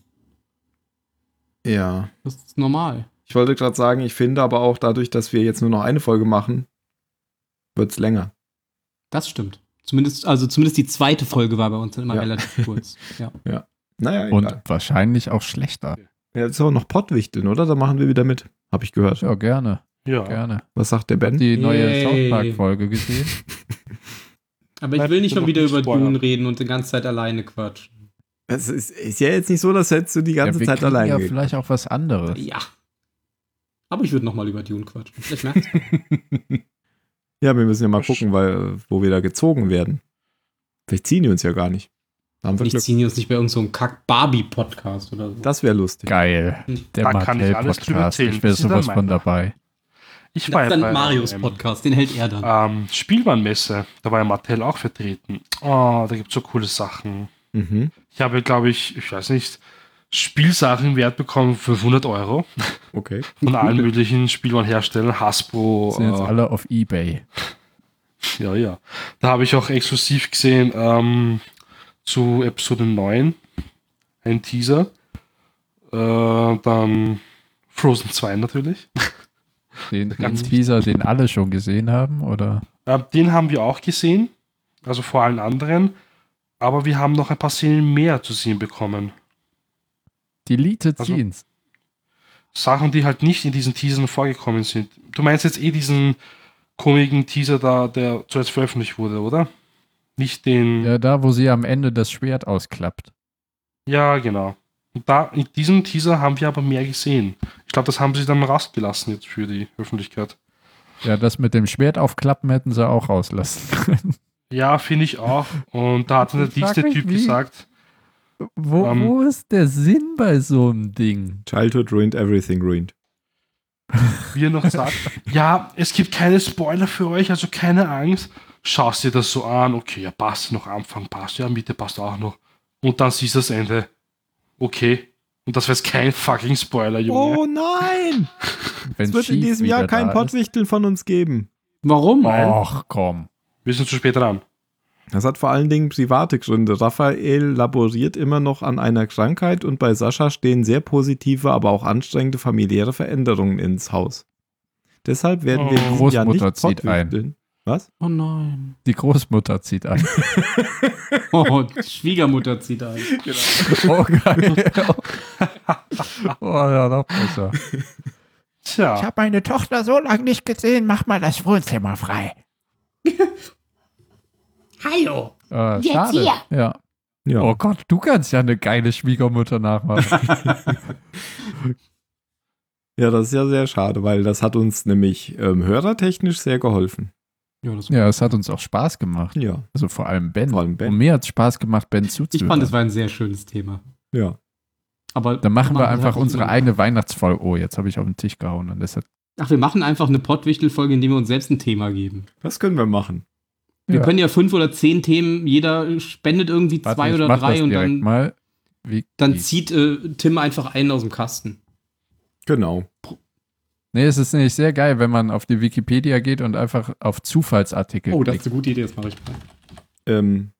ja. Das ist normal. Ich wollte gerade sagen, ich finde aber auch dadurch, dass wir jetzt nur noch eine Folge machen, wird's länger. Das stimmt. Zumindest, also zumindest die zweite Folge war bei uns dann immer Ja. relativ kurz. Ja. Naja, egal. Und wahrscheinlich auch schlechter. Ja, jetzt ist aber noch Pottwichteln, oder? Da machen wir wieder mit. Habe ich gehört. Ja, gerne, Ja. gerne. Was sagt der Ben? Die neue Yay. South Park-Folge gesehen? Aber ich Bleibt will nicht mir schon doch wieder nicht über spoilern. Dune reden und die ganze Zeit alleine quatschen. Es ist, ist ja jetzt nicht so, dass jetzt du die ganze ja, wir Zeit kriegen allein ja geht. vielleicht auch was anderes. Ja. Aber ich würde nochmal über Dune quatschen. Vielleicht merkt's. Ja, wir müssen ja mal Versch- gucken, weil, wo wir da gezogen werden. Vielleicht ziehen die uns ja gar nicht. Da haben wir Nicht Glück. ziehen die uns nicht bei uns so einen Kack-Barbie-Podcast oder so. Das wäre lustig. Geil. Der Da kann ich alles drüber Martell-Podcast. erzählen. Ich wäre Das ist sowas dann von mein- dabei. Ich Das war ja ist dann bei Marios einem, Podcast, den hält er dann. Ähm, Spielwarenmesse, da war ja Mattel auch vertreten. Oh, da gibt es so coole Sachen. Mhm. Ich habe, glaube ich, ich weiß nicht, Spielsachen wert bekommen, 500 Euro. Okay. Mhm. Von allen möglichen Spielwarenherstellern, Hasbro. Sind jetzt äh, alle auf Ebay. Ja, ja. Da habe ich auch exklusiv gesehen ähm, zu Episode 9 ein Teaser. Äh, dann Frozen 2 natürlich. Den, den Ganz- Teaser, den alle schon gesehen haben, oder? Äh, den haben wir auch gesehen, also vor allen anderen. Aber wir haben noch ein paar Szenen mehr zu sehen bekommen. Deleted Also- Scenes. Sachen, die halt nicht in diesen Teasern vorgekommen sind. Du meinst jetzt eh diesen komischen Teaser da, der zuerst veröffentlicht wurde, oder? Nicht den. Ja, da, wo sie am Ende das Schwert ausklappt. Ja, genau. Und da, in diesem Teaser haben wir aber mehr gesehen. Ich glaube, das haben sie dann rast gelassen jetzt für die Öffentlichkeit. Ja, das mit dem Schwert aufklappen hätten sie auch rauslassen können. Ja, finde ich auch. Und da hat dann der Ich frag dickste mich, Typ wie. gesagt, Wo, Ähm. wo ist der Sinn bei so einem Ding? Childhood ruined everything ruined. wie er noch sagt, ja, es gibt keine Spoiler für euch, also keine Angst. Schaust dir das so an, okay, ja, passt noch Anfang, passt, ja, Mitte passt auch noch. Und dann siehst du das Ende. Okay. Und das war jetzt kein fucking Spoiler, Junge. Oh nein! Wenn Es wird in Sheik diesem wieder Jahr kein da Pottwichteln von uns geben. Warum? ist. Och, komm. Wir sind zu spät dran. Das hat vor allen Dingen private Gründe. Raphael laboriert immer noch an einer Krankheit und bei Sascha stehen sehr positive, aber auch anstrengende familiäre Veränderungen ins Haus. Deshalb werden wir Oh. in diesem Jahr nicht Großmutter zieht ein. Pottwichteln. Was? Oh nein. Die Großmutter zieht an. Oh, die Schwiegermutter zieht ein. oh, geil. oh, ja, noch besser. Ich Tja, habe meine Tochter so lange nicht gesehen, mach mal das Wohnzimmer frei. Hallo. Äh, Jetzt schade. hier. Ja. Ja. Oh Gott, du kannst ja eine geile Schwiegermutter nachmachen. ja, das ist ja sehr schade, weil das hat uns nämlich ähm, hörertechnisch sehr geholfen. Ja, das ja, es hat uns auch Spaß gemacht. Ja, Also vor allem Ben. Vor allem Ben. Und mir hat es Spaß gemacht, Ben zuzuhören. ich fand, es war ein sehr schönes Thema. ja. Aber Dann machen wir Mann, einfach hab ich unsere immer- eigene Weihnachtsfolge. Oh, jetzt habe ich auf den Tisch gehauen und das hat. Ach, wir machen einfach eine Pottwichtel-Folge, indem wir uns selbst ein Thema geben. Das können wir machen. Wir Ja. können ja fünf oder zehn Themen, jeder spendet irgendwie zwei Warte, ich oder mach drei das und direkt dann, mal. Wie, dann wie- zieht äh, Tim einfach einen aus dem Kasten. Genau. Nee, es ist nämlich sehr geil, wenn man auf die Wikipedia geht und einfach auf Zufallsartikel klickt. eine gute Idee, Oh, das mache ich mal. Ähm,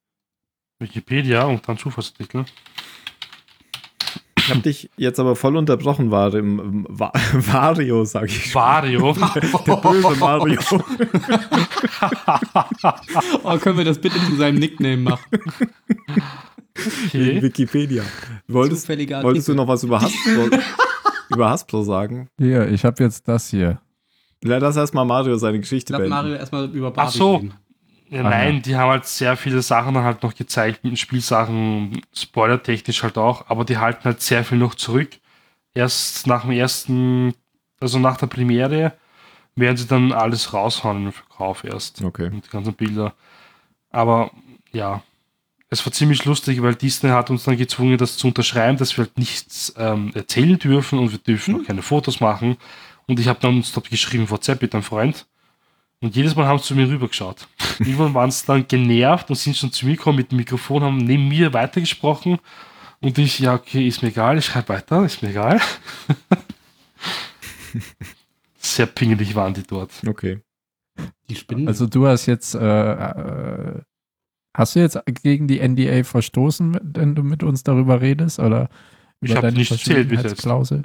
Wikipedia und dann Zufallsartikel. Ich habe dich jetzt aber voll unterbrochen, Varim, Va- Vario, sag ich. schon. Wario. Der böse Mario. Oh, können wir das bitte zu seinem Nickname machen? In Okay. Wikipedia. Wolltest, Zufälliger wolltest du Artikel. noch was über Hasbro, über Hasbro sagen? Hier, ich habe jetzt das hier. Ja, das erstmal Mario seine Ich Geschichte lasse beenden. Mario erstmal über Barbie Ach so. reden. Ja, Ah, nein, die haben halt sehr viele Sachen dann halt noch gezeigt, mit Spielsachen, spoilertechnisch halt auch, aber die halten halt sehr viel noch zurück. Erst nach dem ersten, also nach der Premiere, werden sie dann alles raushauen im Verkauf erst. Okay. Und die ganzen Bilder. Aber ja, es war ziemlich lustig, weil Disney hat uns dann gezwungen, das zu unterschreiben, dass wir halt nichts ähm, erzählen dürfen und wir dürfen auch keine Fotos machen. Und ich habe dann uns dort geschrieben, WhatsApp mit einem Freund. Und jedes Mal haben sie zu mir rübergeschaut. Irgendwann waren sie dann genervt und sind schon zu mir gekommen mit dem Mikrofon, haben neben mir weitergesprochen. Und ich, ja, okay, ist mir egal, ich schreibe weiter, ist mir egal. Sehr pingelig waren die dort. Okay. Die Spinnen. Also du hast jetzt, äh, äh, hast du jetzt gegen die NDA verstoßen, wenn du mit uns darüber redest? Oder Ich über habe deine nicht erzählt bis jetzt. Verschwiegenheitsklausel?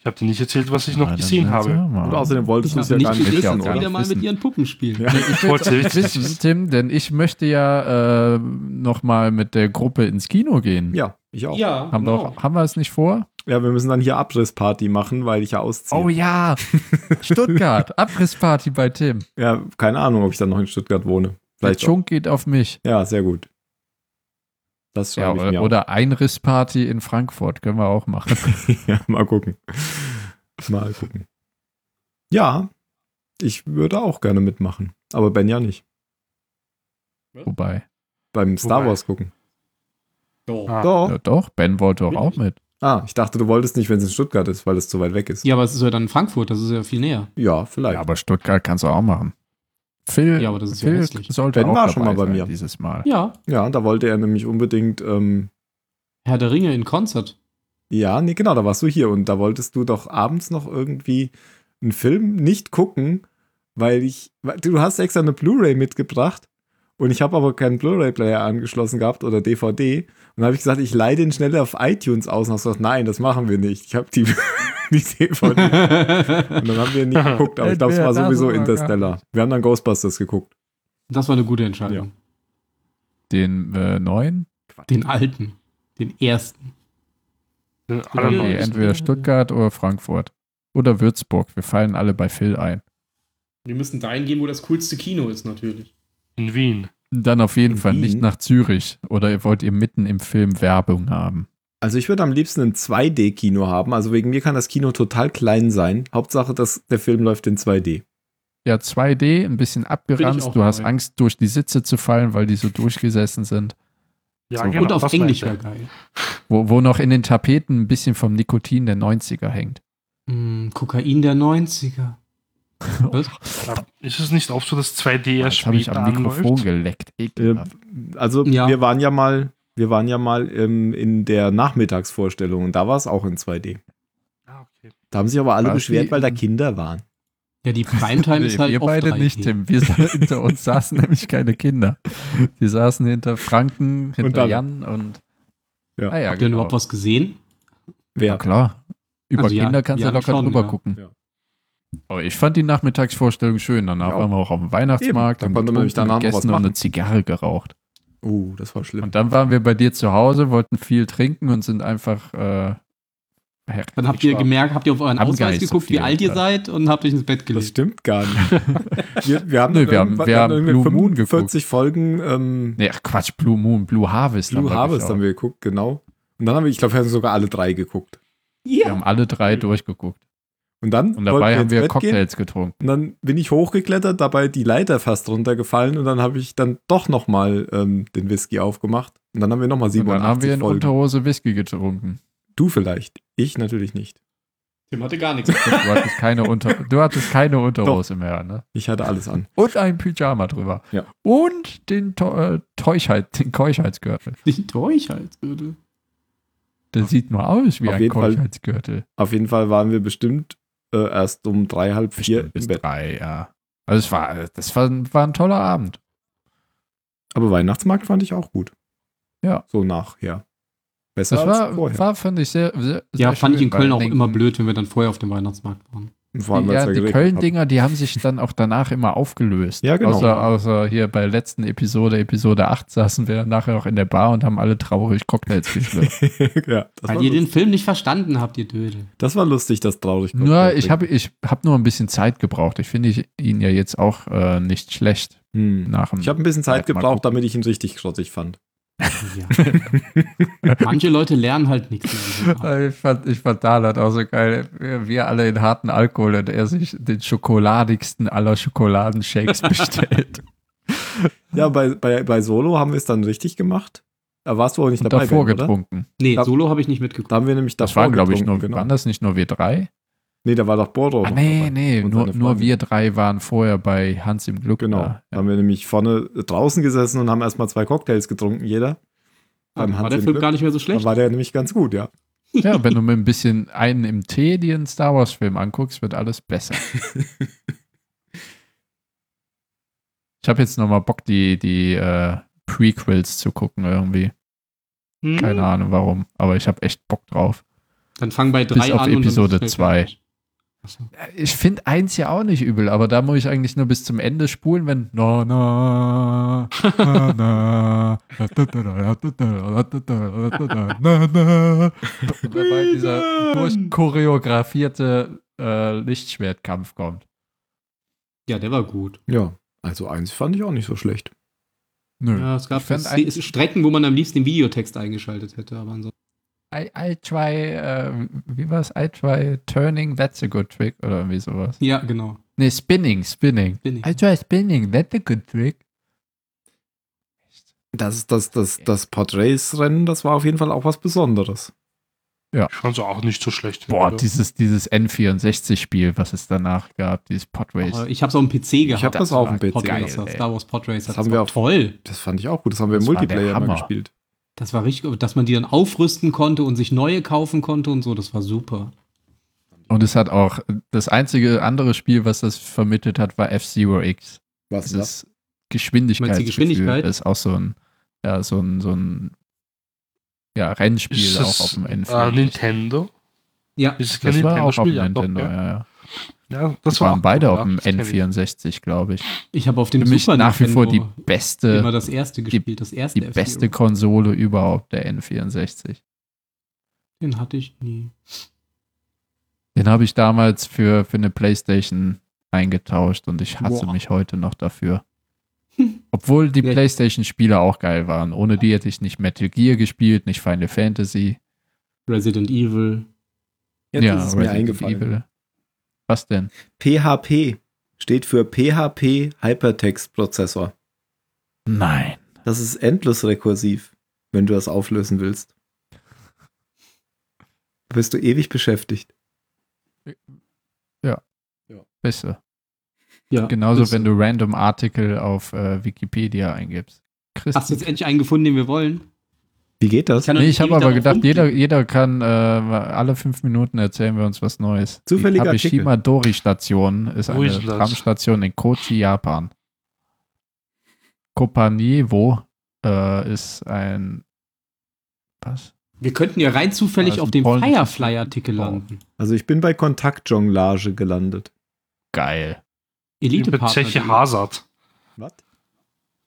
Ich habe dir nicht erzählt, was ich noch Ah, dann gesehen erzähl habe. mal. Und außerdem wolltest du es das ja nicht gar nicht gewusst, wissen, wissen, dass oder? die oder? wieder mal mit Wissen. ihren Puppen spielen. Ja. Ich wollte es wissen, Tim, denn ich möchte ja äh, nochmal mit der Gruppe ins Kino gehen. Ja, Genau. ich auch. Ja, Haben, wir auch, haben wir es nicht vor? Oh Ja, wir müssen dann hier Abrissparty machen, weil ich ja ausziehe. Oh ja, Stuttgart, Abrissparty bei Tim. Ja, keine Ahnung, ob ich dann noch in Stuttgart wohne. Der Vielleicht schon. Schunk geht auf mich. Ja, sehr gut. Das Ja, schreibe ich oder, mir oder Einrissparty in Frankfurt können wir auch machen. auf. Ja, mal gucken. Mal gucken. Ja, ich würde auch gerne mitmachen. Aber Ben ja nicht. Wobei, Beim Star Wobei. Wars gucken. Doch. Ah, Doch. ja, doch, Ben wollte doch auch mit. Ah, ich dachte, du wolltest nicht, wenn es in Stuttgart ist, weil es zu weit weg ist. Ja, aber es ist ja dann Frankfurt, das ist ja viel näher. Ja, Ja, vielleicht. aber Stuttgart kannst du auch machen. Phil, Ja, aber das ist ja Phil hässlich. sollte Ben auch war dabei schon mal bei sein mir. dieses Mal. Ja, Ja, da wollte er nämlich unbedingt. Ähm, Herr der Ringe in Konzert. ja, nee, genau, da warst du hier und da wolltest du doch abends noch irgendwie einen Film nicht gucken, weil ich. weil- Du hast extra eine Blu-ray mitgebracht und ich habe aber keinen Blu-ray-Player angeschlossen gehabt oder DVD. Und da habe ich gesagt, ich leih den schnell auf iTunes aus und hast gesagt, nein, das machen wir nicht. Ich habe die, die DVD. das Und dann haben wir nie geguckt, aber ich glaube, es war Entweder das sowieso oder gar Interstellar. Wir haben dann Ghostbusters geguckt. war eine gute Entscheidung. Den äh, neuen? Den alten. Den ersten. den Nee, allerneuesten. entweder Stuttgart oder Frankfurt. Oder Würzburg. Wir fallen alle bei Phil ein. Wir müssen dahin gehen, wo das coolste Kino ist, natürlich. in Wien. Dann auf jeden In Fall nicht Mhm. Wien? nach Zürich. Oder ihr wollt ihr mitten im Film Werbung haben? Also ich würde am liebsten ein 2D-Kino haben. Also wegen mir kann das Kino total klein sein. Hauptsache, dass der Film läuft in 2D. Ja, 2D, ein bisschen auch abgeranzt. Du hast dabei. Angst, durch die Sitze zu fallen, weil die so durchgesessen sind. Ja, So. genau. Und auf das Englisch wäre meinte geil. Wo, wo noch in den Tapeten ein bisschen vom Nikotin der 90er hängt. Hm, Kokain der 90er. Was? ich. Ja, Ist es nicht oft so, dass 2D erst Das habe Ah, ich später am anläuft? Mikrofon geleckt. Ekelhaft. Also Ja. wir waren ja mal, wir waren ja mal ähm, in der Nachmittagsvorstellung und da war es auch in 2D. Ah, okay. Da haben sich aber alle Was, beschwert, die- weil da Kinder waren. Ja, die Primetime ist halt wir oft beide 3D. nicht, Tim. Wir sa- hinter uns saßen nämlich keine Kinder. Wir saßen hinter Franken, hinter dann- Jan und. Ja. Ah, ja, Habt ihr denn überhaupt was gesehen? Ja, Wer? klar. Über Also ja, Kinder kannst ja, du locker schon, drüber ja. gucken. Ja. Aber ich fand die Nachmittagsvorstellung schön. Danach Ja. waren wir auch auf dem Weihnachtsmarkt, Eben, haben da konnte man nämlich getrunken, danach noch was gegessen und eine machen. Zigarre geraucht. Uh, das war schlimm. Und dann waren wir bei dir zu Hause, wollten viel trinken und sind einfach. Äh, Dann habt ihr gemerkt, habt ihr auf euren Am Ausweis Geist auf geguckt, die wie alt ihr Welt. seid und habt euch ins Bett Das gelegt. stimmt gar nicht. Wir, wir haben, Nö, dann wir haben- irgendwann- wir dann haben irgendwie Blue Moon 45 Folgen ähm, Nee, ach Quatsch, Blue Moon, Blue Harvest. Blue Harvest haben wir. wir geguckt, genau. Und dann haben wir, ich glaube, wir haben sogar alle drei geguckt. geschaut. Wir haben alle drei durchgeguckt. Und dann Und wollten dabei haben ins wir Bett gehen. Cocktails getrunken. Und dann bin ich hochgeklettert, dabei die Leiter fast runtergefallen und dann habe ich dann doch nochmal ähm, den Whisky aufgemacht. Und dann haben wir nochmal Und dann haben 87 wir in Folgen. Unterhose Whisky getrunken. du vielleicht. Ich natürlich nicht. Tim hatte gar nichts. Du hattest keine, Unter du hattest keine Unterhose mehr, ne? Ich hatte alles an. Und ein Pyjama drüber. Ja. Und den Teu- äh, Teuchheit, den Keuschheitsgürtel. Nicht durch halt. würde. Der sieht nur aus wie Auf ein jeden Fall Keuschheitsgürtel. Auf jeden Fall waren wir bestimmt äh, erst um drei, halb vier Bestimmt im bis Bett. drei, ja. Also es war, das war, war ein toller Abend. Aber Weihnachtsmarkt fand ich auch gut. Ja. So nachher. Besser Das als war, vorher. war fand ich sehr, sehr Ja, sehr fand ich schön, in Köln weil auch denken- immer blöd, wenn wir dann vorher auf dem Weihnachtsmarkt waren. Vor allem, weil's Ja, die geregnet hat. Köln-Dinger, die haben sich dann auch danach immer aufgelöst. Ja, genau. Außer, außer hier bei der letzten Episode, Episode 8, saßen wir nachher noch in der Bar und haben alle traurig Cocktails geschlürft. ja, das, Weil war ihr lustig. den Film nicht verstanden habt, ihr Dödel. das war lustig, das traurig. nur, ich habe ich hab nur ein bisschen Zeit gebraucht. Ich finde ich- ihn ja jetzt auch äh, nicht schlecht Hm. nach dem. Ich habe ein bisschen Zeit Mal gebraucht, gucken. damit ich ihn richtig schrottig fand. Ja. Manche Leute lernen halt nichts. in diesem Jahr. Äh, Ich fand, ich fand Dalat auch so geil. Wir, wir alle in harten Alkohol und er sich den schokoladigsten aller Schokoladenshakes bestellt. Ja, bei, bei, bei Solo haben wir es dann richtig gemacht. Da warst du auch nicht und dabei. davor Ben, oder? getrunken. Nee, Da- Solo habe ich nicht Da mitgeguckt. haben wir nämlich Das davor waren, glaube ich, nur, getrunken, genau. waren das nicht nur wir drei? Nee, da war doch Bordeaux. Ah, noch nee, dabei. nee, Und nur, seine nur Freundin. wir drei waren vorher bei Hans im Glück. Genau. da. Da haben wir nämlich vorne draußen gesessen und haben erstmal zwei Cocktails getrunken, jeder. Beim War Hans der im Film Glück. gar nicht mehr so Da schlecht? war der nämlich ganz gut, ja. Ja, wenn du mir ein bisschen einen im Tee dir einen Star Wars-Film anguckst, wird alles besser. ich habe jetzt nochmal Bock, die, die äh, Prequels zu gucken irgendwie. Hm? Mhm. Keine Ahnung warum, aber ich habe echt Bock drauf. Dann fang bei Bis drei auf an. und dann Episode schnell zwei. fertig. Achso. Ich finde eins ja auch nicht übel, aber da muss ich eigentlich nur bis zum Ende spulen, wenn na na na na na na na na und dabei dieser durchchoreografierte äh, Lichtschwertkampf kommt. Ja, der war gut. Ja. Also eins fand ich auch nicht so schlecht. Nö. Ja, es gab Ich fand Se- eigentlich- Strecken, wo man am liebsten den Videotext eingeschaltet hätte, aber ansonsten. I, I try, äh, wie war's? I try turning, that's a good trick oder irgendwie sowas. Ja, genau. Nee, spinning, spinning. Bin ich. I try spinning, that's a good trick. Das, das, das, das Portraits-Rennen, das war auf jeden Fall auch was Besonderes. Ich fand es auch nicht so schlecht. Also, Boah, Oder? dieses, dieses N64-Spiel, was es danach gab, dieses Podrace. Aber ich hab's auf dem PC gehabt. Ich habe das war auf dem PC. Pod geil, Racer, ey. Star Wars Podracer. Das haben wir war auf- toll. Das fand ich auch gut. Das haben wir im Das war der Multiplayer immer Hammer. gespielt. Das war richtig, gut, dass man die dann aufrüsten konnte und sich neue kaufen konnte und so, das war super. Und es hat auch, das einzige andere Spiel, was das vermittelt hat, war F-Zero X. Was das? Dieses Geschwindigkeit. Meinst du die Geschwindigkeit? ist auch so ein, ja, so ein, so ein ja, Rennspiel Ist auch das, auf dem äh, N64. Nintendo? Ja, Ist es kein das war auch auf Nintendo-Spiel? dem Ja, doch, Nintendo, ja. ja, ja. Ja, Das das war waren auch beide gut, auf ja. dem Das kenn ich. N64, glaube ich. ich habe auf dem Für mich Super nach wie vor die Nintendo immer beste, das erste gespielt, das erste die F-Zero. beste Konsole überhaupt, der N64. Den hatte ich nie. Den habe ich damals für, für eine Playstation eingetauscht und ich hasse Boah. mich heute noch dafür. Obwohl die Ja. Playstation-Spiele auch geil waren. Ohne die hätte ich nicht Metal Gear gespielt, nicht Final Fantasy. Resident Evil. Jetzt ist es mir Resident eingefallen. Evil. Was denn? PHP steht für PHP Hypertext Prozessor. Nein. Das ist endlos rekursiv, wenn du das auflösen willst. Da bist du ewig beschäftigt. Besser. Ja, Genauso, das- wenn du random Artikel auf äh, Wikipedia eingibst. Hast du jetzt Christen. endlich einen gefunden, den wir wollen? Wie geht das? kann doch Nee, nicht ich habe ewig aber darauf gedacht, rumklicken. jeder, jeder kann äh, alle fünf Minuten erzählen wir uns was Neues. Zufälliger Die Artikel. Kabishima Dori Station ist Wo eine ist das? Tramstation in Kochi, Japan. Kopaniewo äh, ist ein was? Wir könnten ja rein Da zufällig ist auf ein dem polnisches- Firefly-Artikel Oh. landen. Also ich bin bei Kontaktjonglage gelandet. Geil. Ich bin Elite-Partner. Zeche Hazard. Was?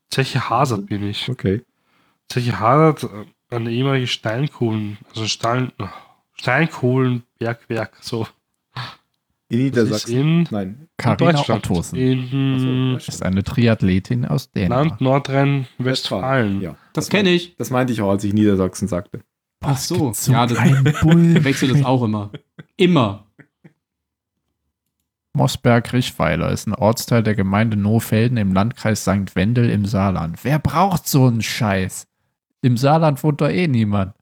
Zeche Hazard bin ich. Okay. Zeche Hazard, äh, eine ehemalige Steinkohlen, also ein Stein, Steinkohlenbergwerk, so. In Das ist Niedersachsen. in Nein. Karina Deutschland. Ottosen Also, In Ach so, ist eine Triathletin aus Dänemark. Land Nordrhein-Westfalen. Ja. Das kenne ich. Das meinte ich auch, als ich Niedersachsen sagte. Ach so. Ja, das ein Bull. wechsel das auch immer. Immer. Mossberg-Richweiler ist ein Ortsteil der Gemeinde Nohfelden im Landkreis St. Wendel im Saarland. Wer braucht so einen Scheiß? Im Saarland wohnt doch eh niemand.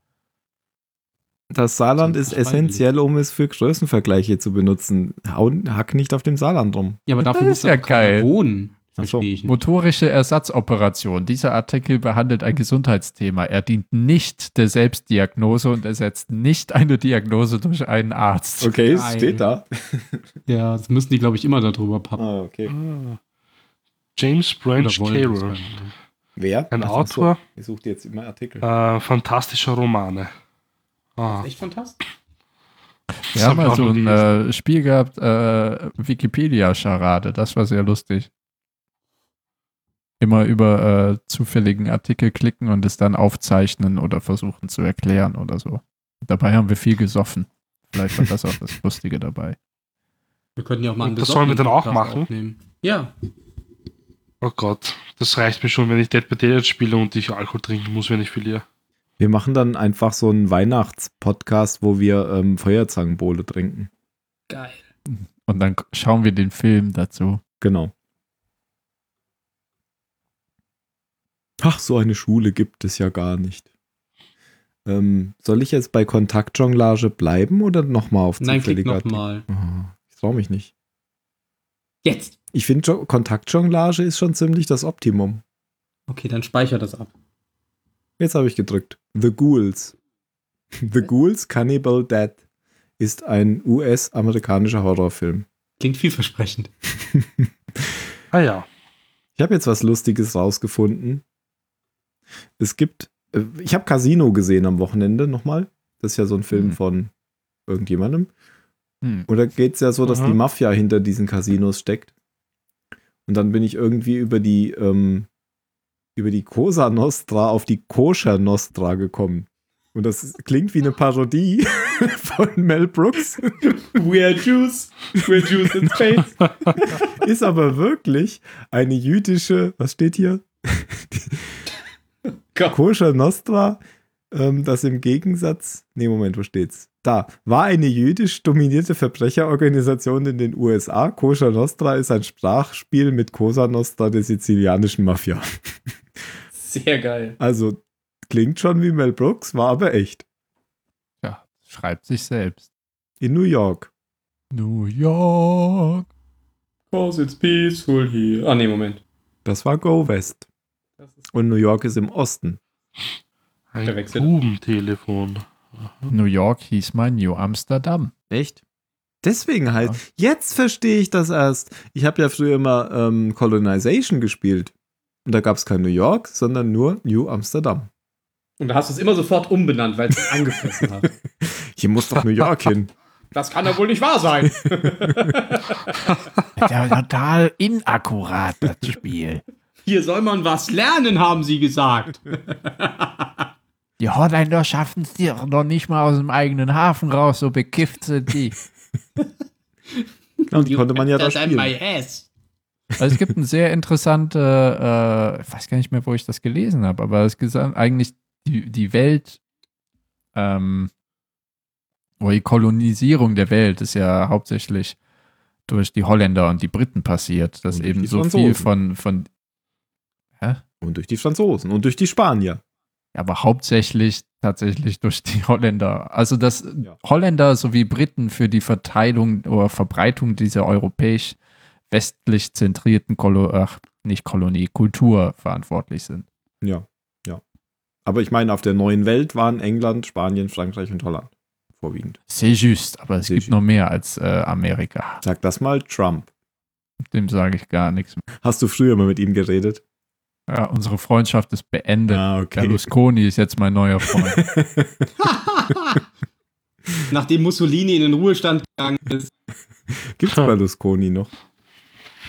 Das Saarland ist Das ist freiwillig. essentiell, um es für Größenvergleiche zu benutzen. Hau- Hack nicht auf dem Saarland rum. Ja, aber dafür Das muss ist ja doch keiner geil. wohnen. Ach so. Verstehe ich nicht. Motorische Ersatzoperation. Dieser Artikel behandelt ein Gesundheitsthema. Er dient nicht der Selbstdiagnose und ersetzt nicht eine Diagnose durch einen Arzt. Okay, es Geil. steht da. Ja, das müssen die, glaube ich, immer darüber pappen. Ah, okay. Ah. James Branch Oder wollen das Carroll, gar nicht. Wer? ein Ach so, Autor Ihr sucht jetzt immer Artikel. äh, fantastischer Romane. Ah, Das ist echt fantastisch. das Wir haben hab ich mal auch so noch ein gelesen. äh, Spiel gehabt, äh, Wikipedia-Scharade. Das war sehr lustig. Immer über äh, zufälligen Artikel klicken und es dann aufzeichnen oder versuchen zu erklären oder so. Dabei haben wir viel gesoffen. Vielleicht war das auch das Lustige dabei. Wir könnten ja auch mal einen Und das sollen wir dann auch Podcast machen? Aufnehmen. Ja, Oh Gott, das reicht mir schon, wenn ich Dead by Daylight spiele und ich Alkohol trinken muss, wenn ich verliere. Wir machen dann einfach so einen Weihnachtspodcast, wo wir ähm, Feuerzangenbowle trinken. geil. Und dann k- schauen wir den Film dazu. Genau. Ach, so eine Schule gibt es ja gar nicht. Ähm, soll ich jetzt bei Kontaktjonglage bleiben oder nochmal auf Nein, klick zufälliger- nochmal. Ah, ich traue mich nicht. Jetzt. Ich finde, Kontaktjonglage ist schon ziemlich das Optimum. Okay, dann speicher das ab. Jetzt habe ich gedrückt. The Ghouls. The Ghouls Cannibal Dead ist ein US-amerikanischer Horrorfilm. Klingt vielversprechend. Ah ja, Ich habe jetzt was Lustiges rausgefunden. Es gibt, äh, ich habe Casino gesehen am Wochenende nochmal. Das ist ja so ein Film Mhm. von irgendjemandem. Hm. Oder geht es ja so, dass Mhm. die Mafia hinter diesen Casinos steckt? Und dann bin ich irgendwie über die, ähm, über die Cosa Nostra auf die Koscher Nostra gekommen. Und das ist- klingt wie eine Parodie von Mel Brooks. We are Jews. We are Jews in space. Ist aber wirklich eine jüdische, was steht hier? Gott. Koscher Nostra, ähm, das im Gegensatz, nee, Moment, wo steht's? Da, war eine jüdisch dominierte Verbrecherorganisation in den USA. Koscher Nostra ist ein Sprachspiel mit Cosa Nostra der sizilianischen Mafia. Sehr geil. Also, klingt schon wie Mel Brooks, war aber echt. Ja, schreibt sich selbst. In New York. New York. Cause it's peaceful here. Ah, nee, Moment. Das war Go West. Das ist Und New York ist im Osten. ein Der Wechsel. Grubentelefon. New York hieß mal New Amsterdam. Echt? Deswegen halt. Jetzt verstehe ich das erst. Ich habe ja früher immer ähm, Colonization gespielt. Und da gab es kein New York, sondern nur New Amsterdam. Und da hast du es immer sofort umbenannt, weil es dich angefressen hat. Hier muss doch New York hin. Das kann doch wohl nicht wahr sein. Ja, total inakkurat, das Spiel. Hier soll man was lernen, haben sie gesagt. Die Holländer schaffen es dir. Noch nicht mal aus dem eigenen Hafen raus, so bekifft sind die. Genau, die konnte man ja da das spielen. ass. Also es gibt ein sehr interessante, äh, ich weiß gar nicht mehr, wo ich das gelesen habe, aber es gesagt, eigentlich die, die Welt ähm, oder die Kolonisierung der Welt ist ja hauptsächlich durch die Holländer und die Briten passiert, dass Und durch eben die so viel Franzosen. von, von Und durch die Franzosen und durch die Spanier. aber hauptsächlich tatsächlich durch die Holländer. Also dass Ja. Holländer sowie Briten für die Verteilung oder Verbreitung dieser europäisch westlich zentrierten Kolo ach, nicht Kolonie, Kultur verantwortlich sind. Ja, ja. Aber ich meine, auf der neuen Welt waren England, Spanien, Frankreich und Holland vorwiegend. C'est juste, aber es C'est gibt juste. noch mehr als äh, Amerika. Sag das mal Trump. Dem sage ich gar nichts mehr. Hast du früher mal mit ihm geredet? Ja, unsere Freundschaft ist beendet. Ah, okay. Berlusconi ist jetzt mein neuer Freund. Nachdem Mussolini in den Ruhestand gegangen ist. Gibt's Berlusconi noch?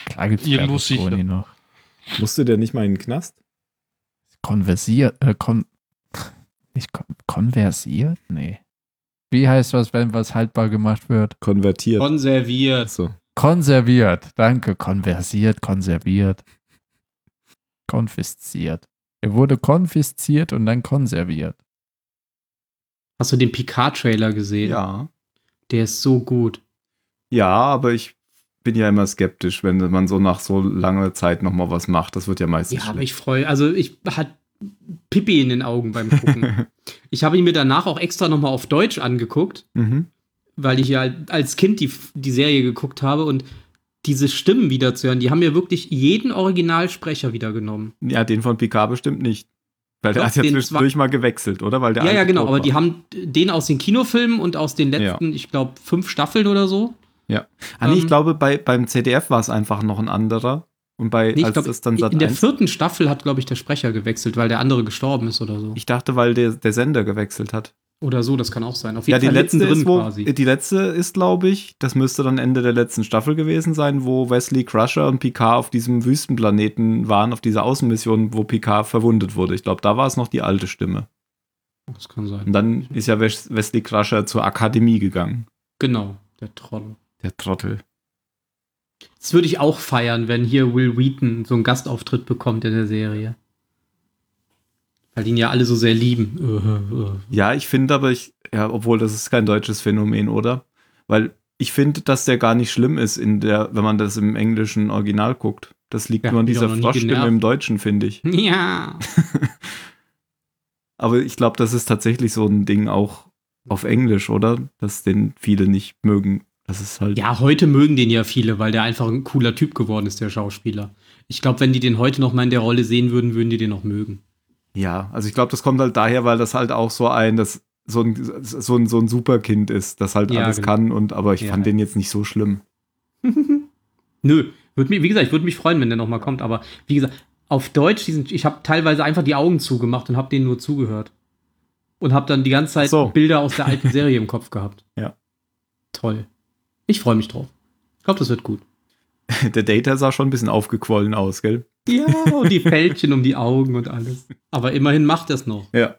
Klar gibt es Irgendwo sicher. Berlusconi noch. Musste der nicht mal in den Knast? Konversiert, äh, kon nicht kon konversiert? Nee. Wie heißt was, wenn was haltbar gemacht wird? Konvertiert. Konserviert. Achso. Konserviert. Danke. Konversiert, konserviert. Konfisziert. Er wurde konfisziert und dann konserviert. Hast du den Picard-Trailer gesehen? Ja. Der ist so gut. Ja, aber ich bin ja immer skeptisch, wenn man so nach so langer Zeit nochmal was macht. Das wird ja meistens. Ja, aber schlecht. ich freue, also ich hatte Pippi in den Augen beim Gucken. ich habe ihn mir danach auch extra nochmal auf Deutsch angeguckt, Mhm. weil ich ja als Kind die, die Serie geguckt habe und diese Stimmen wieder zu hören, die haben mir wirklich jeden Originalsprecher wiedergenommen. Ja, den von Picard bestimmt nicht. Weil der Doch, hat ja den zwischendurch mal gewechselt, oder? Weil der Ja, alte ja, genau, tot aber war. die haben den aus den Kinofilmen und aus den letzten, ich glaube, fünf Staffeln oder so. Ah, nee, ich ähm, glaube, bei, beim CDF war es einfach noch ein anderer. Und bei, Nee, ich als glaube, das dann Sat in der 1 vierten Staffel hat, glaube ich, der Sprecher gewechselt, weil der andere gestorben ist oder so. Ich dachte, weil der, der Sender gewechselt hat. Oder so, das kann auch sein. Auf Ja, jeden die Fall letzte, mittendrin ist, wo, quasi. die letzte ist, glaube ich, das müsste dann Ende der letzten Staffel gewesen sein, wo Wesley Crusher und Picard auf diesem Wüstenplaneten waren, auf dieser Außenmission, wo Picard verwundet wurde. Ich glaube, da war es noch die alte Stimme. Das kann sein. Und dann ist ja Wes Wesley Crusher zur Akademie gegangen. Genau, der Troll. Der Trottel. Das würde ich auch feiern, wenn hier Will Wheaton so einen Gastauftritt bekommt in der Serie. Weil ihn ja alle so sehr lieben. Ja, ich finde aber, ich, ja, obwohl das ist kein deutsches Phänomen, oder? Weil ich finde, dass der gar nicht schlimm ist, in der, wenn man das im englischen Original guckt. Das liegt Ja, nur an mich auch dieser noch nie Froschstimme genervt. im Deutschen, finde ich. Ja. Aber ich glaube, das ist tatsächlich so ein Ding auch auf Englisch, oder? Dass den viele nicht mögen. Das ist halt. Ja, heute mögen den ja viele, weil der einfach ein cooler Typ geworden ist, der Schauspieler. Ich glaube, wenn die den heute noch mal in der Rolle sehen würden, würden die den noch mögen. Ja, also ich glaube, das kommt halt daher, weil das halt auch so ein, das so ein, so ein, so ein Superkind ist, das halt Ja, alles genau. kann und aber ich Ja. fand den jetzt nicht so schlimm. Nö, würd mich, wie gesagt, ich würde mich freuen, wenn der noch mal kommt, aber wie gesagt, auf Deutsch, diesen, ich habe teilweise einfach die Augen zugemacht und habe denen nur zugehört. Und habe dann die ganze Zeit So. Bilder aus der alten Serie im Kopf gehabt. Ja. Toll. Ich freue mich drauf. Ich glaube, das wird gut. Der Data sah schon ein bisschen aufgequollen aus, gell? Ja, und die Fältchen um die Augen und alles. Aber immerhin macht das noch. Ja.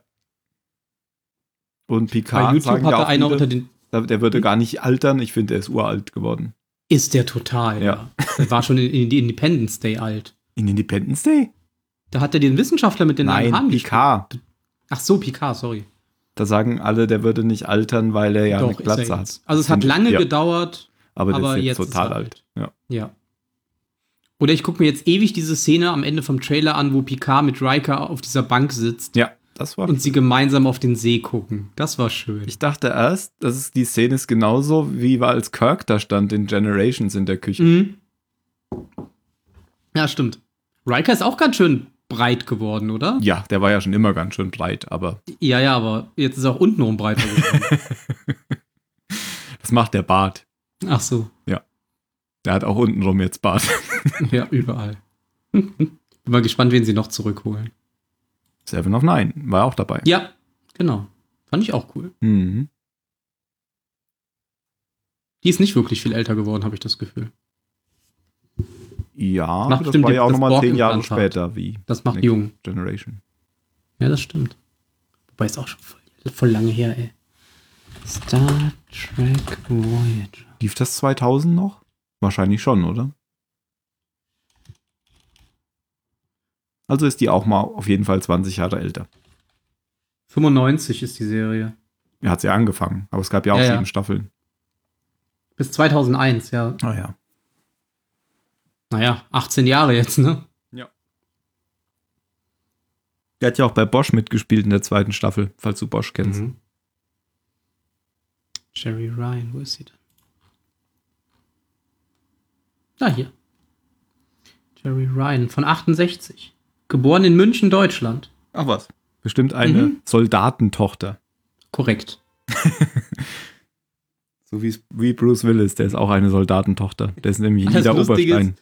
Und Picard Bei YouTube sagen ja hatte auch einer viele, unter den da- der würde gar nicht altern. Ich finde, er ist uralt geworden. Ist der total, ja. Ja. Der war schon in, in die Independence Day alt. In Independence Day? Da hat er den Wissenschaftler mit den langen Nein, Haaren gespielt. Picard. Ach so, Picard, sorry. Da sagen alle, der würde nicht altern, weil er ja eine Doch, ist Glatze er hat. jetzt. Also es hat Finde- lange ja. gedauert, Aber, aber der ist jetzt jetzt, ist total er alt. alt. Ja. ja. Oder ich gucke mir jetzt ewig diese Szene am Ende vom Trailer an, wo Picard mit Riker auf dieser Bank sitzt ja, das war. und sie gemeinsam auf den See gucken. Das war schön. ich dachte erst, dass es, die Szene ist genauso, wie war, als Kirk da stand in Generations in der Küche. Mhm. Ja, stimmt. Riker ist auch ganz schön breit geworden, oder? Ja, der war ja schon immer ganz schön breit, aber Ja, ja, aber jetzt ist er auch untenrum breiter geworden. das macht der Bart. Ach so. Der hat auch untenrum jetzt Bart. Ja, überall. Bin mal gespannt, wen sie noch zurückholen. Seven of Nine war auch dabei. Ja, genau. Fand ich auch cool. Mhm. Die ist nicht wirklich viel älter geworden, habe ich das Gefühl. Ja, Macht das bestimmt war ja auch das nochmal zehn Jahre Borg-Implantat. später wie Das macht Nick. jung. Generation. Ja, das stimmt. Wobei ist auch schon voll, voll lange her, ey. Star Trek Voyager. Lief das 2000 noch? Wahrscheinlich schon, oder? Also ist die auch mal auf jeden Fall 20 Jahre älter. 95 ist die Serie. Er hat sie ja angefangen, aber es gab ja auch Ja, ja. sieben Staffeln. Bis 2001, ja. Ah ja. Naja, 18 Jahre jetzt, ne? Der hat ja auch bei Bosch mitgespielt in der zweiten Staffel, falls du Bosch kennst. Mhm. Jerry Ryan, wo ist sie denn? Da hier. Jerry Ryan von 68. Geboren in München, Deutschland. Ach was. Bestimmt eine Mhm. Soldatentochter. Korrekt. So wie, wie Bruce Willis, der ist auch eine Soldatentochter. Der ist nämlich in Das Ida Lustige Oberstein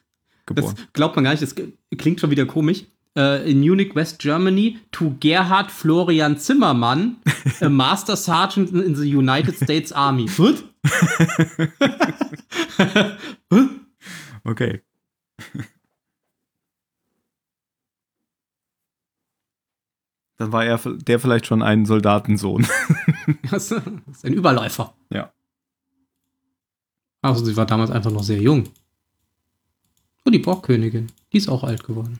Das geboren. glaubt man gar nicht, das ge- klingt schon wieder komisch. Äh, in Munich, West Germany, to Gerhard Florian Zimmermann, a Master Sergeant in the United States Army. What? Okay. Dann war er der vielleicht schon ein Soldatensohn. Das ist ein Überläufer. Ja. Also sie war damals einfach noch sehr jung. Und die Borgkönigin, die ist auch alt geworden.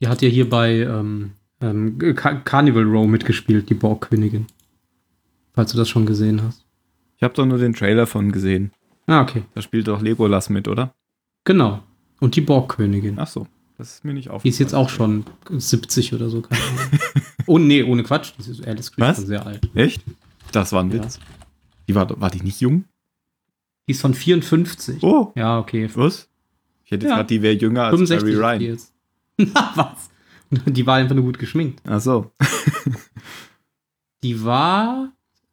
Die hat ja hier bei ähm, ähm, Car Carnival Row mitgespielt, die Borgkönigin. Falls du das schon gesehen hast. Ich habe doch nur den Trailer von gesehen. Ah, okay. Da spielt doch Legolas mit, oder? Genau. Und die Borgkönigin. Ach so, das ist mir nicht aufgefallen. Die ist jetzt auch schon 70 oder so. Keine Ahnung. oh nee, ohne Quatsch. Das ist Alice Creed Was? schon sehr alt. Echt? Das war ein Ja. Witz. Die war, war die nicht jung? Die ist von 54. Oh, Ja, okay. was? Ich hätte Ja. jetzt gerade, die wäre jünger als 65 Barry ist die Ryan. jetzt. Na, was? Die war einfach nur gut geschminkt. Ach so. Die war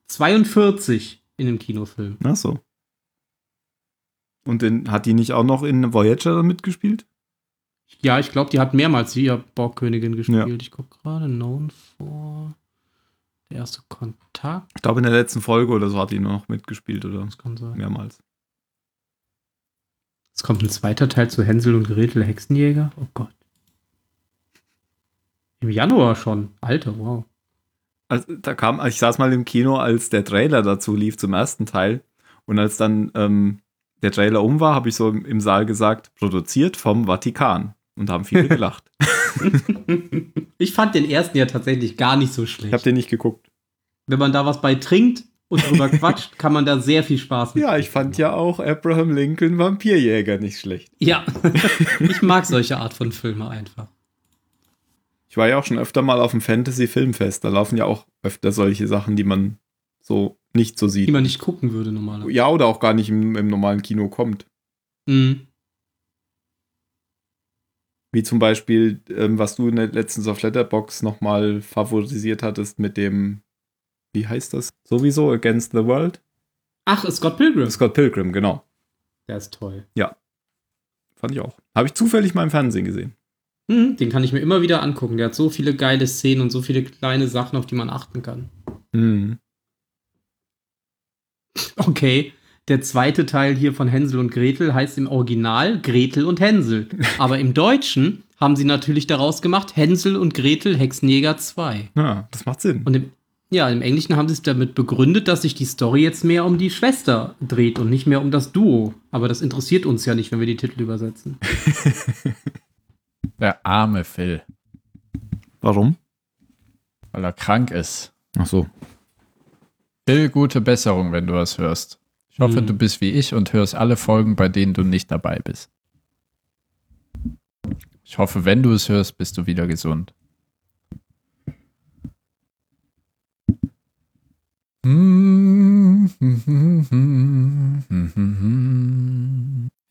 42 in dem Kinofilm. Ach so. Und den, hat die nicht auch noch in Voyager dann mitgespielt? Ja, ich glaube, die hat mehrmals die Borgkönigin gespielt. Ich gucke gerade, known for Der erste Kontakt, Ich glaube, in der letzten Folge oder so hat die noch mitgespielt oder das kann sein. mehrmals. Es kommt ein zweiter Teil zu Hänsel und Gretel, der Hexenjäger. Oh Gott. Im Januar schon. Alter, wow. Also, da kam, ich saß mal im Kino, als der Trailer dazu lief zum ersten Teil. Und als dann ähm, der Trailer um war, habe ich so im, im Saal gesagt, produziert vom Vatikan. Und da haben viele gelacht. Ich fand den ersten ja tatsächlich gar nicht so Ich habe schlecht. den nicht geguckt. Wenn man da was bei trinkt und drüber quatscht, kann man da sehr viel Spaß mit. Ja, ich fand ja auch Abraham Lincoln Vampirjäger nicht schlecht. Ja, ich mag solche Art von Filme einfach. Ich war ja auch schon öfter mal auf dem Fantasy-Filmfest. Da laufen ja auch öfter solche Sachen, die man so nicht so Die sieht. man nicht gucken würde normalerweise. Ja, oder auch gar nicht im, im normalen Kino kommt. Mhm. Wie zum Beispiel, ähm, was du in der letzten auf Letterbox nochmal favorisiert hattest mit dem, wie heißt das? Sowieso Against the World? Ach, Scott Pilgrim. Scott Pilgrim, genau. Der ist toll. Fand ich auch. Habe ich zufällig mal im Fernsehen gesehen. Mhm, den kann ich mir immer wieder angucken. Der hat so viele geile Szenen und so viele kleine Sachen, auf die man achten kann. Okay, der zweite Teil hier von Hänsel und Gretel heißt im Original Gretel und Hänsel. Aber im Deutschen haben sie natürlich daraus gemacht Hänsel und Gretel Hexenjäger 2. Ja, das macht Sinn. Und im, ja, im Englischen haben sie es damit begründet, dass sich die Story jetzt mehr um die Schwester dreht und nicht mehr um das Duo. Aber das interessiert uns ja nicht, wenn wir die Titel übersetzen. Der arme Phil, Warum? weil er krank ist. Ach so. Phil, gute Besserung, wenn du das hörst. Ich hoffe, Hm. du bist wie ich und hörst alle Folgen, bei denen du nicht dabei bist. Ich hoffe, wenn du es hörst, bist du wieder gesund.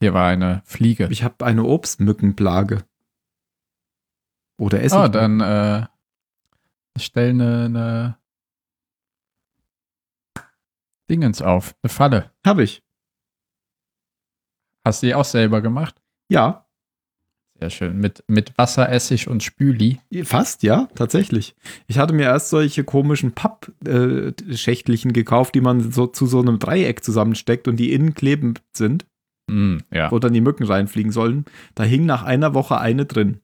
Hier war eine Fliege. Ich habe eine Obstmückenplage. Oder Essen. Ah, dann äh, stell ne, eine, eine Dingens auf, eine Falle. Habe ich. Hast du die auch selber gemacht? Ja, Sehr schön. Mit, mit Wasser, Essig und Spüli. fast, ja, tatsächlich. Ich hatte mir erst solche komischen Pappschächtelchen gekauft, die man so zu so einem Dreieck zusammensteckt und die innen klebend sind. Mm, ja. wo dann die Mücken reinfliegen sollen. Da hing nach einer Woche eine drin.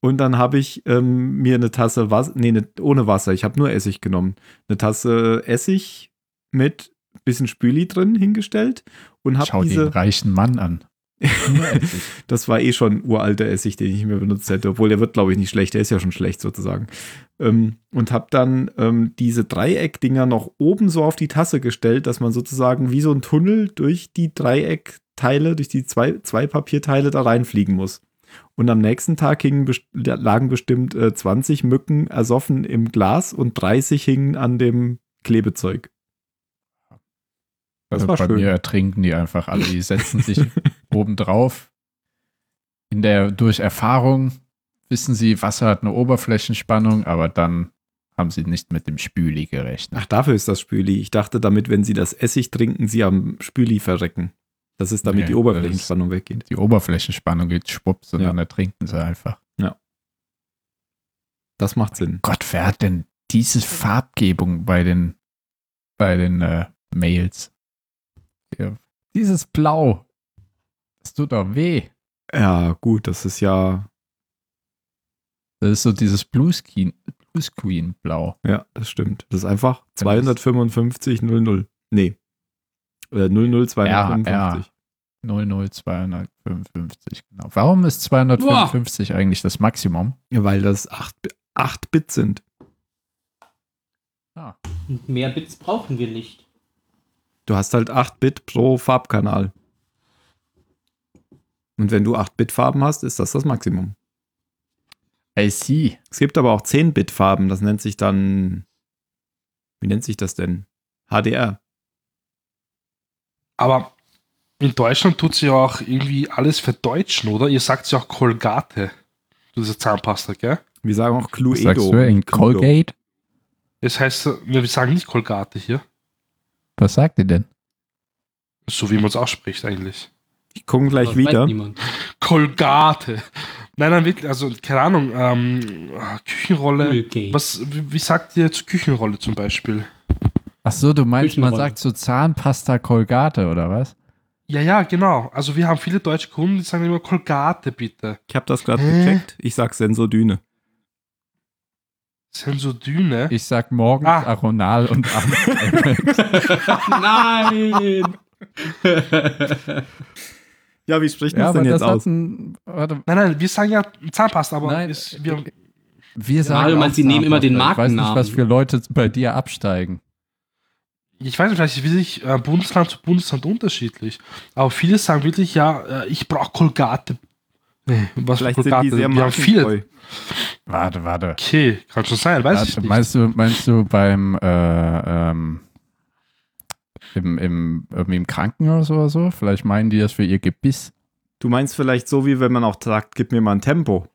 Und dann habe ich ähm, mir eine Tasse Wasser, nee, ne, ohne Wasser, ich habe nur Essig genommen. Eine Tasse Essig mit bisschen Spüli drin hingestellt und Schau habe den diese, reichen Mann an. Nur Essig. das war eh schon uralter Essig, den ich nicht mehr benutzt hätte, obwohl der wird, glaube ich, nicht schlecht, der ist ja schon schlecht sozusagen. Ähm, und habe dann ähm, diese Dreieckdinger noch oben so auf die Tasse gestellt, dass man sozusagen wie so ein Tunnel durch die Dreieckteile, durch die zwei, zwei Papierteile da reinfliegen muss. Und am nächsten Tag hingen, best- lagen bestimmt äh, 20 Mücken ersoffen im Glas und 30 hingen an dem Klebezeug. Das war Also Bei schön. mir ertrinken die einfach alle. Die setzen sich obendrauf. In der, durch Erfahrung wissen sie, Wasser hat eine Oberflächenspannung, aber dann haben sie nicht mit dem Spüli gerechnet. Ach, dafür ist das Spüli. Ich dachte damit, wenn sie das Essig trinken, sie am Spüli verrecken. Das ist damit Nee, die Oberflächenspannung weggeht. Die Oberflächenspannung geht schwupps und Ja. dann ertrinken sie einfach. Das macht Sinn. Gott, wer hat denn diese Farbgebung bei den, bei den äh, Mails? Ja. Dieses Blau, das tut doch weh. Ja, gut, das ist ja. Das ist so dieses Blue Screen, Blue Screen Blau. Ja, das stimmt. Das ist einfach 255 00. Nee. Äh, Oder 005255. Ja, ja. 00255, genau. Warum ist 255 eigentlich das Maximum? Ja, Weil das 8, 8 Bit sind. Und mehr Bits brauchen wir nicht. Du hast halt 8 Bit pro Farbkanal. Und wenn du 8 Bit Farben hast, ist das das Maximum. I see. Es gibt aber auch 10 Bit Farben. Das nennt sich dann. Wie nennt sich das denn? HDR. Aber in Deutschland tut sie ja auch irgendwie alles verdeutschen, oder? Ihr sagt ja auch Colgate, zu dieser Zahnpasta, gell? Wir sagen auch Was Cluedo. sagst du in Colgate? Das heißt, wir sagen nicht Colgate hier, Was sagt ihr denn? so wie man es ausspricht eigentlich. Ich gucke gleich Das weiß wieder. niemand. Colgate. Nein, nein, wirklich, also keine Ahnung, ähm, ah, Küchenrolle. Okay. Was, wie, wie sagt ihr zur Küchenrolle zum Beispiel? Ach so, du meinst, man Küchenrolle. sagt so Zahnpasta Colgate oder was? Ja, ja, genau. Also wir haben viele deutsche Kunden, die sagen immer Kolgate bitte. Ich habe das gerade Hä? gecheckt. Ich sag Sensordüne. Sensodüne. Ich sag morgens Ah. Aronal und abends Elmex. Nein! Ja, wie spricht Ja, man aber denn das jetzt hat aus? ein, warte, Nein, nein, wir sagen ja Zahnpasta, aber Nein, äh, es, wir, wir sagen. du meinst, auch sie nehmen immer den Zahnpasta. Ich weiß nicht, Markennamen. was für Leute bei dir absteigen. ich weiß nicht, vielleicht ist wirklich äh, Bundesland zu Bundesland unterschiedlich. Aber viele sagen wirklich, ja, äh, ich brauche Kolgate. Nee, was für Vielleicht also sind die sehr wir haben viele. markentreu. Warte, warte. Okay, kann schon sein, weiß ich Warte, nicht. meinst, du, meinst du beim äh, ähm, im, im, irgendwie im Krankenhaus oder so? Vielleicht meinen die das für ihr Gebiss. Du meinst vielleicht so, wie wenn man auch sagt, gib mir mal ein Tempo.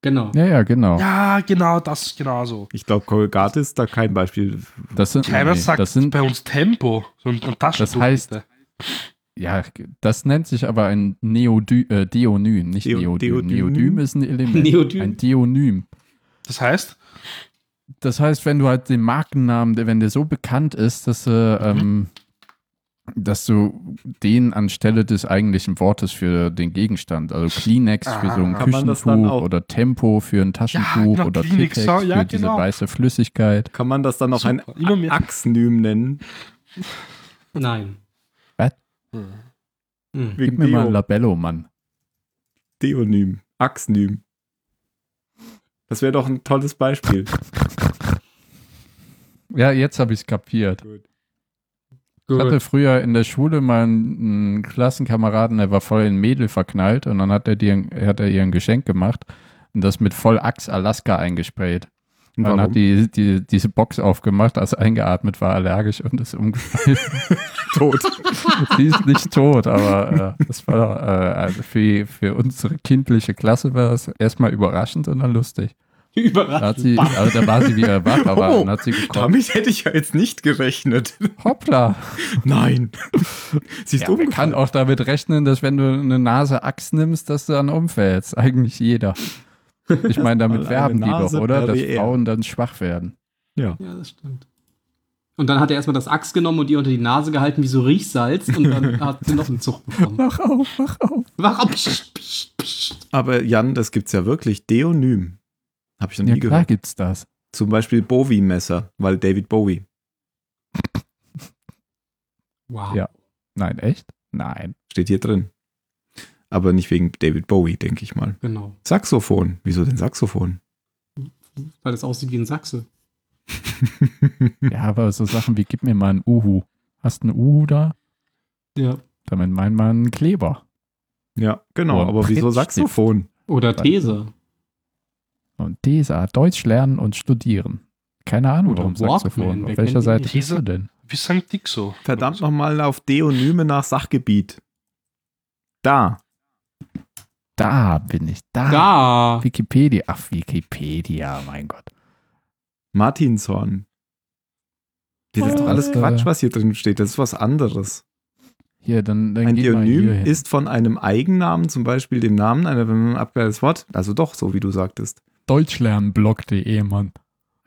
genau. Ja, ja, genau. ja, genau, das genau so. Ich glaube, Colgate ist da kein Beispiel. Das sind, Keiner nee, sagt das sind bei uns Tempo, sondern Taschentuch. Das heißt- bitte. Ja, das nennt sich aber ein Neody äh, Deonym, nicht Deo- Neodym. Deonym? Neodym ist ein Element. Neodym. Ein Deonym. Das heißt, Das heißt, wenn du halt den Markennamen, der- wenn der so bekannt ist, dass, äh, ähm, dass du den anstelle des eigentlichen Wortes für den Gegenstand, also Kleenex für so ein Ah. Kann man das dann Küchentuch auch- oder Tempo für ein Taschentuch genau, oder Kleenex, Kleenex ja, für ja, diese genau. weiße Flüssigkeit. Kann man das dann auch Super, immer ein mehr. Axnym nennen? Nein. Was? Hm. Gib Wegen mir mal Deo, ein Labello, Mann. Deonym. Axnym. Das wäre doch ein tolles Beispiel. Ja, jetzt habe ich es kapiert. Ich hatte früher in der Schule mal einen, einen Klassenkameraden, der war voll in Mädel verknallt und dann hat er, dir, hat er ihr ein Geschenk gemacht und das mit Vollachs Alaska eingesprayt. Und dann hat die, die diese Box aufgemacht, als eingeatmet war, allergisch und ist umgefallen. tot. Sie ist nicht tot, aber äh, das war äh, also für, für unsere kindliche Klasse war das erstmal überraschend und dann lustig. Da, hat Überraschend. sie, also da war sie wieder wach, aber Oh, dann hat sie gekommen. Damit hätte ich ja jetzt nicht gerechnet. Hoppla! Nein. Sie ist Ja, man kann auch damit rechnen, dass wenn du eine Nase Axt nimmst, dass du dann umfällst. Eigentlich jeder. Ich meine, damit Eine werben die doch, Nase oder? Dass RWR. Frauen dann schwach werden. Ja, das stimmt. Und dann hat er erstmal das Axt genommen und ihr unter die Nase gehalten wie so Riechsalz und dann hat sie noch einen Zug bekommen. Wach auf, wach auf. Warum? Psst, psst, psst. Aber Jan, das gibt's ja wirklich. Deonym. Habe ich noch nie Ja, klar gehört. gibt's das. Zum Beispiel Bowie-Messer, weil David Bowie. Wow. Ja. Nein, echt? Nein. Steht hier drin. Aber nicht wegen David Bowie, denke ich mal. Genau. Saxophon. Wieso denn Saxophon? Weil das aussieht wie ein Sachse. Ja, aber so Sachen wie, gib mir mal einen Uhu. Hast du einen Uhu da? Ja. Damit meint man einen Kleber. ja, genau. Oh, ein aber wieso Prittstift. Saxophon? Oder These. Und dieser, Deutsch lernen und studieren. Keine Ahnung, Oder warum Walkman, Saxophon. wer Auf kennt welcher die Seite nicht? bist du denn? wir sagen Dixo. Verdammt nochmal auf Deonyme nach Sachgebiet. Da. Da bin ich. Ah. Da. Da. Wikipedia. Ach, Wikipedia, mein Gott. Martinshorn. Das ist doch Äh. alles Quatsch, was hier drin steht. Das ist was anderes. Hier, dann, dann Ein geht mal hier Deonym hin. ist von einem Eigennamen, zum Beispiel dem Namen einer wenn man ein abgeleitetes Wort, also doch, so wie du sagtest, deutschlernblog.de, Mann.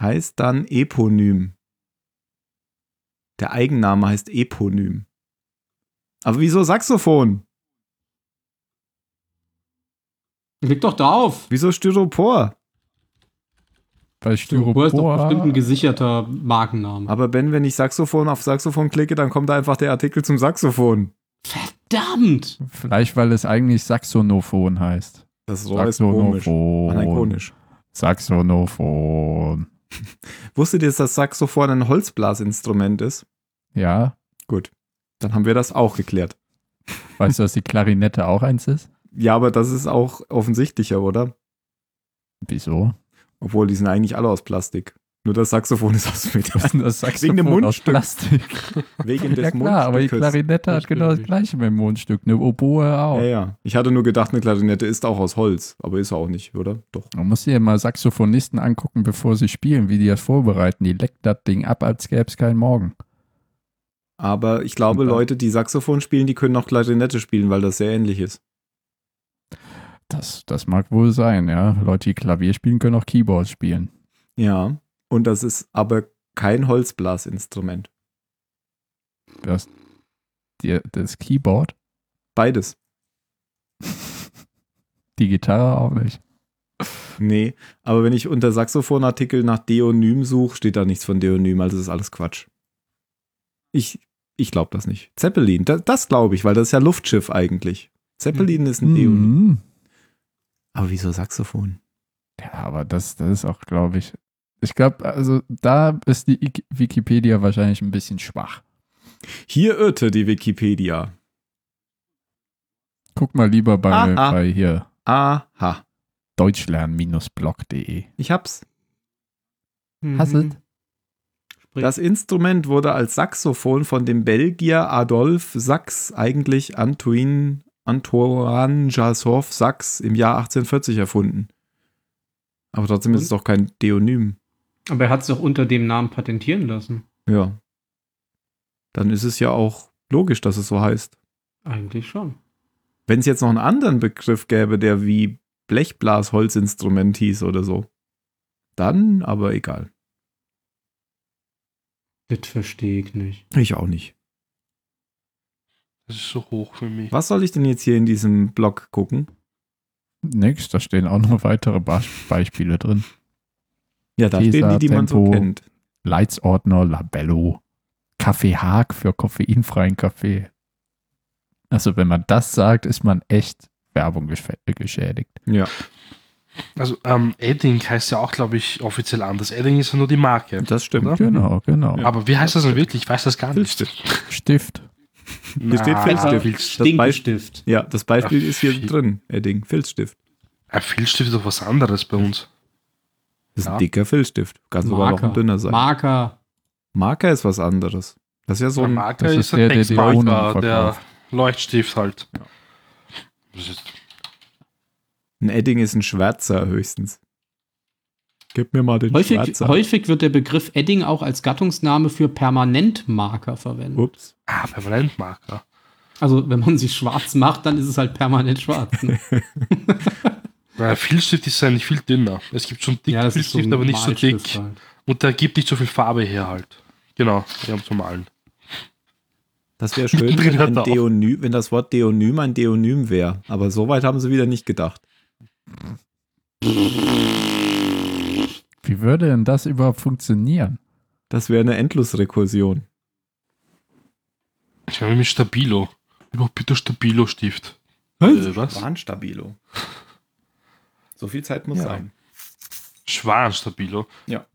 heißt dann Eponym. Der Eigenname heißt Eponym. Aber wieso Saxophon? Klick doch da auf. Wieso Styropor? Weil Styropor Ah. ist doch bestimmt ein Styropor, gesicherter Markenname. Aber Ben, wenn ich Saxophon auf Saxophon klicke, dann kommt da einfach der Artikel zum Saxophon. Verdammt! vielleicht weil es eigentlich Saxonophon heißt. Das Rohr ist komisch. Saxonophon. Anachronisch. Saxonophon. Wusstet ihr, dass das Saxophon ein Holzblasinstrument ist? Ja, Dann haben wir das auch geklärt. weißt du, dass die Klarinette auch eins ist? Ja, aber das ist auch offensichtlicher, oder? Wieso? Obwohl, die sind eigentlich alle aus Plastik. Nur das Saxophon ist aus Metall. Das ist das Wegen dem Saxophon aus Mundstück. Plastik. Wegen des ja klar, aber die Mundstückes. Klarinette hat Mundstück genau das nicht. gleiche mit dem Mundstück. Eine Oboe auch. Ja, ja. Ich hatte nur gedacht, eine Klarinette ist auch aus Holz, aber ist auch nicht, oder? Doch. Man muss sich ja mal Saxophonisten angucken, bevor sie spielen, wie die das vorbereiten. Die leckt das Ding ab, als gäbe es keinen Morgen. Aber ich glaube, Und dann- Leute, die Saxophon spielen, die können auch Klarinette spielen, weil das sehr ähnlich ist. Das, das mag wohl sein, ja. Leute, die Klavier spielen, können auch Keyboard spielen. Ja. Und das ist aber kein Holzblasinstrument. Das, die, das Keyboard, Beides. die Gitarre auch nicht. Nee. Aber wenn ich unter Saxophonartikel nach Deonym suche, steht da nichts von Deonym. Also das ist alles Quatsch. Ich, ich glaube das nicht. Zeppelin, da, das glaube ich, weil das ist ja Luftschiff eigentlich. Zeppelin ist ein ne? Deonym. Mhm. Aber wieso Saxophon? Ja, aber das, das ist auch, glaube ich. Ich glaube, also da ist die Ike- Wikipedia wahrscheinlich ein bisschen schwach. Hier irrte die Wikipedia. Guck mal lieber bei, Aha. bei hier Aha. deutschlern-blog.de. Ich hab's. Mhm. Hasselt. Sprich, Das Instrument wurde als Saxophon von dem Belgier Adolf Sachs, eigentlich Antoine, Antoine Jasov Sachs, im Jahr 1840 erfunden. Aber trotzdem ist es doch kein Deonym. aber er hat es doch unter dem Namen patentieren lassen. Ja. Dann ist es ja auch logisch, dass es so heißt. Eigentlich schon. Wenn es jetzt noch einen anderen Begriff gäbe, der wie Blechblasholzinstrument hieß oder so. Dann aber egal. Das verstehe ich nicht. Ich auch nicht. Das ist so hoch für mich. Was soll ich denn jetzt hier in diesem Blog gucken? Nix, da stehen auch noch weitere Ba- Beispiele drin. Ja, da Tesa, stehen die, die man so Tempo. kennt. Leitsordner, Labello, Kaffee Haag für koffeinfreien Kaffee. Also wenn man das sagt, ist man echt Werbung geschä- geschädigt. Ja. Also, ähm, Edding heißt ja auch, glaube ich, offiziell anders. Edding ist ja nur die Marke. Das stimmt. Oder? Genau, genau. Ja. Aber wie heißt das denn wirklich? Ich weiß das gar nicht. Filzstift. Stift. Hier steht Na, Filzstift. Filzstift. Das Beisp- Stinkestift. Ja, das Beispiel Ach, ist hier shit. drin, Edding. Filzstift. Ein Filzstift ist doch was anderes bei uns. Das ist ein Ja. dicker Filzstift. Kann sogar noch ein dünner sein. Marker. Marker ist was anderes. Das ist ja so Der ein. Marker das ist, ist der, der, der die Textmarker, Ionen der verkauft. Leuchtstift halt. Das ist Ein Edding ist ein Schwärzer höchstens. Gib mir mal den Häufig, Schwärzer. häufig wird der Begriff Edding auch als Gattungsname für Permanentmarker verwendet. Ups. ah, Permanentmarker. Also, wenn man sie schwarz macht, dann ist es halt permanent schwarz. Ne? Weil ein Filzstift ist eigentlich viel dünner. Es gibt schon dicken Filzstift, aber nicht so Malstift dick. halt. Und der gibt nicht so viel Farbe her halt. Genau, wir haben zum Malen. Das wäre schön, Mittendrin wenn, hört ein er auf. Deonym, wenn das Wort Deonym ein Deonym wäre. Aber so weit haben sie wieder nicht gedacht. Wie würde denn das überhaupt funktionieren? Das wäre eine Endlosrekursion. Ich habe mit Stabilo. Ich mach bitte Stabilo-Stift. Äh, was? Bahnstabilo. So viel Zeit muss Ja. sein. Schwan Stabilo. Ja.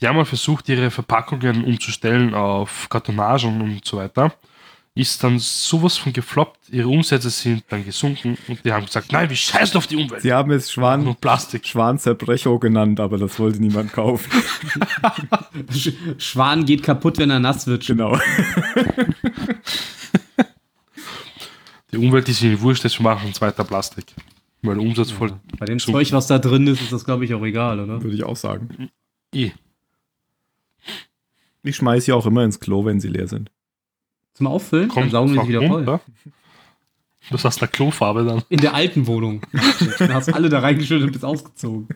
Die haben mal versucht, ihre Verpackungen umzustellen auf Kartonagen und so weiter. Ist dann sowas von gefloppt, ihre Umsätze sind dann gesunken und die haben gesagt, nein, wir scheißen auf die Umwelt. Sie haben es Schwan Nur Plastik. Schwanzerbrecho genannt, aber das wollte niemand kaufen. Sch Schwan geht kaputt, wenn er nass wird. genau. Die Umwelt ist ihnen wurscht, deswegen machen wir uns weiter Plastik. Weil Umsatz voll Bei dem So. Zeug, was da drin ist, ist das, glaube ich, auch egal, oder? Würde ich auch sagen. eh. Ich schmeiße sie auch immer ins Klo, wenn sie leer sind. Zum Auffüllen, dann Kommt, saugen wir sie kommt wieder voll. runter. Das hast eine Klofarbe dann. In der alten Wohnung. Du hast alle da reingeschüttet und bist ausgezogen.